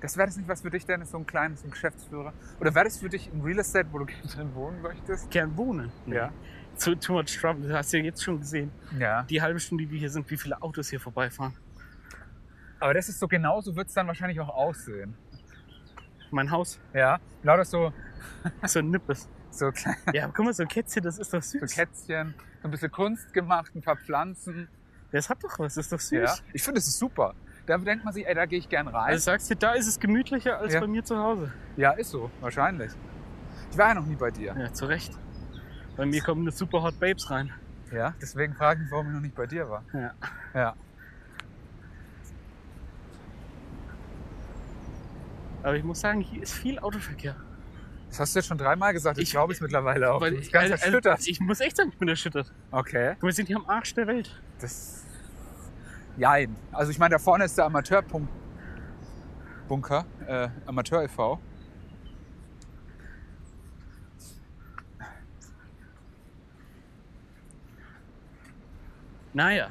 S2: Das wäre das nicht was für dich, Dennis, so ein kleines so ein Geschäftsführer? Oder wäre das für dich im Real Estate, wo du gerne drin wohnen möchtest?
S3: Gern wohnen.
S2: Ja.
S3: Too, too much trouble. Das hast du ja jetzt schon gesehen.
S2: Ja.
S3: Die halbe Stunde, die wir hier sind, wie viele Autos hier vorbeifahren.
S2: Aber das ist so, genauso wird es dann wahrscheinlich auch aussehen.
S3: Mein Haus,
S2: Ja. Lauter so,
S3: so ein Nippes.
S2: so kleine
S3: Ja, guck mal, so ein Kätzchen, das ist doch
S2: so
S3: süß.
S2: Kätzchen, so ein bisschen Kunst gemacht, ein paar Pflanzen.
S3: Das hat doch was, das ist doch süß.
S2: Ja. Ich finde, das ist super. Da denkt man sich, ey, da gehe ich gern rein.
S3: Also sagst du, da ist es gemütlicher als
S2: Ja.
S3: bei mir zu Hause.
S2: ja, ist so, wahrscheinlich. Ich war ja noch nie bei dir.
S3: Ja, zu Recht. Bei mir kommen nur super Hot Babes rein.
S2: Ja. Deswegen frage ich mich, warum ich noch nicht bei dir war.
S3: Ja.
S2: Ja.
S3: Aber ich muss sagen, hier ist viel Autoverkehr.
S2: Das hast du jetzt schon dreimal gesagt. Ich,
S3: Ich-
S2: glaube es mittlerweile auch. du bist
S3: ich-
S2: ganz
S3: also-
S2: erschüttert.
S3: Also, ich muss echt sagen, ich bin erschüttert.
S2: okay.
S3: Guck mal, Wir sind hier am Arsch der Welt.
S2: Das. Jein. Also ich meine, da vorne ist der Amateurbunker, äh, Amateur e.V.
S3: Naja.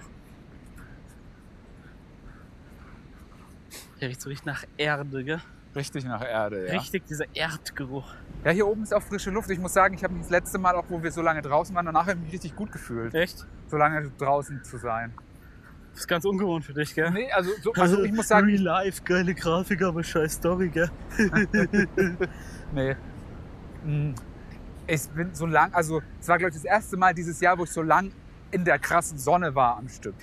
S3: Hier riecht so richtig nach Erde, gell?
S2: Richtig nach Erde, ja.
S3: Richtig dieser Erdgeruch.
S2: Ja, hier oben ist auch frische Luft. Ich muss sagen, ich habe mich das letzte Mal, auch wo wir so lange draußen waren, danach habe ich mich richtig gut gefühlt.
S3: Echt?
S2: Es so lange draußen zu sein.
S3: Das ist ganz ungewohnt für dich, gell?
S2: Nee, also, so, also ich muss sagen,
S3: Real Life, geile Grafik, aber scheiß Story, gell?
S2: Nee. Mm. Ich bin so lang, also es war glaube ich das erste Mal dieses Jahr, wo ich so lang in der krassen Sonne war am Stück.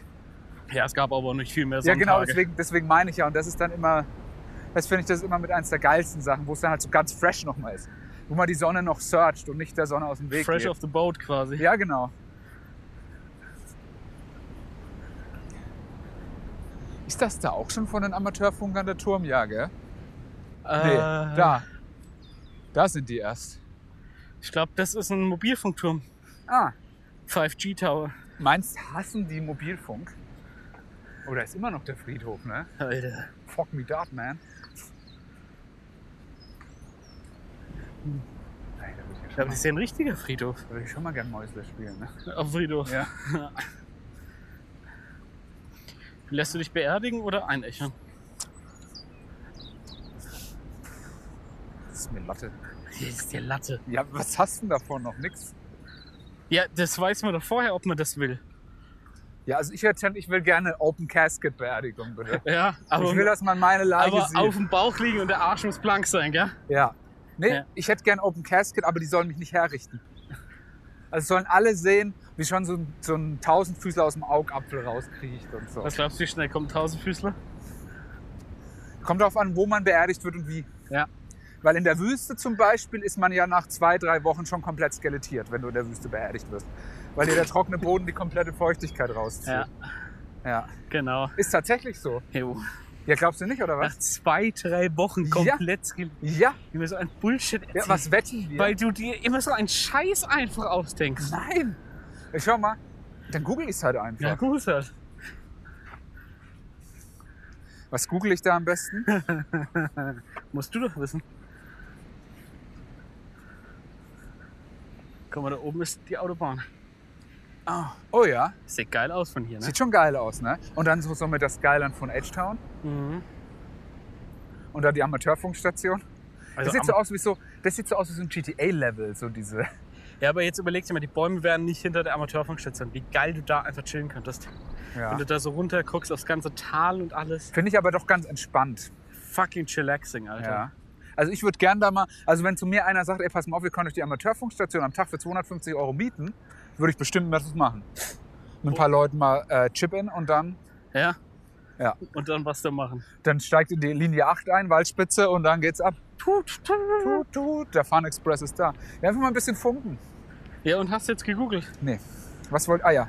S3: Ja, es gab aber nicht viel mehr
S2: Ja,
S3: Sonntage.
S2: genau, deswegen, deswegen meine ich ja. Und das ist dann immer, das finde ich das ist immer mit eines der geilsten Sachen, wo es dann halt so ganz fresh nochmal ist. Wo man die Sonne noch searcht und nicht der Sonne aus dem Weg
S3: Fresh
S2: geht.
S3: off the boat quasi.
S2: Ja, genau. Ist das da auch schon von den Amateurfunkern der Turm? Ja, gell? Nee,
S3: äh,
S2: da. Da sind die erst.
S3: Ich glaube, das ist ein Mobilfunkturm.
S2: Ah,
S3: 5G Tower.
S2: Meinst hassen die Mobilfunk? Oder ist immer noch der Friedhof, ne?
S3: Alter.
S2: Fuck me that, man. Ey, da würde ich,
S3: Ja,
S2: ja schon
S3: aber
S2: mal-
S3: das ist ja ein richtiger Friedhof.
S2: da würd ich schon mal gern Mäusle spielen, ne?
S3: Auf Friedhof.
S2: Ja.
S3: Lässt du dich beerdigen oder einächern?
S2: Das ist mir Latte.
S3: Das ist der Latte.
S2: Ja, was hast du denn davon noch? Nix?
S3: Ja, das weiß man doch vorher, ob man das will.
S2: Ja, also ich, hätte schon- ich will gerne Open Casket Beerdigung, bitte.
S3: Ja, aber,
S2: ich will, dass man meine Leiche
S3: aber
S2: sieht.
S3: auf dem Bauch liegen und der Arsch muss blank sein, gell?
S2: Ja. Nee,
S3: Ja.
S2: ich hätte gern Open Casket, aber die sollen mich nicht herrichten. Also sollen alle sehen, wie schon so, ein- so ein Tausendfüßler aus dem Augapfel rauskriecht und so.
S3: Was glaubst du, wie schnell kommt ein Tausendfüßler?
S2: Kommt darauf an, wo man beerdigt wird und wie.
S3: Ja.
S2: Weil in der Wüste zum Beispiel ist man ja nach zwei, drei Wochen schon komplett skelettiert, wenn du in der Wüste beerdigt wirst. Weil dir der trockene Boden die komplette Feuchtigkeit rauszieht.
S3: Ja,
S2: ja.
S3: genau.
S2: Ist tatsächlich so.
S3: Jo.
S2: Ja, glaubst du nicht, oder
S3: Nach
S2: was?
S3: zwei, drei Wochen
S2: Ja.
S3: komplett skelettiert.
S2: Ja.
S3: Wie wir so ein Bullshit
S2: ja
S3: erzählen.
S2: was wetten wir?
S3: Weil du dir immer so einen Scheiß einfach ausdenkst.
S2: Nein. Ja, Schau mal, dann google ich es halt einfach.
S3: Ja, gut halt.
S2: Was google ich da am besten?
S3: Musst du doch wissen. Guck mal, da oben ist die Autobahn.
S2: Ah, Oh ja,
S3: Sieht geil aus von hier, ne?
S2: sieht schon geil aus, ne? Und dann so, so mit das Skyline von Edgetown
S3: Mhm.
S2: und da die Amateurfunkstation.
S3: Also
S2: das, sieht so
S3: am-
S2: aus wie so, das sieht so aus wie so ein GTA-Level, so diese.
S3: ja, aber jetzt überleg dir mal, die Bäume wären nicht hinter der Amateurfunkstation. Wie geil du da einfach chillen könntest.
S2: Ja.
S3: Wenn du da so runter guckst aufs ganze Tal und alles.
S2: Finde ich aber doch ganz entspannt.
S3: Fucking chillaxing, Alter.
S2: Ja. Also ich würde gern da mal, also wenn zu mir einer sagt, ey, pass mal auf, wir können euch die Amateurfunkstation am Tag für 250 Euro mieten, würde ich bestimmt das machen. Mit ein paar Leuten mal äh, Chip-In und dann,
S3: Ja?
S2: Ja.
S3: Und dann was da machen.
S2: dann steigt in die Linie 8 ein, Waldspitze und dann geht's ab. Tut, tut, tut, tut. Der Fun Express ist da. Ja, einfach mal ein bisschen funken.
S3: Ja, und hast jetzt gegoogelt.
S2: Nee. Was wollt. Ah ja.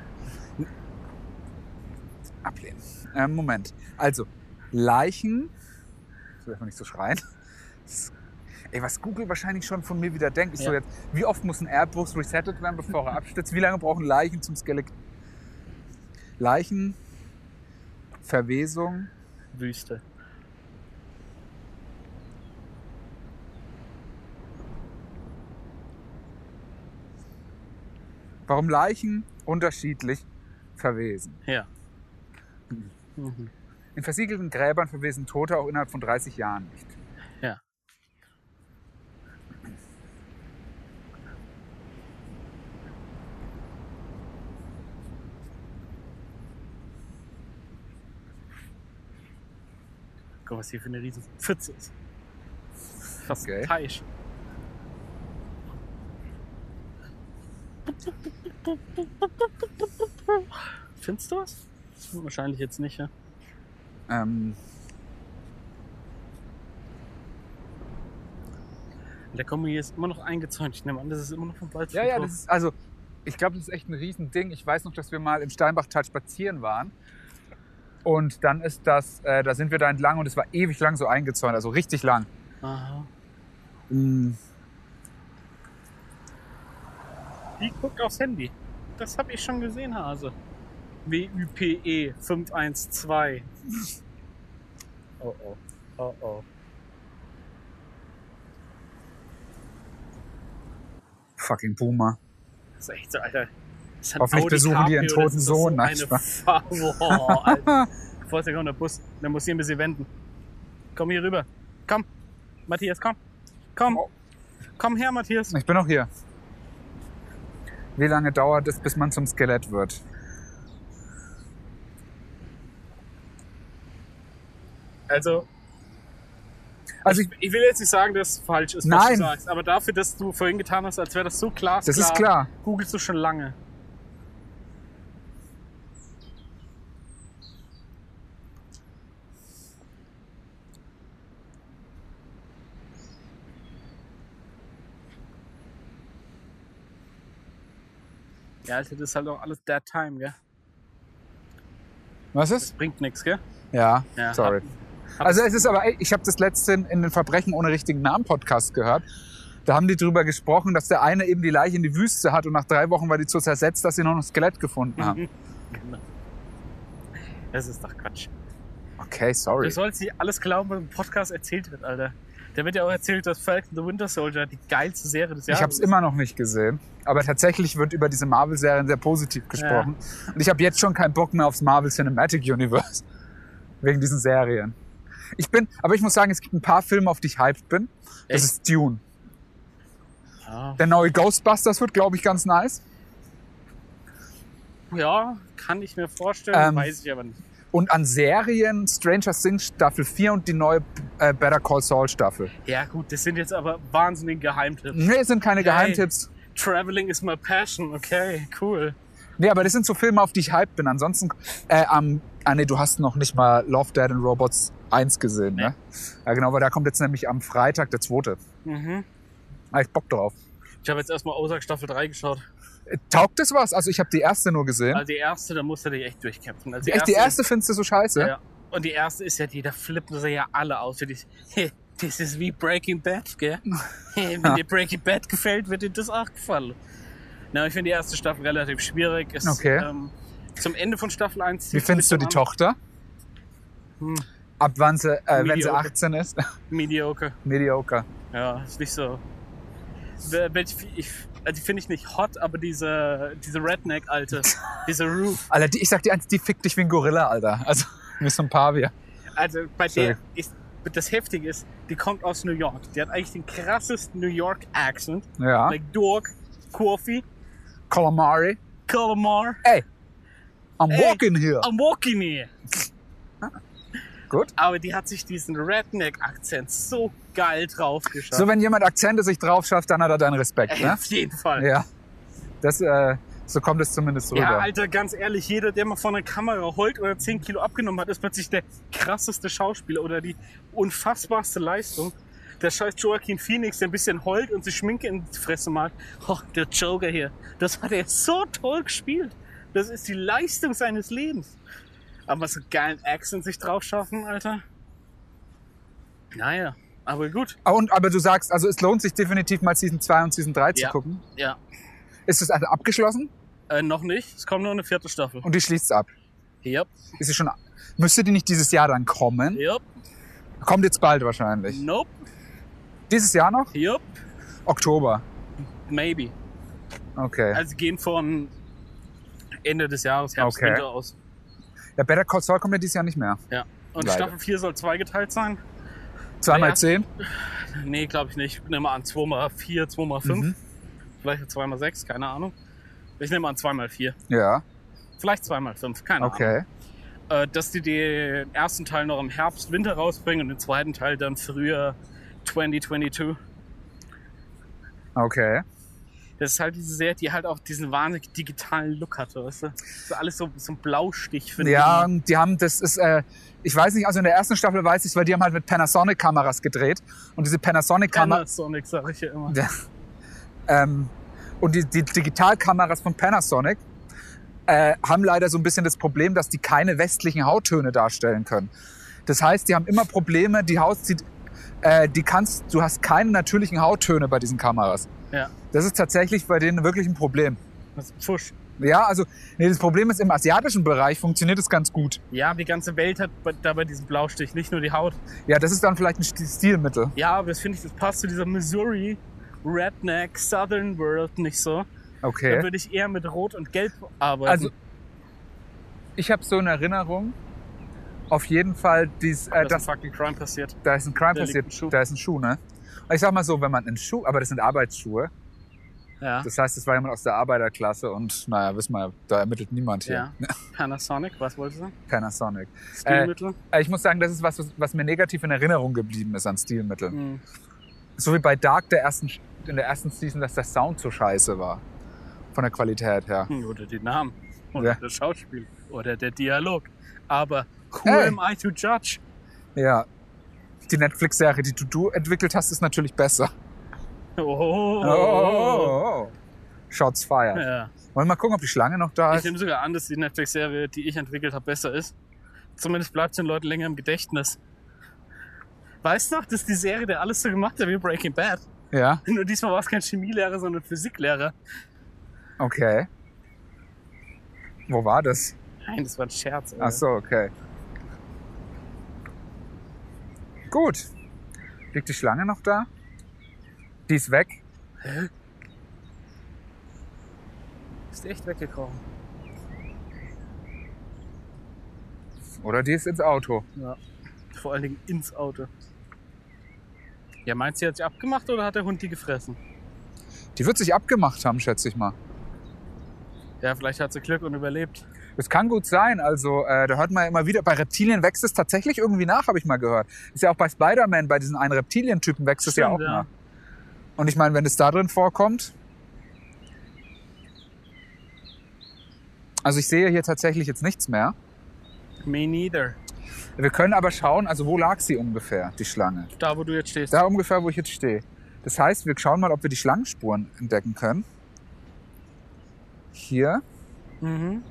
S2: Ablehnen. Ähm, Moment. Also, Leichen. Ich will einfach nicht so schreien. Das- Ey, was Google wahrscheinlich schon von mir wieder denkt, ist so
S3: Ja.
S2: jetzt, wie oft muss ein Airbus resettet werden, bevor er abstürzt? Wie lange brauchen Leichen zum Skelett? Leichen, Verwesung,
S3: Wüste.
S2: Warum Leichen unterschiedlich verwesen?
S3: Ja. Mhm.
S2: In versiegelten Gräbern verwesen Tote auch innerhalb von 30 Jahren nicht.
S3: Ja. Guck, was hier für eine riesen Pfütze ist. Fast
S2: Okay.
S3: ein Teich. Findest du was? Wahrscheinlich jetzt nicht, ja.
S2: Ähm,
S3: Der Kombi ist immer noch eingezäunt. Ich nehme an, das ist immer noch vom Wald.
S2: ja, ja, das ist, also ich glaube, das ist echt ein Riesending. Ich weiß noch, dass wir mal im Steinbachtal spazieren waren. Und dann ist das, äh, da sind wir da entlang und es war ewig lang so eingezäunt, also richtig lang.
S3: Aha.
S2: Mm,
S3: Die guckt aufs Handy. Das habe ich schon gesehen, Hase. WÜPE 512.
S2: Oh oh. Oh oh. Fucking Boomer.
S3: Das ist echt so, Alter. Das hat
S2: Hoffentlich
S3: Audi
S2: besuchen die ihren
S3: Cabrio, das
S2: toten
S3: ist doch
S2: Sohn.
S3: So
S2: Nein,
S3: eine
S2: Spaß.
S3: Fa- Boah, Alter. Vorsicht, da kommt der Bus. Der muss hier ein bisschen wenden. Komm hier rüber. Komm. Matthias, komm. Komm.
S2: Oh.
S3: Komm her, Matthias.
S2: Ich bin auch hier. Wie lange dauert es, bis man zum Skelett wird?
S3: Also,
S2: Also
S3: ich, ich will jetzt nicht sagen, dass es falsch ist, was
S2: Nein.
S3: du sagst, aber dafür, dass du vorhin getan hast, als wäre das so klar.
S2: Das ist klar.
S3: Googlest du schon lange. Ja, Alter, das ist halt auch alles that time, gell?
S2: Was
S3: Das
S2: ist?
S3: bringt nichts, gell?
S2: Ja,
S3: Ja,
S2: sorry. Also es ist aber, ey, ich habe das letzte in, in den Verbrechen ohne richtigen Namen Podcast gehört. Da haben die drüber gesprochen, dass der eine eben die Leiche in die Wüste hat und nach drei Wochen war die so zersetzt, dass sie noch ein Skelett gefunden haben.
S3: Genau. Das ist doch Quatsch.
S2: Okay,
S3: Du
S2: sorry.
S3: sollst nicht alles glauben, was im Podcast erzählt wird, Alter. Da wird ja auch erzählt, dass Falcon the Winter Soldier die geilste Serie des Jahres
S2: ich habe es
S3: ist.
S2: immer noch nicht gesehen. Aber tatsächlich wird über diese Marvel-Serien sehr positiv gesprochen. Und ich habe jetzt schon keinen Bock mehr aufs Marvel Cinematic Universe. Wegen diesen Serien. Ich bin, aber ich muss sagen, es gibt ein paar Filme, auf die ich hyped bin.
S3: Echt?
S2: Das ist Dune.
S3: Ah.
S2: Der neue Ghostbusters wird, glaube ich, ganz nice.
S3: Ja, kann ich mir vorstellen,
S2: Ähm,
S3: weiß ich aber nicht.
S2: Und an Serien Stranger Things Staffel 4 und die neue äh, Better Call Saul Staffel.
S3: Ja gut, das sind jetzt aber wahnsinnig Geheimtipps.
S2: Nee, es sind keine
S3: Geil.
S2: Geheimtipps.
S3: Traveling is my passion, okay, cool.
S2: Nee, aber das sind so Filme, auf die ich hyped bin. Ansonsten, äh, am, ah nee, du hast noch nicht mal Love, Dead and Robots 1 gesehen, ne? Ja genau, weil da kommt jetzt nämlich am Freitag der zweite.
S3: Mhm.
S2: Hab ich Bock drauf.
S3: Ich habe jetzt erstmal Ozark Staffel 3 geschaut.
S2: Äh, Taugt das was? Also ich habe die erste nur gesehen.
S3: Also die erste, da musst du dich echt durchkämpfen. Also
S2: Echt, die erste findest du so scheiße?
S3: Ja. Und die erste ist ja die, da flippen sie ja alle aus. Die, das ist wie Breaking Bad, gell? Wenn dir Breaking Bad gefällt, wird dir das auch gefallen. Na, ich finde die erste Staffel relativ schwierig. Ist,
S2: Okay.
S3: Ähm, zum Ende von Staffel 1.
S2: Wie findest du die Tochter?
S3: Hm.
S2: Ab wann sie, äh, wenn sie
S3: Mediocre.
S2: 18 ist?
S3: Mediocre.
S2: Mediocre.
S3: Ja, ist nicht so. Wer- welche- Ich, also die finde ich nicht hot, aber diese, diese Redneck-Alte, diese Roof.
S2: Alter, die, ich sag dir eins, die fickt dich wie ein Gorilla, Alter. Also, wie so ein Pavier.
S3: Also bei
S2: Sorry.
S3: der ist, das Heftige ist, die kommt aus New York. Die hat eigentlich den krassesten New York-Accent.
S2: Ja.
S3: Like Dog, Coffee,
S2: Calamari.
S3: Calamar.
S2: I'm
S3: Ey.
S2: walking here.
S3: I'm walking here.
S2: Gut.
S3: Aber die hat sich diesen Redneck-Akzent so geil draufgeschaut.
S2: So, wenn jemand Akzente sich drauf schafft, dann hat er deinen Respekt,
S3: Ey,
S2: ne?
S3: Auf jeden Fall.
S2: Ja. Das, äh, so kommt es zumindest rüber.
S3: Äh. Ja, halt. Alter, ganz ehrlich, jeder, der mal vor einer Kamera heult oder 10 Kilo abgenommen hat, ist plötzlich der krasseste Schauspieler oder die unfassbarste Leistung. Der scheiß Joaquin Phoenix, der ein bisschen heult und sich Schminke in die Fresse malt. Oh, der Joker hier. Das hat er so toll gespielt. Das ist die Leistung seines Lebens. Aber so einen geilen Accent sich drauf schaffen, Alter. Naja, aber gut.
S2: Ah, Und, aber du sagst, also es lohnt sich definitiv mal Season 2 und Season 3 zu
S3: Ja.
S2: gucken.
S3: Ja.
S2: Ist es also abgeschlossen
S3: Äh, noch nicht. Es kommt nur eine vierte Staffel.
S2: und die schließt ab.
S3: Yep,
S2: Ist sie schon, müsste die nicht dieses Jahr dann kommen?
S3: yep,
S2: Kommt jetzt bald wahrscheinlich.
S3: nope,
S2: Dieses Jahr noch?
S3: yep,
S2: Oktober.
S3: maybe.
S2: Okay.
S3: Also gehen von Ende des Jahres, Herbst,
S2: Okay.
S3: Winter aus.
S2: ja, Better Call Saul kommt ja dieses Jahr nicht mehr.
S3: Ja. Und
S2: Leider.
S3: Staffel 4 soll zweigeteilt sein?
S2: Zweimal
S3: Ja.
S2: zehn?
S3: Nee, glaube ich nicht. Ich nehme an 2x4, 2x5.
S2: Mhm.
S3: Vielleicht 2x6, keine Ahnung. Ich nehme an 2x4.
S2: Ja.
S3: Vielleicht 2x5, keine Ahnung.
S2: Okay.
S3: Äh, dass die den ersten Teil noch im Herbst, Winter rausbringen und den zweiten Teil dann früher 2022.
S2: Okay.
S3: Das ist halt diese Serie, die halt auch diesen wahnsinnig digitalen Look hatte, weißt du? Das ist alles so, so ein Blaustich, finde
S2: Ja,
S3: ich.
S2: und die haben, das ist, äh, ich weiß nicht, also in der ersten Staffel weiß ich weil die haben halt mit Panasonic-Kameras gedreht. Und diese Panasonic-Kameras,
S3: Panasonic, sag ich ja immer.
S2: ähm, und die, die Digitalkameras von Panasonic äh, haben leider so ein bisschen das Problem, dass die keine westlichen Hauttöne darstellen können. Das heißt, die haben immer Probleme, die Haut sieht, äh, die kannst, du hast keine natürlichen Hauttöne bei diesen Kameras.
S3: Ja.
S2: Das ist tatsächlich bei denen wirklich ein Problem.
S3: Das ist Pfusch.
S2: Ja, also nee, das Problem ist, im asiatischen Bereich funktioniert es ganz gut.
S3: Ja, die ganze Welt hat bei- dabei diesen Blaustich, nicht nur die Haut.
S2: Ja, das ist dann vielleicht ein Stil- Stilmittel.
S3: Ja, aber das finde ich, das passt zu dieser Missouri Redneck Southern World nicht so.
S2: Okay.
S3: Da würde ich eher mit Rot und Gelb arbeiten.
S2: Also, ich habe so eine Erinnerung, auf jeden Fall, dies, äh,
S3: dass
S2: das,
S3: das ein fucking Crime passiert.
S2: da ist ein Crime
S3: da liegt
S2: passiert,
S3: ein Schuh.
S2: da ist ein Schuh, ne? Und ich sag mal so, wenn man einen Schuh, aber das sind Arbeitsschuhe,
S3: Ja.
S2: Das heißt, es war jemand aus der Arbeiterklasse und naja, wissen wir, da ermittelt niemand hier.
S3: ja. Panasonic, was wolltest
S2: Äh,
S3: du?
S2: Panasonic.
S3: Stilmittel?
S2: Äh, Ich muss sagen, das ist was, was- was mir negativ in Erinnerung geblieben ist an Stilmitteln.
S3: Hm.
S2: So wie bei Dark der ersten, in der ersten Season, dass der Sound so scheiße war. Von der Qualität her.
S3: Hm, Oder die Namen. Oder
S2: Ja.
S3: das Schauspiel. Oder der Dialog. Aber who
S2: Hey.
S3: am I to judge?
S2: Ja. Die Netflix-Serie, die du, du entwickelt hast, ist natürlich besser.
S3: Oh.
S2: Oh. Shots fired.
S3: Ja.
S2: Wollen wir mal gucken, ob die Schlange noch da
S3: Ich
S2: ist?
S3: nehme sogar an, dass die Netflix-Serie, die ich entwickelt habe, besser ist. Zumindest bleibt den Leuten länger im Gedächtnis. Weißt du noch, dass die Serie, der alles so gemacht hat wie Breaking Bad?
S2: Ja,
S3: Nur diesmal war es kein Chemielehrer, sondern Physiklehrer.
S2: okay. Wo war das?
S3: Nein, das war ein Scherz. Alter.
S2: Ach so, okay. Gut. Liegt die Schlange noch da? Die ist weg.
S3: Ist echt weggekrochen.
S2: Oder die ist ins Auto.
S3: Vor allen Dingen ins Auto. Ja, meinst du, die hat sich abgemacht oder hat der Hund die gefressen?
S2: Die wird sich abgemacht haben, schätze ich mal.
S3: Ja, vielleicht hat sie Glück und überlebt.
S2: Das kann gut sein. Also, äh, da hört man ja immer wieder, bei Reptilien wächst es tatsächlich irgendwie nach, habe ich mal gehört. Ist ja auch bei Spider-Man, bei diesen einen Reptilientypen wächst es ja auch
S3: Stimmt, ja.
S2: nach. Und ich meine, wenn es da drin vorkommt. Also ich sehe hier tatsächlich jetzt nichts mehr.
S3: Me neither.
S2: Wir können aber schauen, also wo lag sie ungefähr, die Schlange?
S3: Da, wo du jetzt stehst.
S2: Da ungefähr, wo ich jetzt stehe. Das heißt, wir schauen mal, ob wir die Schlangenspuren entdecken können. Hier.
S3: Mhm.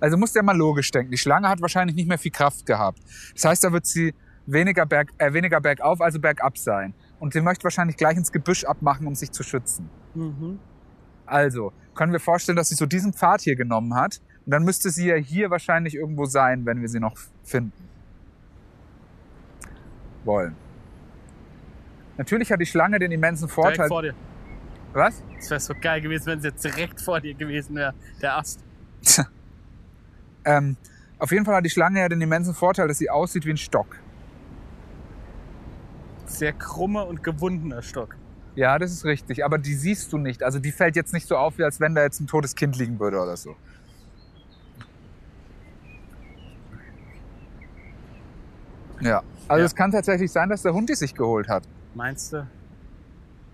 S2: Also musst du ja mal logisch denken. Die Schlange hat wahrscheinlich nicht mehr viel Kraft gehabt. Das heißt, da wird sie weniger, berg, äh, weniger bergauf, also bergab sein. Und sie möchte wahrscheinlich gleich ins Gebüsch abmachen, um sich zu schützen.
S3: Mhm.
S2: Also können wir vorstellen, dass sie so diesen Pfad hier genommen hat. Und dann müsste sie ja hier wahrscheinlich irgendwo sein, wenn wir sie noch finden wollen. Natürlich hat die Schlange den immensen
S3: Direkt
S2: Vorteil.
S3: vor dir.
S2: Was?
S3: Es wäre so geil gewesen, wenn es jetzt direkt vor dir gewesen wäre, der Ast.
S2: Ähm, auf jeden Fall hat die Schlange ja den immensen Vorteil, dass sie aussieht wie ein Stock.
S3: Sehr krummer und gewundener Stock.
S2: Ja, das ist richtig. Aber die siehst du nicht. Also die fällt jetzt nicht so auf, wie als wenn da jetzt ein totes Kind liegen würde oder so. Ja. Also
S3: Ja.
S2: es kann tatsächlich sein, dass der Hund die sich geholt hat.
S3: Meinst du?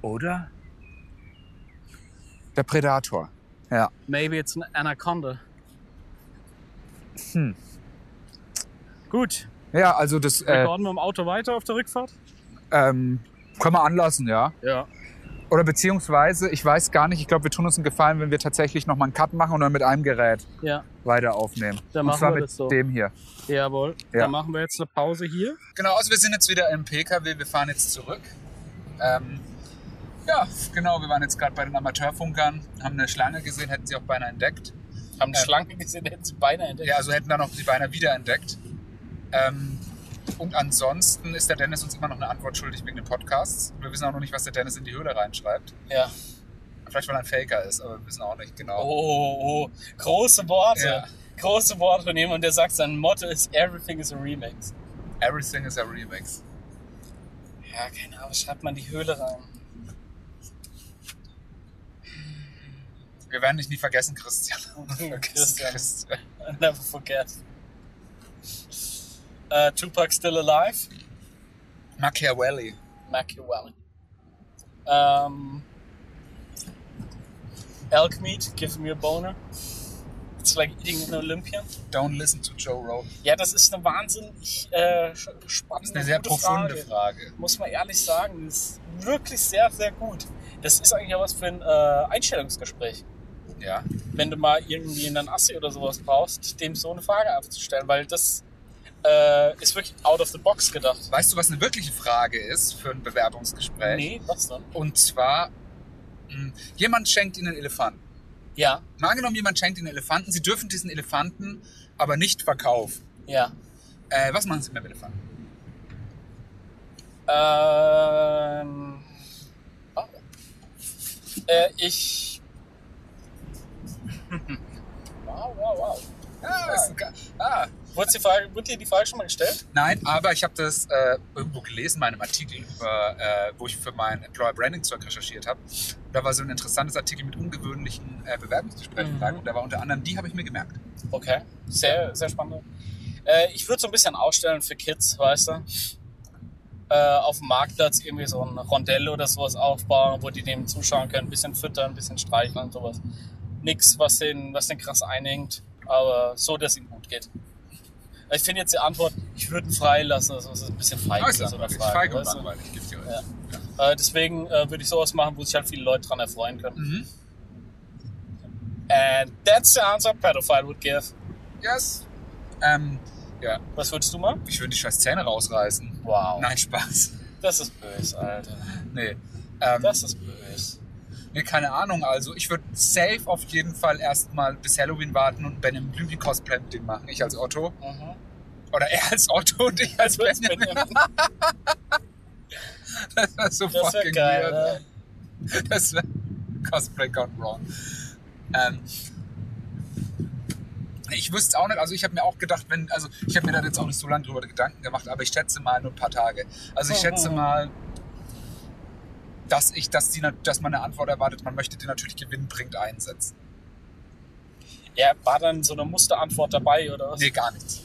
S2: Oder? Der Predator.
S3: Maybe it's an Anaconda.
S2: Hm.
S3: Gut,
S2: Ja, also das äh,
S3: recorden wir im Auto weiter auf der Rückfahrt?
S2: ähm, kann man anlassen, ja.
S3: Ja.
S2: Oder beziehungsweise, ich weiß gar nicht, ich glaube, wir tun uns einen Gefallen, wenn wir tatsächlich nochmal einen Cut machen und dann mit einem Gerät
S3: Ja,
S2: weiter aufnehmen.
S3: Dann
S2: und
S3: machen
S2: zwar
S3: wir
S2: mit
S3: das so.
S2: dem hier.
S3: jawohl.
S2: Ja.
S3: Dann machen wir jetzt eine Pause hier.
S4: Genau, also wir sind jetzt wieder im PKW, wir fahren jetzt zurück. Ähm, ja, genau, wir waren jetzt gerade bei den Amateurfunkern, haben eine Schlange gesehen, hätten sie auch beinahe entdeckt.
S5: Haben
S4: Ja.
S5: Schlangen gesehen, hätten sie Beine entdeckt.
S4: Ja, also hätten dann auch sie beinahe wieder entdeckt. Ähm, und ansonsten ist der Dennis uns immer noch eine Antwort schuldig wegen dem Podcast. Wir wissen auch noch nicht, was der Dennis in die Höhle reinschreibt.
S5: Ja.
S4: Vielleicht, weil er ein Faker ist, aber wir wissen auch nicht genau.
S5: Oh, oh, oh. große Worte.
S4: Ja.
S5: Große Worte von jemandem, der sagt, sein Motto ist Everything is a Remix.
S4: Oh. Everything is a Remix.
S5: Ja, keine Ahnung, schreibt man die Höhle rein.
S4: Wir werden dich nie vergessen, Christian.
S5: Christian.
S4: Christian.
S5: I'll never forget. Äh, Tupac Still Alive,
S4: Machiavelli.
S5: Machiavelli. Ähm, elk Meat, Give Me a Boner. It's like eating an Olympian.
S4: Don't listen to Joe Rogan.
S5: Ja, das ist eine wahnsinnig äh, sch-
S4: Das
S5: spannende,
S4: ist eine sehr
S5: gute
S4: profunde Frage.
S5: muss man ehrlich sagen, ist wirklich sehr, sehr gut. Das ist eigentlich auch was für ein äh, Einstellungsgespräch.
S4: Ja.
S5: Wenn du mal irgendwie einen Assi oder sowas brauchst, dem so eine Frage abzustellen, weil das äh, ist wirklich out of the box gedacht.
S4: Weißt du, was eine wirkliche Frage ist für ein Bewerbungsgespräch?
S5: Nee, was denn?
S4: Und zwar,
S2: hm,
S4: mh, jemand schenkt Ihnen einen Elefanten.
S5: Ja,
S4: Mal angenommen, jemand schenkt Ihnen einen Elefanten. Sie dürfen diesen Elefanten aber nicht verkaufen.
S5: ja.
S4: Äh, was machen Sie mit dem Elefanten?
S5: Ähm, oh. äh, ich. wow, wow, wow.
S4: Ah, ist ein, Ka- ah
S3: Wurde, die Frage, wurde dir die Frage schon mal gestellt?
S2: Nein, aber ich habe das äh, irgendwo gelesen in meinem Artikel, über, äh, wo ich für mein Employer Branding Zeug recherchiert habe. Da war so ein interessantes Artikel mit ungewöhnlichen äh, Bewerbungsgesprächen
S3: Mhm.
S2: dran. Und da war unter anderem die, habe ich mir gemerkt.
S3: Okay, sehr, sehr spannend. Äh, ich würde so ein bisschen ausstellen für Kids, weißt du. Äh, auf dem Marktplatz irgendwie so ein Rondell oder sowas aufbauen, wo die dem zuschauen können, ein bisschen füttern, ein bisschen streicheln und sowas. Nix, was den, was den krass einhängt, aber so, dass ihm gut geht. Ich finde jetzt die Antwort, ich würde ihn freilassen, also es ist ein bisschen feig.
S2: Ah, ist
S3: so eine
S2: langweilig.
S3: Frage,
S2: Feige und
S3: weißt du?
S2: langweilig, gibt's hier
S3: Ja. Äh, deswegen äh, würde ich sowas machen, wo sich halt viele Leute dran erfreuen können.
S2: Mhm.
S3: And that's the answer pedophile would give.
S2: Yes. Ähm, ja,
S3: Was würdest du machen?
S2: ich würde die scheiß Zähne rausreißen.
S3: Wow.
S2: Nein, Spaß.
S3: Das ist böse, Alter.
S2: Nee. Ähm,
S3: Das ist böse.
S2: nee, keine Ahnung. Also ich würde safe auf jeden Fall erstmal bis Halloween warten und Benjamin Blümchen Cosplay mit dem machen. Ich als Otto.
S3: Mhm.
S2: Oder er als Otto und ich als
S3: Das
S2: Benjamin.
S3: wäre
S2: so fucking
S3: geil. ne?
S2: weird.
S3: Oder?
S2: Das wäre Cosplay gone wrong. Ähm, ich wüsste auch nicht, also ich habe mir auch gedacht, wenn, also ich habe mir da jetzt auch nicht so lange drüber Gedanken gemacht, aber ich schätze mal nur ein paar Tage. Also ich schätze mal, dass ich, dass die, na- dass man eine Antwort erwartet, man möchte die natürlich gewinnbringend einsetzen.
S3: Ja, war dann so eine Musterantwort dabei oder was?
S2: Nee, gar nichts.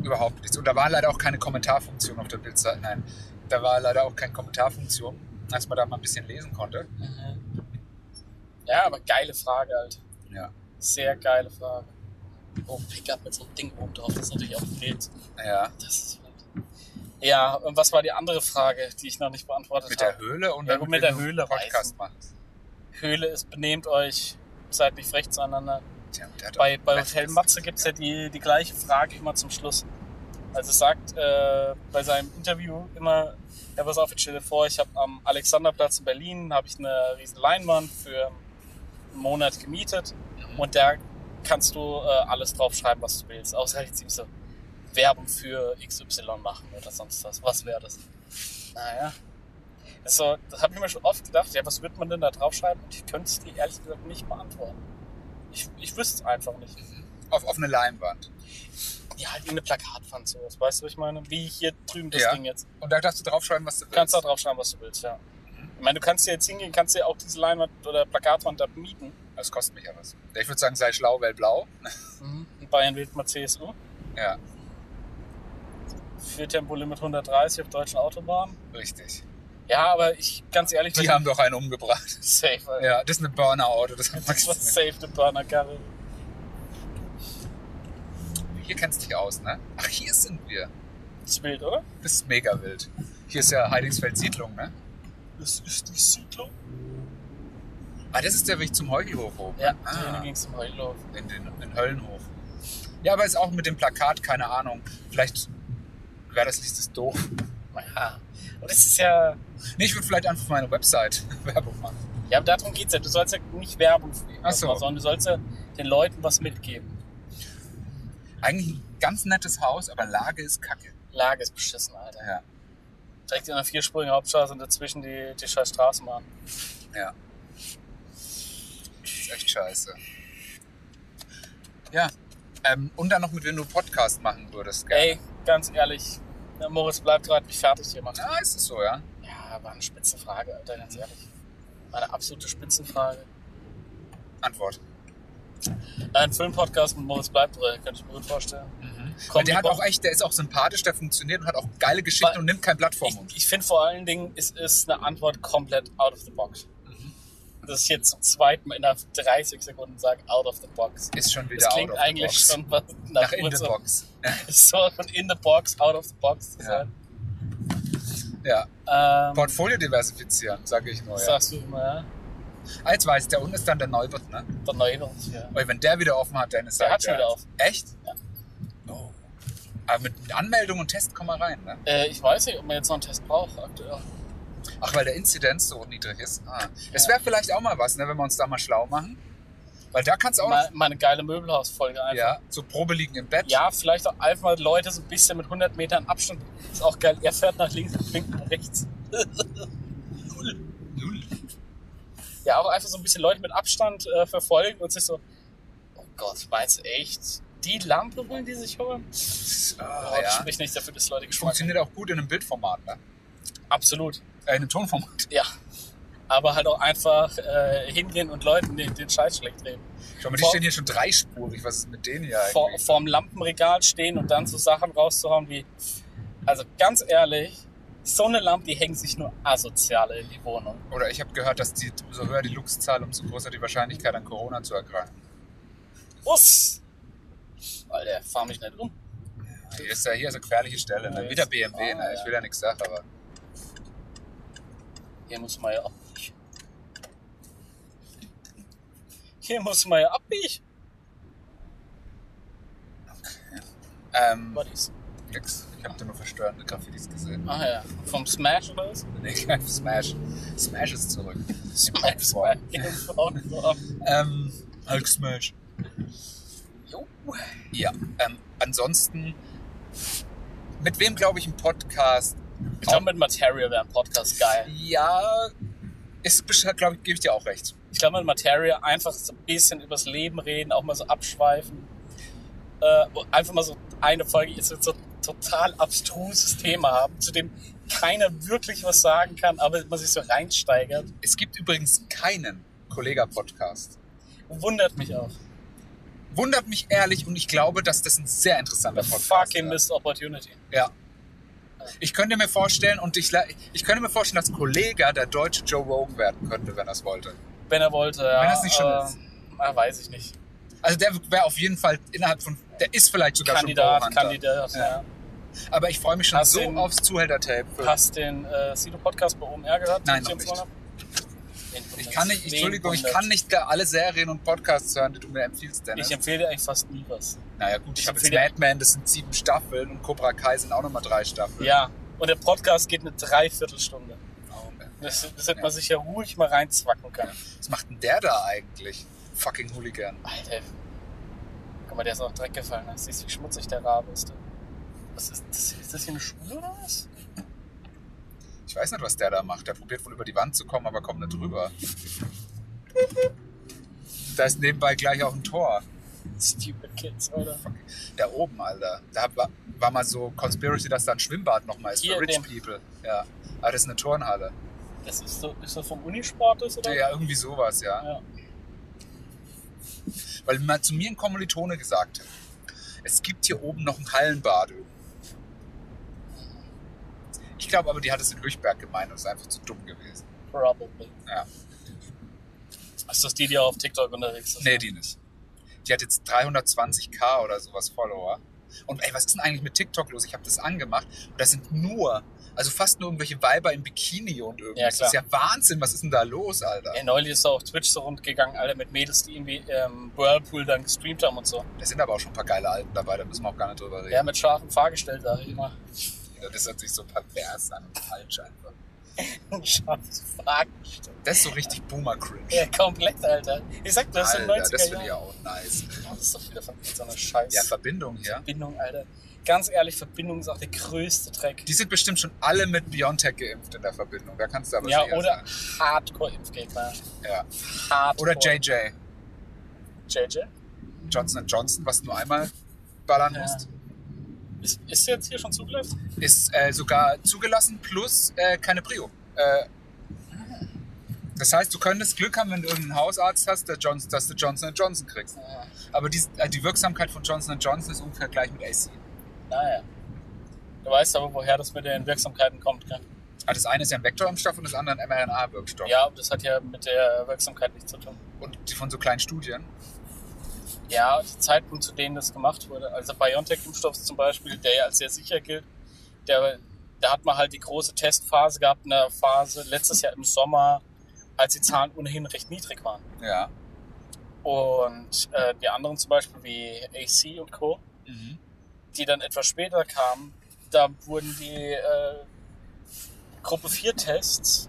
S2: Überhaupt nichts. Und da war leider auch keine Kommentarfunktion auf der Bildseite. Nein, da war leider auch keine Kommentarfunktion, dass man da mal ein bisschen lesen konnte.
S3: Mhm. Ja, aber geile Frage, Alter.
S2: Ja.
S3: Sehr geile Frage. Oh, Pickup mit so einem Ding oben drauf, das ist natürlich auch wild.
S2: Ja.
S3: Das ist wild. Ja, und was war die andere Frage, die ich noch nicht beantwortet
S2: Mit
S3: habe?
S2: der Höhle und
S3: Ja,
S2: damit
S3: gut, mit
S2: wir
S3: der
S2: einen
S3: Höhle
S2: Podcast machen.
S3: Höhle ist, benehmt euch, seid nicht frech zueinander.
S2: Tja, der hat
S3: Bei,
S2: auch
S3: bei
S2: recht
S3: Hotel
S2: gesagt.
S3: Matze gibt es ja die, die gleiche Frage immer zum Schluss. Also sagt äh, bei seinem Interview immer, ja pass auf, jetzt stell dir vor, ich habe am Alexanderplatz in Berlin habe ich eine riesen Leinwand für einen Monat gemietet und da kannst du äh, alles draufschreiben, was du willst. Außer jetzt irgendwie so Werbung für XY machen oder sonst was. Was wäre das? Naja. Also, das habe ich mir schon oft gedacht, ja, was wird man denn da draufschreiben? Und ich könnte es dir ehrlich gesagt nicht beantworten. Ich, ich wüsste es einfach nicht.
S2: Auf, auf eine Leinwand.
S3: Ja, halt wie eine Plakatwand sowas. Weißt du, was ich meine? Wie hier drüben das
S2: Ja.
S3: Ding jetzt.
S2: Und da darfst du draufschreiben, was du
S3: Du
S2: willst.
S3: kannst da draufschreiben, was du willst, ja.
S2: Mhm.
S3: Ich meine, du kannst ja jetzt hingehen, kannst ja auch diese Leinwand oder Plakatwand da mieten.
S2: Das kostet mich ja was. Ich würde sagen, sei schlau, weil blau. Mhm.
S3: In Bayern wählt man CSU.
S2: Ja,
S3: Für Tempolimit 130 auf deutschen Autobahnen.
S2: richtig.
S3: Ja, aber ich, ganz ehrlich,
S2: Die haben doch einen umgebracht.
S3: safe, Alter.
S2: Ja, das ist eine Burner-Auto. Das hat
S3: Das war
S2: nichts
S3: safe eine Burner-Karre.
S2: mit- Hier kennst du dich aus, ne? Ach, hier sind wir.
S3: Das ist wild, oder?
S2: Das ist mega wild. Hier ist ja Heidingsfeld-Siedlung, ne?
S3: Das ist die Siedlung.
S2: Ah, das ist der Weg zum Heugelhof hoch.
S3: Ja,
S2: ah,
S3: da ging es zum Heullauf.
S2: in den in den Höllenhof. Ja, aber ist auch mit dem Plakat, keine Ahnung. Vielleicht wäre das nicht das doof.
S3: Ja. Und das ist ja.
S2: Nee, ich würde vielleicht einfach meine Website Werbung machen.
S3: Ja, aber darum geht's ja. Du sollst ja nicht Werbung für
S2: Ach so.
S3: machen, sondern du sollst ja den Leuten was mitgeben.
S2: Eigentlich ein ganz nettes Haus, aber Lage ist kacke.
S3: Lage ist beschissen, Alter.
S2: Ja.
S3: Direkt in der vierspurigen Hauptstraße und dazwischen die, die scheiß Straßenbahn.
S2: Ja. Das ist echt scheiße. Ja. Ähm, und dann noch mit, wenn du einen Podcast machen würdest, gell?
S3: Ey, ganz ehrlich, der Moritz bleibt gerade nicht fertig gemacht.
S2: Ah, ist es so, ja?
S3: Ja, war eine Spitzenfrage, Alter, ganz ehrlich. War eine absolute Spitzenfrage.
S2: Antwort.
S3: Ein Filmpodcast mit Moritz bleibt drin, könnte ich mir gut vorstellen.
S2: Weil
S3: Mhm. Komm,
S2: der hat
S3: komm.
S2: auch echt, der ist auch sympathisch, der funktioniert und hat auch geile Geschichten
S3: Weil-
S2: und nimmt kein Blatt vom
S3: Ich,
S2: Mund.
S3: ich finde vor allen Dingen, es ist eine Antwort komplett out of the box.
S2: Mhm.
S3: Das ist jetzt zum zweiten Mal innerhalb von 30 Sekunden sagen, out of the box.
S2: Ist schon wieder
S3: Das klingt
S2: out of the
S3: eigentlich
S2: box.
S3: schon was
S2: nach in
S3: Moritz-
S2: the box.
S3: So von in the box, out of the box zu
S2: Ja.
S3: sein.
S2: Ja.
S3: Ähm,
S2: Portfolio diversifizieren, sage ich nur. Ja.
S3: Sagst du immer, ja?
S2: Ah, Jetzt weiß ich, der unten ist dann der Neubert, ne?
S3: Der Neuwert, ja.
S2: Weil wenn der wieder offen hat, dann ist
S3: Der
S2: er halt
S3: hat schon wieder auf.
S2: Echt?
S3: Ja.
S2: Oh. Aber mit, mit Anmeldung und Test kommen wir rein, ne?
S3: Äh, ich weiß nicht, ob man jetzt noch einen Test braucht aktuell.
S2: Ach, weil der Inzidenz so niedrig ist. Ah. Das
S3: Ja.
S2: wäre vielleicht auch mal was, ne, wenn wir uns da mal schlau machen. Weil da kannst du auch
S3: Mal, mal eine geile Möbelhausfolge
S2: noch,
S3: einfach.
S2: ja, so Probe liegen im Bett.
S3: Ja, vielleicht auch einfach mal Leute so ein bisschen mit 100 Metern Abstand. Ist auch geil. Er fährt nach links, ich nach rechts.
S2: Null.
S3: Ja, auch einfach so ein bisschen Leute mit Abstand äh, verfolgen und sich so, oh Gott, meinst du echt? Die Lampe wollen die sich holen? Oh,
S2: Ah, ja.
S3: Ich spreche nicht dafür, dass Leute Geschmack haben.
S2: Funktioniert auch gut in einem Bildformat, ne?
S3: Absolut.
S2: Äh, in einem Tonformat.
S3: Ja. Aber halt auch einfach äh, hingehen und Leuten den, den Scheiß schlecht reden.
S2: Schau mal, die
S3: Vor-
S2: stehen hier schon dreispurig. Was ist mit denen hier
S3: vor,
S2: eigentlich?
S3: vorm Lampenregal stehen und dann so Sachen rauszuhauen wie, also ganz ehrlich, so eine Lampe, die hängen sich nur asoziale in die Wohnung.
S2: Oder ich habe gehört, dass die, umso höher die Luxzahl, umso größer die Wahrscheinlichkeit, an Corona zu erkranken.
S3: Uss! Alter, fahr mich nicht um.
S2: Hier ist ja hier so eine gefährliche Stelle,
S3: Ja,
S2: ne? Wieder
S3: jetzt-
S2: BMW,
S3: ah,
S2: ne? Ich
S3: ja.
S2: will ja nichts sagen, aber.
S3: Hier muss man ja abbiegen. Hier muss man ja abbiegen.
S2: Ähm,
S3: Was ist?
S2: nix. Ich habe da nur verstörende Graffitis gesehen.
S3: Ah ja, vom Smash oder was?
S2: Nee, kein Smash. Smash ist zurück.
S3: Smash, Smash. Genau.
S2: Ähm, Hulk Smash. Jo. Ja, ähm, ansonsten, mit wem glaube ich ein Podcast?
S3: Ich glaube, mit Materia wäre ein Podcast geil.
S2: Ja, ist, glaube ich, gebe ich dir auch recht.
S3: Ich glaube, mit Materia einfach so ein bisschen übers Leben reden, auch mal so abschweifen. Äh, und einfach mal so eine Folge, jetzt so ein total abstruses Thema haben, zu dem keiner wirklich was sagen kann, aber man sich so reinsteigert.
S2: Es gibt übrigens keinen Kollega-Podcast.
S3: Wundert mich auch.
S2: Wundert mich ehrlich und ich glaube, dass das ein sehr interessanter Podcast
S3: Fucking missed opportunity.
S2: Ja. Ich könnte mir vorstellen, und ich, la- ich könnte mir vorstellen, dass Kollega der deutsche Joe Rogan werden könnte, wenn er es wollte.
S3: Wenn er wollte, ja.
S2: Wenn das nicht schon
S3: aber-
S2: ist.
S3: Ah, weiß ich nicht.
S2: Also der wäre auf jeden Fall innerhalb von, der ist vielleicht sogar
S3: Kandidat,
S2: schon Kandidat.
S3: Kandidat, ja.
S2: Aber ich freue mich schon
S3: Hast
S2: so
S3: den-
S2: aufs Zuhälter-Tape. für-
S3: Hast den äh, Sido-Podcast bei OMR gehört?
S2: Nein,
S3: den
S2: noch
S3: empfohlen habe? Den
S2: Ich
S3: wundert's.
S2: kann nicht,
S3: Den
S2: Entschuldigung, ich
S3: wundert's.
S2: kann nicht da alle Serien und Podcasts hören, die du mir empfiehlst, Dennis.
S3: Ich empfehle dir eigentlich fast nie was.
S2: naja gut, ich,
S3: ich
S2: habe jetzt
S3: empfehle-
S2: Madman, das sind sieben Staffeln und Cobra Kai sind auch nochmal drei Staffeln.
S3: Ja, und der Podcast geht eine Dreiviertelstunde.
S2: Oh, man.
S3: Das, das hätte man sich ja ruhig mal reinzwacken können.
S2: Was macht denn der da eigentlich? Fucking Hooligan.
S3: Alter. Guck mal, der ist auch Dreck gefallen. ne? Siehst du, wie schmutzig der Rabe ist. du. Was ist das? Ist das hier eine Schule oder was?
S2: Ich weiß nicht, was der da macht. Der probiert wohl über die Wand zu kommen, aber kommt nicht drüber. Da ist nebenbei gleich auch ein Tor.
S3: Stupid Kids, oder?
S2: Da oben, Alter. Da hab- war, war mal so Conspiracy, dass da ein Schwimmbad nochmal ist
S3: Hier
S2: für
S3: in
S2: Rich
S3: dem-
S2: People. Ja. Aber das ist eine Turnhalle.
S3: Das ist so, ist so vom Unisport ist, oder?
S2: Ja, irgendwie sowas, ja.
S3: Ja.
S2: Weil mal zu mir ein Kommilitone gesagt hat, es gibt hier oben noch ein Hallenbad. Ich glaube aber, die hat es in Lüchberg gemeint und ist einfach zu dumm gewesen.
S3: Probably.
S2: Ja.
S3: Ist das die, die auf TikTok unterwegs ist?
S2: Nee, die nicht. Die hat jetzt 320k oder sowas Follower. Und ey, was ist denn eigentlich mit TikTok los? Ich habe das angemacht und das sind nur, also fast nur irgendwelche Weiber im Bikini und irgendwas.
S3: Ja,
S2: das ist ja Wahnsinn, was ist denn da los, Alter?
S3: Ey, neulich ist er auf Twitch so rundgegangen, alle mit Mädels, die irgendwie ähm, Whirlpool dann gestreamt haben und so.
S2: Da sind aber auch schon ein paar geile Alten dabei, da müssen wir auch gar nicht drüber
S3: Ja,
S2: reden.
S3: mit scharfem Fahrgestell da immer.
S2: Das hört sich so pervers an und falsch einfach.
S3: scharfes Fahrgestell.
S2: Das ist so richtig Boomer-Cringe.
S3: Ja, komplett, Alter. Ich sag, das ist
S2: Alter, das
S3: 90er
S2: finde ich
S3: Jahre.
S2: auch nice.
S3: Das ist doch wieder von so einer Scheiß.
S2: Ja, Verbindung hier.
S3: Verbindung, Alter. Ganz ehrlich, Verbindung ist auch der größte Dreck.
S2: Die sind bestimmt schon alle mit Biontech geimpft in der Verbindung. Da kannst du aber
S3: ja,
S2: sicher
S3: oder
S2: sein.
S3: Hardcore-Impfgegner.
S2: Ja.
S3: Hardcore.
S2: Oder JJ.
S3: JJ.
S2: Johnson Johnson, was du nur einmal ballern
S3: Ja.
S2: musst.
S3: Ist, ist jetzt hier schon zugelassen?
S2: Ist äh, sogar zugelassen plus äh, keine Prio. Äh, das heißt, du könntest Glück haben, wenn du irgendeinen Hausarzt hast, der Johnson, dass du Johnson Johnson kriegst.
S3: Ja.
S2: Aber die, äh, die Wirksamkeit von Johnson Johnson ist ungefähr gleich mit AC.
S3: Naja. Du weißt aber, woher das mit den Wirksamkeiten kommt, gell?
S2: Ah, das eine ist ja ein Vektorimpfstoff und das andere ein mRNA-Wirkstoff.
S3: Ja, aber das hat ja mit der Wirksamkeit nichts zu tun.
S2: Und die von so kleinen Studien.
S3: Ja, der Zeitpunkt, zu dem das gemacht wurde. Also BioNTech-Impfstoff zum Beispiel, der ja als sehr sicher gilt, der, da hat man halt die große Testphase gehabt, eine Phase letztes Jahr im Sommer, als die Zahlen ohnehin recht niedrig waren.
S2: Ja.
S3: Und äh, die anderen zum Beispiel wie AC und Co.,
S2: Mhm.
S3: die dann etwas später kamen, da wurden die äh, Gruppe 4-Tests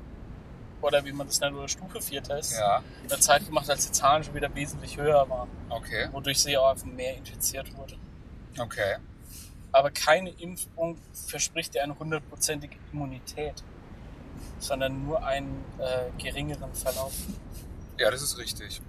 S3: oder wie man das nennt, oder Stufe 4-Tests,
S2: Ja,
S3: in der Zeit gemacht, als die Zahlen schon wieder wesentlich höher waren,
S2: okay,
S3: wodurch sie auch einfach mehr infiziert wurde.
S2: okay.
S3: Aber keine Impfung verspricht dir eine hundertprozentige Immunität, sondern nur einen äh, geringeren Verlauf.
S2: Ja, das ist richtig.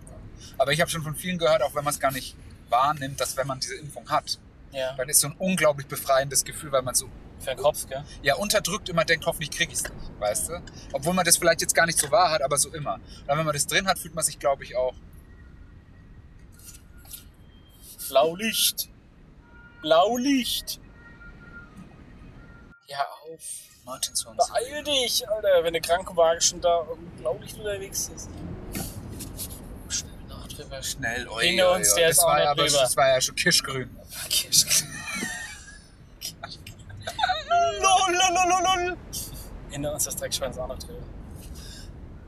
S2: Aber ich habe schon von vielen gehört, auch wenn man es gar nicht wahrnimmt, dass wenn man diese Impfung hat,
S3: Ja,
S2: dann ist so ein unglaublich befreiendes Gefühl, weil man so
S3: für den Kopf, gell?
S2: ja, unterdrückt immer denkt, hoffentlich krieg ich's nicht, weißt du? Obwohl man das vielleicht jetzt gar nicht so wahr hat, aber so immer. Und dann, wenn man das drin hat, fühlt man sich, glaube ich, auch.
S3: Blaulicht. Blaulicht. Ja, auf.
S2: Martin Swansea.
S3: Beeil dich, Alter, wenn der Krankenwagen schon da und Blaulicht unterwegs ist. Schnell noch drüber.
S2: Schnell, oi,
S3: Hinter uns, der
S2: das,
S3: ist auch
S2: war
S3: nicht
S2: ja aber,
S3: drüber.
S2: das war ja schon kirschgrün.
S3: Lololololol. Hinter uns das Dreckschwein ist auch noch drüber.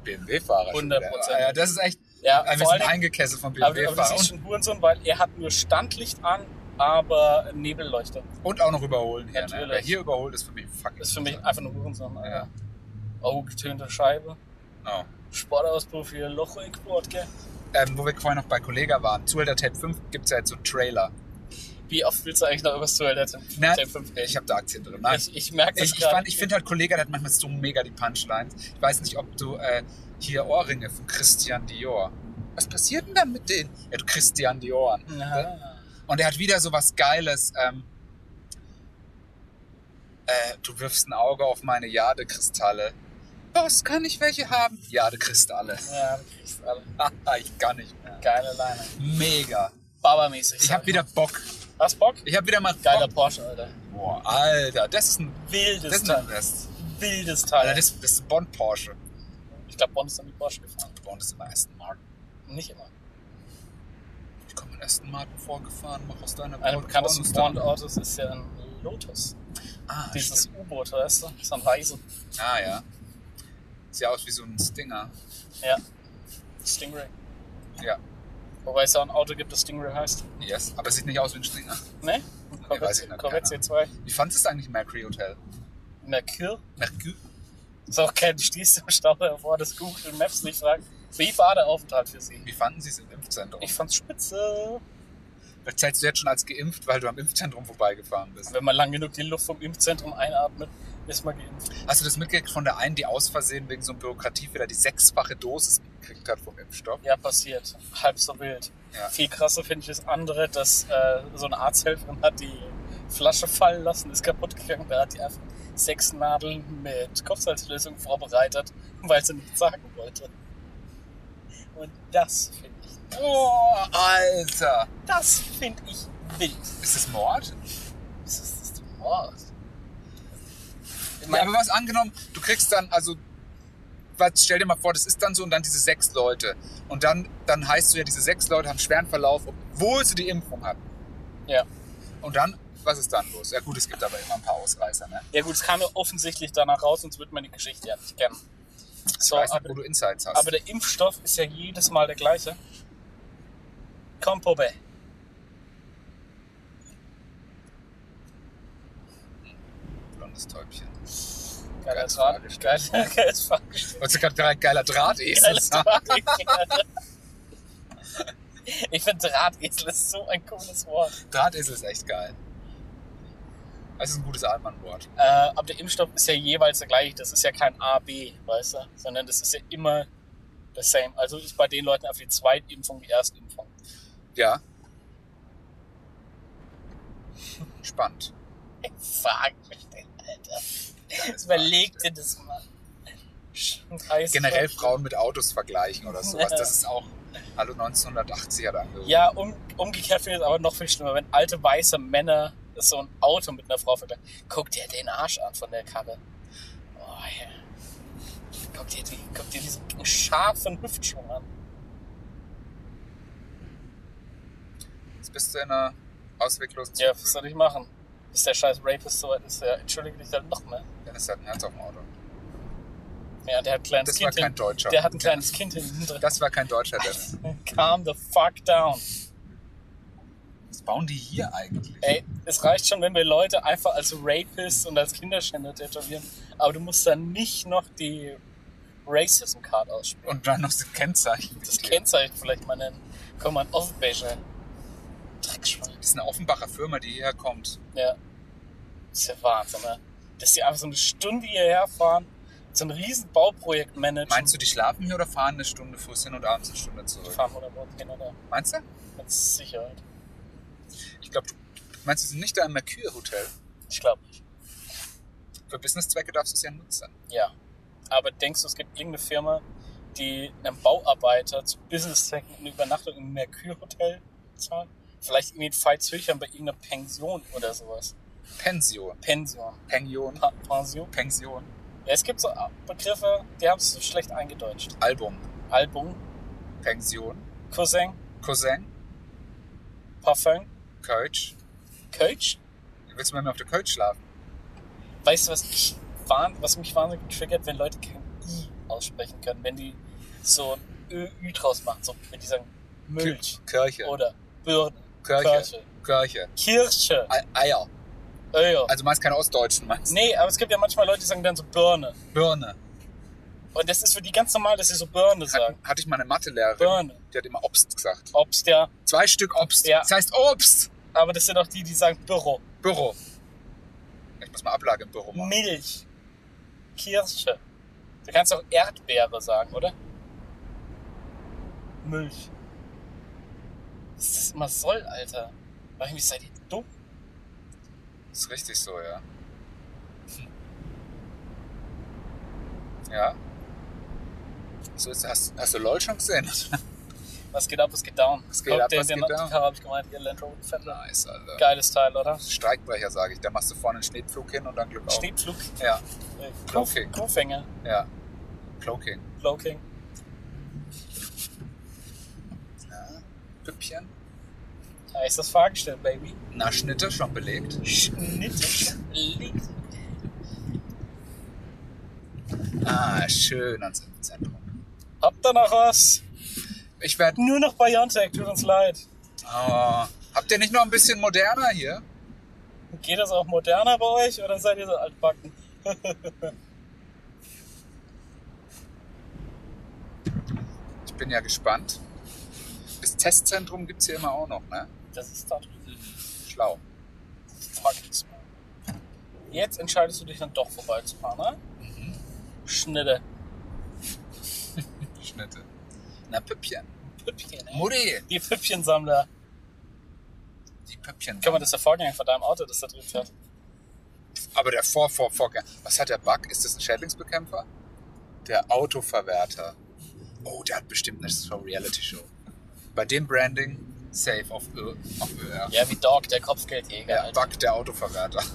S2: BMW-Fahrer. schon wieder.
S3: 100%.
S2: Ja, das ist echt.
S3: Ja, vor
S2: Wir sind
S3: allem,
S2: eingekesselt von
S3: aber, aber das
S2: BMW-Fahrern.
S3: ist
S2: Und,
S3: schon Hurensohn, weil er hat nur Standlicht an, aber Nebelleuchter.
S2: und auch noch überholen hier. Ne?
S3: Natürlich.
S2: Wer hier überholt, ist für mich fucking.
S3: Das ist für mich einfach nur Hurensohn. Alter.
S2: Ja,
S3: Oh, getönte Scheibe.
S2: genau.
S3: Sportauspuff hier, Loch im Sport, gell?
S2: Ähm, wo wir vorhin noch bei Kollega waren, Zuhälter Tape 5 gibt es ja jetzt so einen Trailer.
S3: Wie oft willst du eigentlich noch über Sueldet?
S2: Na, ich habe da Aktien drin. Nein,
S3: Ich, ich merke das
S2: Ich, ich,
S3: gerade.
S2: fand- ich finde halt, Kollege, der hat manchmal so mega die Punchlines. Ich weiß nicht, ob du äh, hier Ohrringe von Christian Dior. Was passiert denn dann mit denen? Ja, du Christian Dior.
S3: Ja.
S2: Und er hat wieder so was Geiles. Ähm, äh, du wirfst ein Auge auf meine Jadekristalle. Boss, kann ich welche haben? Jadekristalle.
S3: ja, du kriegst alle.
S2: Haha, ich kann nicht mehr.
S3: Geile Leine.
S2: Mega.
S3: Babamäßig.
S2: Ich
S3: sag
S2: hab wieder Bock.
S3: mal. Was, Bock?
S2: Ich hab wieder mal
S3: Geiler
S2: Bock.
S3: Porsche, Alter.
S2: Boah, Alter, das ist ein. Das
S3: Wildes
S2: ist ein
S3: Teil.
S2: das,
S3: Wildes
S2: Alter,
S3: Teil.
S2: das, das ist ein Bond Porsche.
S3: Ich glaube, Bond ist dann mit Porsche gefahren.
S2: Bond ist immer Aston Martin.
S3: Nicht immer.
S2: Ich komme in Aston Martin vorgefahren, mach aus deiner
S3: Einer der
S2: Bord-
S3: bekanntesten
S2: Pornostar.
S3: Bond-Autos ist ja ein Lotus.
S2: Ah,
S3: Dieses
S2: stimmt.
S3: U-Boot, weißt du? Ist ein Reise.
S2: ah, ja. Sieht aus wie so ein Stinger.
S3: Ja. Stingray.
S2: Ja.
S3: Wobei es ja ein Auto gibt, das Stingray heißt.
S2: Yes. Aber sieht nicht aus wie ein Stinger.
S3: Ne?
S2: weiß ich
S3: Corvette,
S2: nicht,
S3: Corvette
S2: keine
S3: C2.
S2: Wie fandest du es eigentlich im Mercury Hotel?
S3: Mercure.
S2: Mercury?
S3: Ist auch kein Stieß im Stau davor, das Google Maps nicht fragt. Wie war der Aufenthalt für Sie?
S2: Wie fanden sie es im Impfzentrum?
S3: Ich fand's spitze.
S2: Vielleicht zählst du jetzt schon als geimpft, weil du am Impfzentrum vorbeigefahren bist.
S3: Wenn man lang genug die Luft vom Impfzentrum einatmet, ist man geimpft.
S2: Hast du das mitgekriegt von der einen, die aus Versehen wegen so einer Bürokratie wieder die sechsfache Dosis gekriegt hat vom Impfstoff?
S3: Ja, passiert. Halb so wild.
S2: Ja.
S3: Viel krasser finde ich das andere, dass äh, so eine Arzthelferin hat die Flasche fallen lassen, ist kaputt gegangen. Da hat die einfach sechs Nadeln mit Kochsalzlösung vorbereitet, weil sie nichts sagen wollte. Und das finde ich,
S2: Boah, Alter!
S3: das finde ich wild.
S2: Ist das Mord?
S3: Was ist das denn? Oh. Ich
S2: Ja,
S3: meine,
S2: aber was angenommen, du kriegst dann, also, was, stell dir mal vor, das ist dann so und dann diese sechs Leute. Und dann, dann heißt du ja, diese sechs Leute haben schweren Verlauf, obwohl sie die Impfung hatten.
S3: ja.
S2: Und dann, was ist dann los? Ja gut, es gibt aber immer ein paar Ausreißer, ne?
S3: ja gut, es kam ja offensichtlich danach raus, sonst wird man die Geschichte ja nicht kennen. So,
S2: Ich weiß nicht,
S3: aber,
S2: wo du Insights hast.
S3: aber der Impfstoff ist ja jedes Mal der gleiche. Komm, Puppe.
S2: Blondes Täubchen.
S3: Geiler
S2: Geiles
S3: Draht.
S2: Fahrgestell.
S3: Geiler geiles Fahrgestell.
S2: Wolltest du gerade gerade geiler Drahtesel
S3: Geiles
S2: sagen?
S3: Fahrgestell. Ich finde Drahtesel ist so ein cooles Wort.
S2: Drahtesel ist echt geil. Das ist ein gutes Altmann-Wort.
S3: Äh, aber der Impfstoff ist ja jeweils der gleiche. Das ist ja kein A, B, weißt du? Sondern das ist ja immer das same. Also ist bei den Leuten auf die Zweitimpfung die Erstimpfung.
S2: Ja. Spannend.
S3: Fahrgestell, Alter.
S2: Geiles
S3: Überleg dir das mal. Scheiße.
S2: generell Frauen mit Autos vergleichen oder sowas. Das ist auch, hallo 1980 hat angerufen.
S3: Ja, um, umgekehrt finde ich es aber noch viel schlimmer, wenn alte weiße Männer so ein Auto mit einer Frau vergleichen. Guck dir den Arsch an von der Karre. Oh, ja. Guck dir, die, guck dir diesen scharfen Hüftschwung an.
S2: Jetzt bist du in einer ausweglosen
S3: Ja, was
S2: Zukunft.
S3: soll ich machen? Ist der scheiß Rapist so weit ist, der entschuldige dich dann noch mehr.
S2: Dann ist halt ein Herz auf dem Auto.
S3: Ja, der hat ein kleines
S2: Das war
S3: Kind.
S2: kein
S3: hin-
S2: Deutscher.
S3: der hat ein kleines Kind hinten drin.
S2: Das war kein Deutscher, Dennis.
S3: Calm the fuck down.
S2: Was bauen die hier eigentlich?
S3: Ey, es reicht schon, wenn wir Leute einfach als Rapists und als Kinderschänder tätowieren. Aber du musst dann nicht noch die Racism Card ausspielen.
S2: Und dann noch das Kennzeichen.
S3: Das
S2: mitgeben.
S3: Kennzeichen vielleicht mal nennen. Komm mal, ein Offenbacher. Dreckschwein.
S2: Das ist eine Offenbacher Firma, die hierher kommt.
S3: Ja. Ist ja Wahnsinn, ne? Dass die einfach so eine Stunde hierher fahren, so ein riesen Bauprojekt managen.
S2: Meinst du, die schlafen hier oder fahren eine Stunde früh hin und abends eine Stunde
S3: Die
S2: zurück?
S3: fahren oder genau da.
S2: Meinst du?
S3: Mit Sicherheit.
S2: Ich glaube, du meinst, du sind nicht da im Mercure Hotel.
S3: Ich glaube nicht.
S2: Für Businesszwecke darfst du es ja nutzen.
S3: Ja. Aber denkst du, es gibt irgendeine Firma, die einem Bauarbeiter zu Businesszwecken eine Übernachtung im Mercure-Hotel zahlt? Vielleicht irgendwie in Veitshöchern bei irgendeiner Pension oder sowas.
S2: Pension.
S3: Pension.
S2: Pension.
S3: Pa Pension.
S2: Pension.
S3: Ja, es gibt so Begriffe, die haben es so schlecht eingedeutscht.
S2: Album.
S3: Album,
S2: Pension.
S3: Cousin,
S2: Cousin.
S3: Parfum,
S2: Coach.
S3: Coach.
S2: Willst du mit mir auf der Coach schlafen?
S3: Weißt du, was, ich wahn, was mich wahnsinnig triggert, wenn Leute kein I aussprechen können, wenn die so ein Ö, Ü draus machen, so wenn die sagen Milch
S2: Kirche.
S3: oder Birne,
S2: Kirche. Kirche.
S3: Kirche,
S2: Ei- Eier.
S3: Öl.
S2: Ah, Also du meinst keine Ostdeutschen, meinst du?
S3: Nee, aber es gibt ja manchmal Leute, die sagen dann so Birne.
S2: Birne.
S3: Und das ist für die ganz normal, dass sie so Birne
S2: Hat,
S3: sagen.
S2: hatte ich mal eine Mathelehrerin.
S3: Birne.
S2: Die hat immer Obst gesagt.
S3: Obst ja,
S2: Zwei Stück Obst.
S3: Ja.
S2: Das heißt Obst.
S3: aber das sind auch die, die sagen Büro,
S2: Büro. Ich muss mal Ablage im Büro machen.
S3: Milch, Kirsche. Du kannst auch Erdbeere sagen, oder? Milch. Was das immer soll, Alter? Mach ich mich, seid ihr dumm?
S2: Ist richtig so, ja. Hm. Ja. So ist, hast, hast du LOL schon gesehen?
S3: Was geht ab, was geht down?
S2: Was geht ab,
S3: der,
S2: was
S3: der
S2: geht down? Genau.
S3: Karre hab ich gemeint, ihr Land Rover Defender.
S2: Nice, Alter.
S3: Geiles Teil, oder?
S2: Streikbrecher, sage ich. Da machst du vorne einen Schneepflug hin und dann Glück auf.
S3: Stehpflug,
S2: Ja,
S3: äh,
S2: Cloaking.
S3: Clou- Cloufänger,
S2: ja. Cloaking.
S3: Cloaking.
S2: Püppchen.
S3: Da Ah, ist das Fahrgestell, Baby.
S2: Na, Schnitte schon belegt.
S3: Schnitt, liegt.
S2: Ah, schön ans Zentrum.
S3: Habt ihr noch was?
S2: Ich werde.
S3: Nur noch Biontech, tut uns leid.
S2: Oh, habt ihr nicht noch ein bisschen moderner hier?
S3: Geht das auch moderner bei euch oder seid ihr so altbacken?
S2: Ich bin ja gespannt. Das Testzentrum gibt's hier immer auch noch, ne?
S3: Das ist da drüben.
S2: Schlau.
S3: Fuck it's mal. Jetzt entscheidest du dich dann doch vorbeizufahren, ne? Mhm. Schnitte.
S2: Schnitte. Na, Püppchen.
S3: Püppchen, ey.
S2: Mutti.
S3: Die Püppchensammler.
S2: Die Püppchen.
S3: Kann man das der Vorgänger von deinem Auto, das da drin fährt?
S2: Aber der vor vor Vorgänger. Was hat der Bug? Ist das ein Schädlingsbekämpfer? Der Autoverwerter. Oh, der hat bestimmt eine so Reality-Show. Bei dem Branding, safe auf, Ö, auf ÖR.
S3: Ja, wie Dog, der eh, Kopfgeldjäger,
S2: Der
S3: Alter.
S2: Bug, der Autoverwerter.
S3: Ach,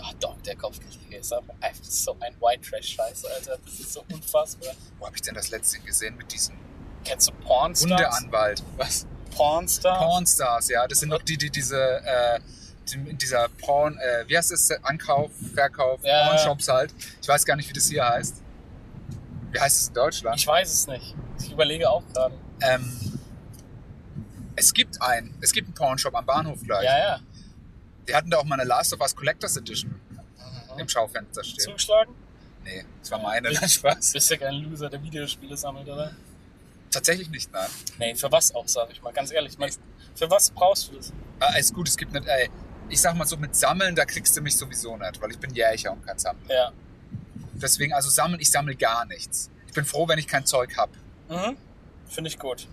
S3: Ah, Dog, der Kopfgeldjäger ist aber einfach so ein White Trash-Scheiß, Alter. Das ist so unfassbar.
S2: Wo habe ich denn das letzte gesehen mit diesem
S3: Kennst du Pornstars?
S2: Hundeanwalt? Was?
S3: Pornstars?
S2: Pornstars, ja. Das sind doch die, die diese, äh, die, in dieser Porn, äh, wie heißt das? Ankauf, Verkauf,
S3: Ja, ja.
S2: Pornshops halt. Ich weiß gar nicht, wie das hier heißt. Wie heißt es in Deutschland?
S3: Ich weiß es nicht. Ich überlege auch gerade.
S2: Ähm, es gibt einen, es gibt einen Pornshop am Bahnhof gleich.
S3: Ja, ja.
S2: Die hatten da auch mal eine Last of Us Collectors Edition im Schaufenster stehen.
S3: Zugeschlagen?
S2: Nee, das war meine, nein, Spaß.
S3: Bist ja kein Loser, der Videospiele sammelt, oder?
S2: Tatsächlich nicht, nein.
S3: Nee, für was auch, sag ich mal, ganz ehrlich. Man, für was brauchst du das?
S2: Ah, ist gut, es gibt nicht, ey, ich sag mal so, mit Sammeln, da kriegst du mich sowieso nicht, weil ich bin Jährcher und kein Sammler.
S3: Ja.
S2: Deswegen, also sammeln, ich sammle gar nichts. Ich bin froh, wenn ich kein Zeug hab.
S3: Mhm. Finde ich gut.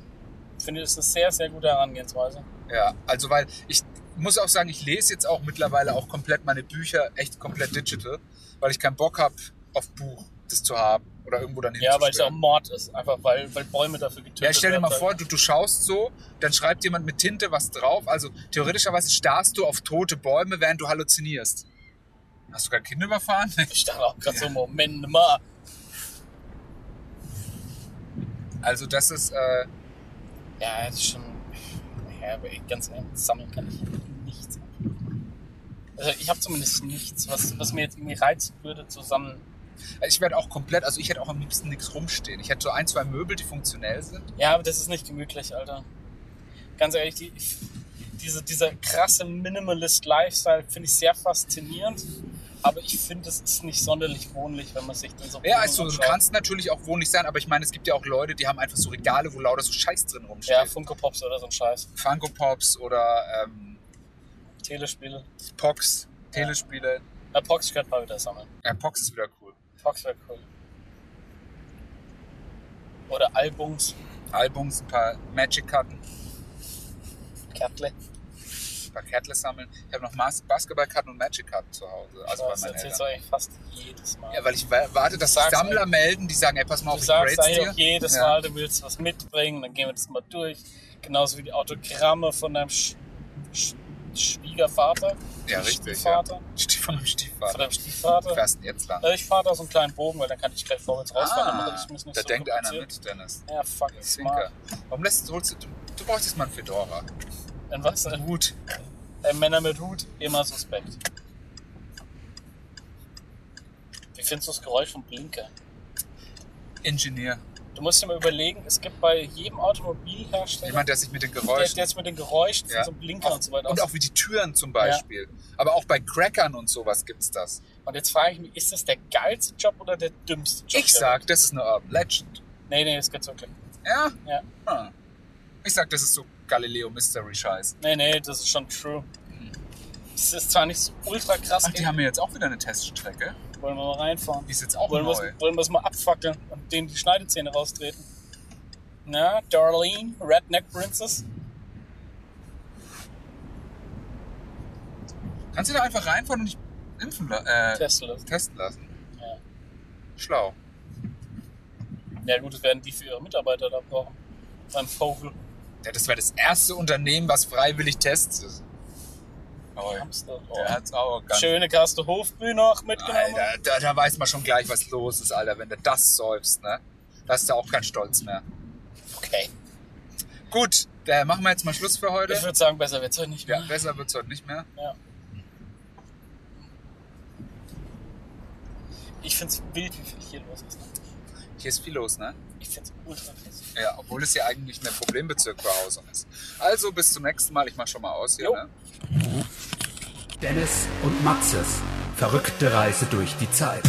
S3: Finde ich, das ist eine sehr, sehr gute Herangehensweise.
S2: Ja, also weil ich muss auch sagen, ich lese jetzt auch mittlerweile auch komplett meine Bücher echt komplett digital, weil ich keinen Bock hab auf Buch, das zu haben oder irgendwo dann
S3: Ja, weil es ja auch
S2: hinzustellen.
S3: Mord ist. Einfach weil, weil Bäume dafür getötet werden.
S2: Ja, stell dir mal
S3: Weil-
S2: vor, du, du schaust so, dann schreibt jemand mit Tinte was drauf. Also theoretischerweise starrst du auf tote Bäume, während du halluzinierst. Hast du kein Kind überfahren?
S3: Ich dachte auch gerade so, Moment mal.
S2: Also das ist, äh,
S3: Ja, das ist schon. Ja, aber ey, ganz ehrlich, sammeln kann ich nichts. Also ich habe zumindest nichts, was, was mir jetzt irgendwie reizen würde, zusammen.
S2: ich werde auch komplett, also ich hätte auch am liebsten nichts rumstehen. Ich hätte so ein, zwei Möbel, die funktionell sind.
S3: Ja, aber das ist nicht gemütlich, Alter. Ganz ehrlich, die, ich, diese, dieser krasse Minimalist-Lifestyle finde ich sehr faszinierend. Aber ich finde, es ist nicht sonderlich wohnlich, wenn man sich dann so.
S2: Ja,
S3: Wohnungen
S2: also du
S3: anschaut.
S2: kannst natürlich auch wohnlich sein, aber ich meine, es gibt ja auch Leute, die haben einfach so Regale, wo lauter so Scheiß drin rumsteht.
S3: Ja, Funko Pops oder so ein Scheiß.
S2: Funko Pops oder ähm,
S3: Telespiele.
S2: Pox, Telespiele.
S3: Na, Pox könnte mal wieder sammeln.
S2: Ja, Äh, Pox ist wieder cool.
S3: Pox wäre cool. Oder Albums.
S2: Albums, ein paar Magic-Karten.
S3: Kärtle.
S2: ein paar Kärtle sammeln. Ich habe noch Mas- Basketballkarten und Magic-Karten zu Hause. Also bei
S3: Das
S2: meinen
S3: erzählst
S2: Eltern.
S3: du eigentlich fast jedes Mal.
S2: Ja, weil ich wa- warte, dass
S3: Du
S2: sich
S3: sagst
S2: Sammler
S3: eigentlich-
S2: melden, die sagen, ey, pass mal auf,
S3: du
S2: ich
S3: sagst
S2: grades
S3: eigentlich
S2: dir.
S3: auch jedes
S2: Ja.
S3: Mal, du willst was mitbringen, dann gehen wir das mal durch. Genauso wie die Autogramme von deinem Sch Sch Schwiegervater.
S2: Ja, richtig. Ja.
S3: Stiefvater.
S2: Stief- Von meinem
S3: Von
S2: Stiefvater.
S3: deinem Stiefvater.
S2: Fährst denn jetzt lang?
S3: Äh, Ich fahre da so einen kleinen Bogen, weil dann kann ich gleich vorwärts rausfahren. dann mache
S2: Ah,
S3: ich mich nicht
S2: da
S3: so
S2: denkt einer
S3: kompliziert.
S2: mit, Dennis.
S3: Ja, fucking
S2: Zwinker.
S3: smart.
S2: Warum lässt holst du, du, du brauchst jetzt mal einen Fedora.
S3: Dann was? Ein
S2: Gut.
S3: Männer mit Hut, immer suspekt. Wie findest du das Geräusch vom Blinker?
S2: Ingenieur.
S3: Du musst dir mal überlegen, es gibt bei jedem Automobilhersteller,
S2: Jemand, der sich mit den
S3: Also der, der
S2: Geräuschen.
S3: jetzt mit den Geräuschen
S2: Ja.
S3: von so einem Blinker und so weiter
S2: Und auch wie die Türen zum Beispiel. Aber auch bei Crackern und sowas gibt's das.
S3: Und jetzt frage ich mich, ist das der geilste Job oder der dümmste Job?
S2: Ich sag, das ist eine Urban Legend.
S3: Nee, nee, das geht's wirklich.
S2: Ja?
S3: Ja.
S2: Hm. Ich sag, das ist so Galileo Mystery Scheiß.
S3: Nee, nee, das ist schon true. Das ist zwar nicht so ultra krass,
S2: Ach, die haben ja jetzt auch wieder eine Teststrecke.
S3: wollen wir mal reinfahren.
S2: Die ist jetzt auch
S3: Wollen
S2: neu.
S3: wir, wollen wir es mal abfackeln und denen die Schneidezähne raustreten? Na, Darlene, Redneck Princess?
S2: Kannst du da einfach reinfahren und dich impfen la äh,
S3: Testen lassen.
S2: testen lassen?
S3: Ja.
S2: Schlau.
S3: ja gut, das werden die für ihre Mitarbeiter da brauchen. Beim Vogel.
S2: Ja, das wäre das erste Unternehmen, was freiwillig testet. Oh,
S3: Hamster. Oh.
S2: der hat's auch ganz
S3: Schöne Kaste Hofbühne auch mitgenommen.
S2: Alter, da, da weiß man schon gleich, was los ist, Alter, wenn du das säufst, ne? Da hast du auch keinen Stolz mehr.
S3: Okay.
S2: Gut, äh, machen wir jetzt mal Schluss für
S3: Ich
S2: heute.
S3: würde sagen, besser wird's heute nicht
S2: Ja,
S3: mehr.
S2: besser wird's heute nicht mehr.
S3: Ja. Ich find's wild, wie viel hier los ist. ne?
S2: Hier ist viel los, ne?
S3: Ich find's ultra fest.
S2: Ja, obwohl es ja eigentlich ein Problembezirk für Hausung ist. Also bis zum nächsten Mal. Ich mach schon mal aus hier,
S3: Jo.
S2: ne?
S1: Dennis und Maxes verrückte Reise durch die Zeit.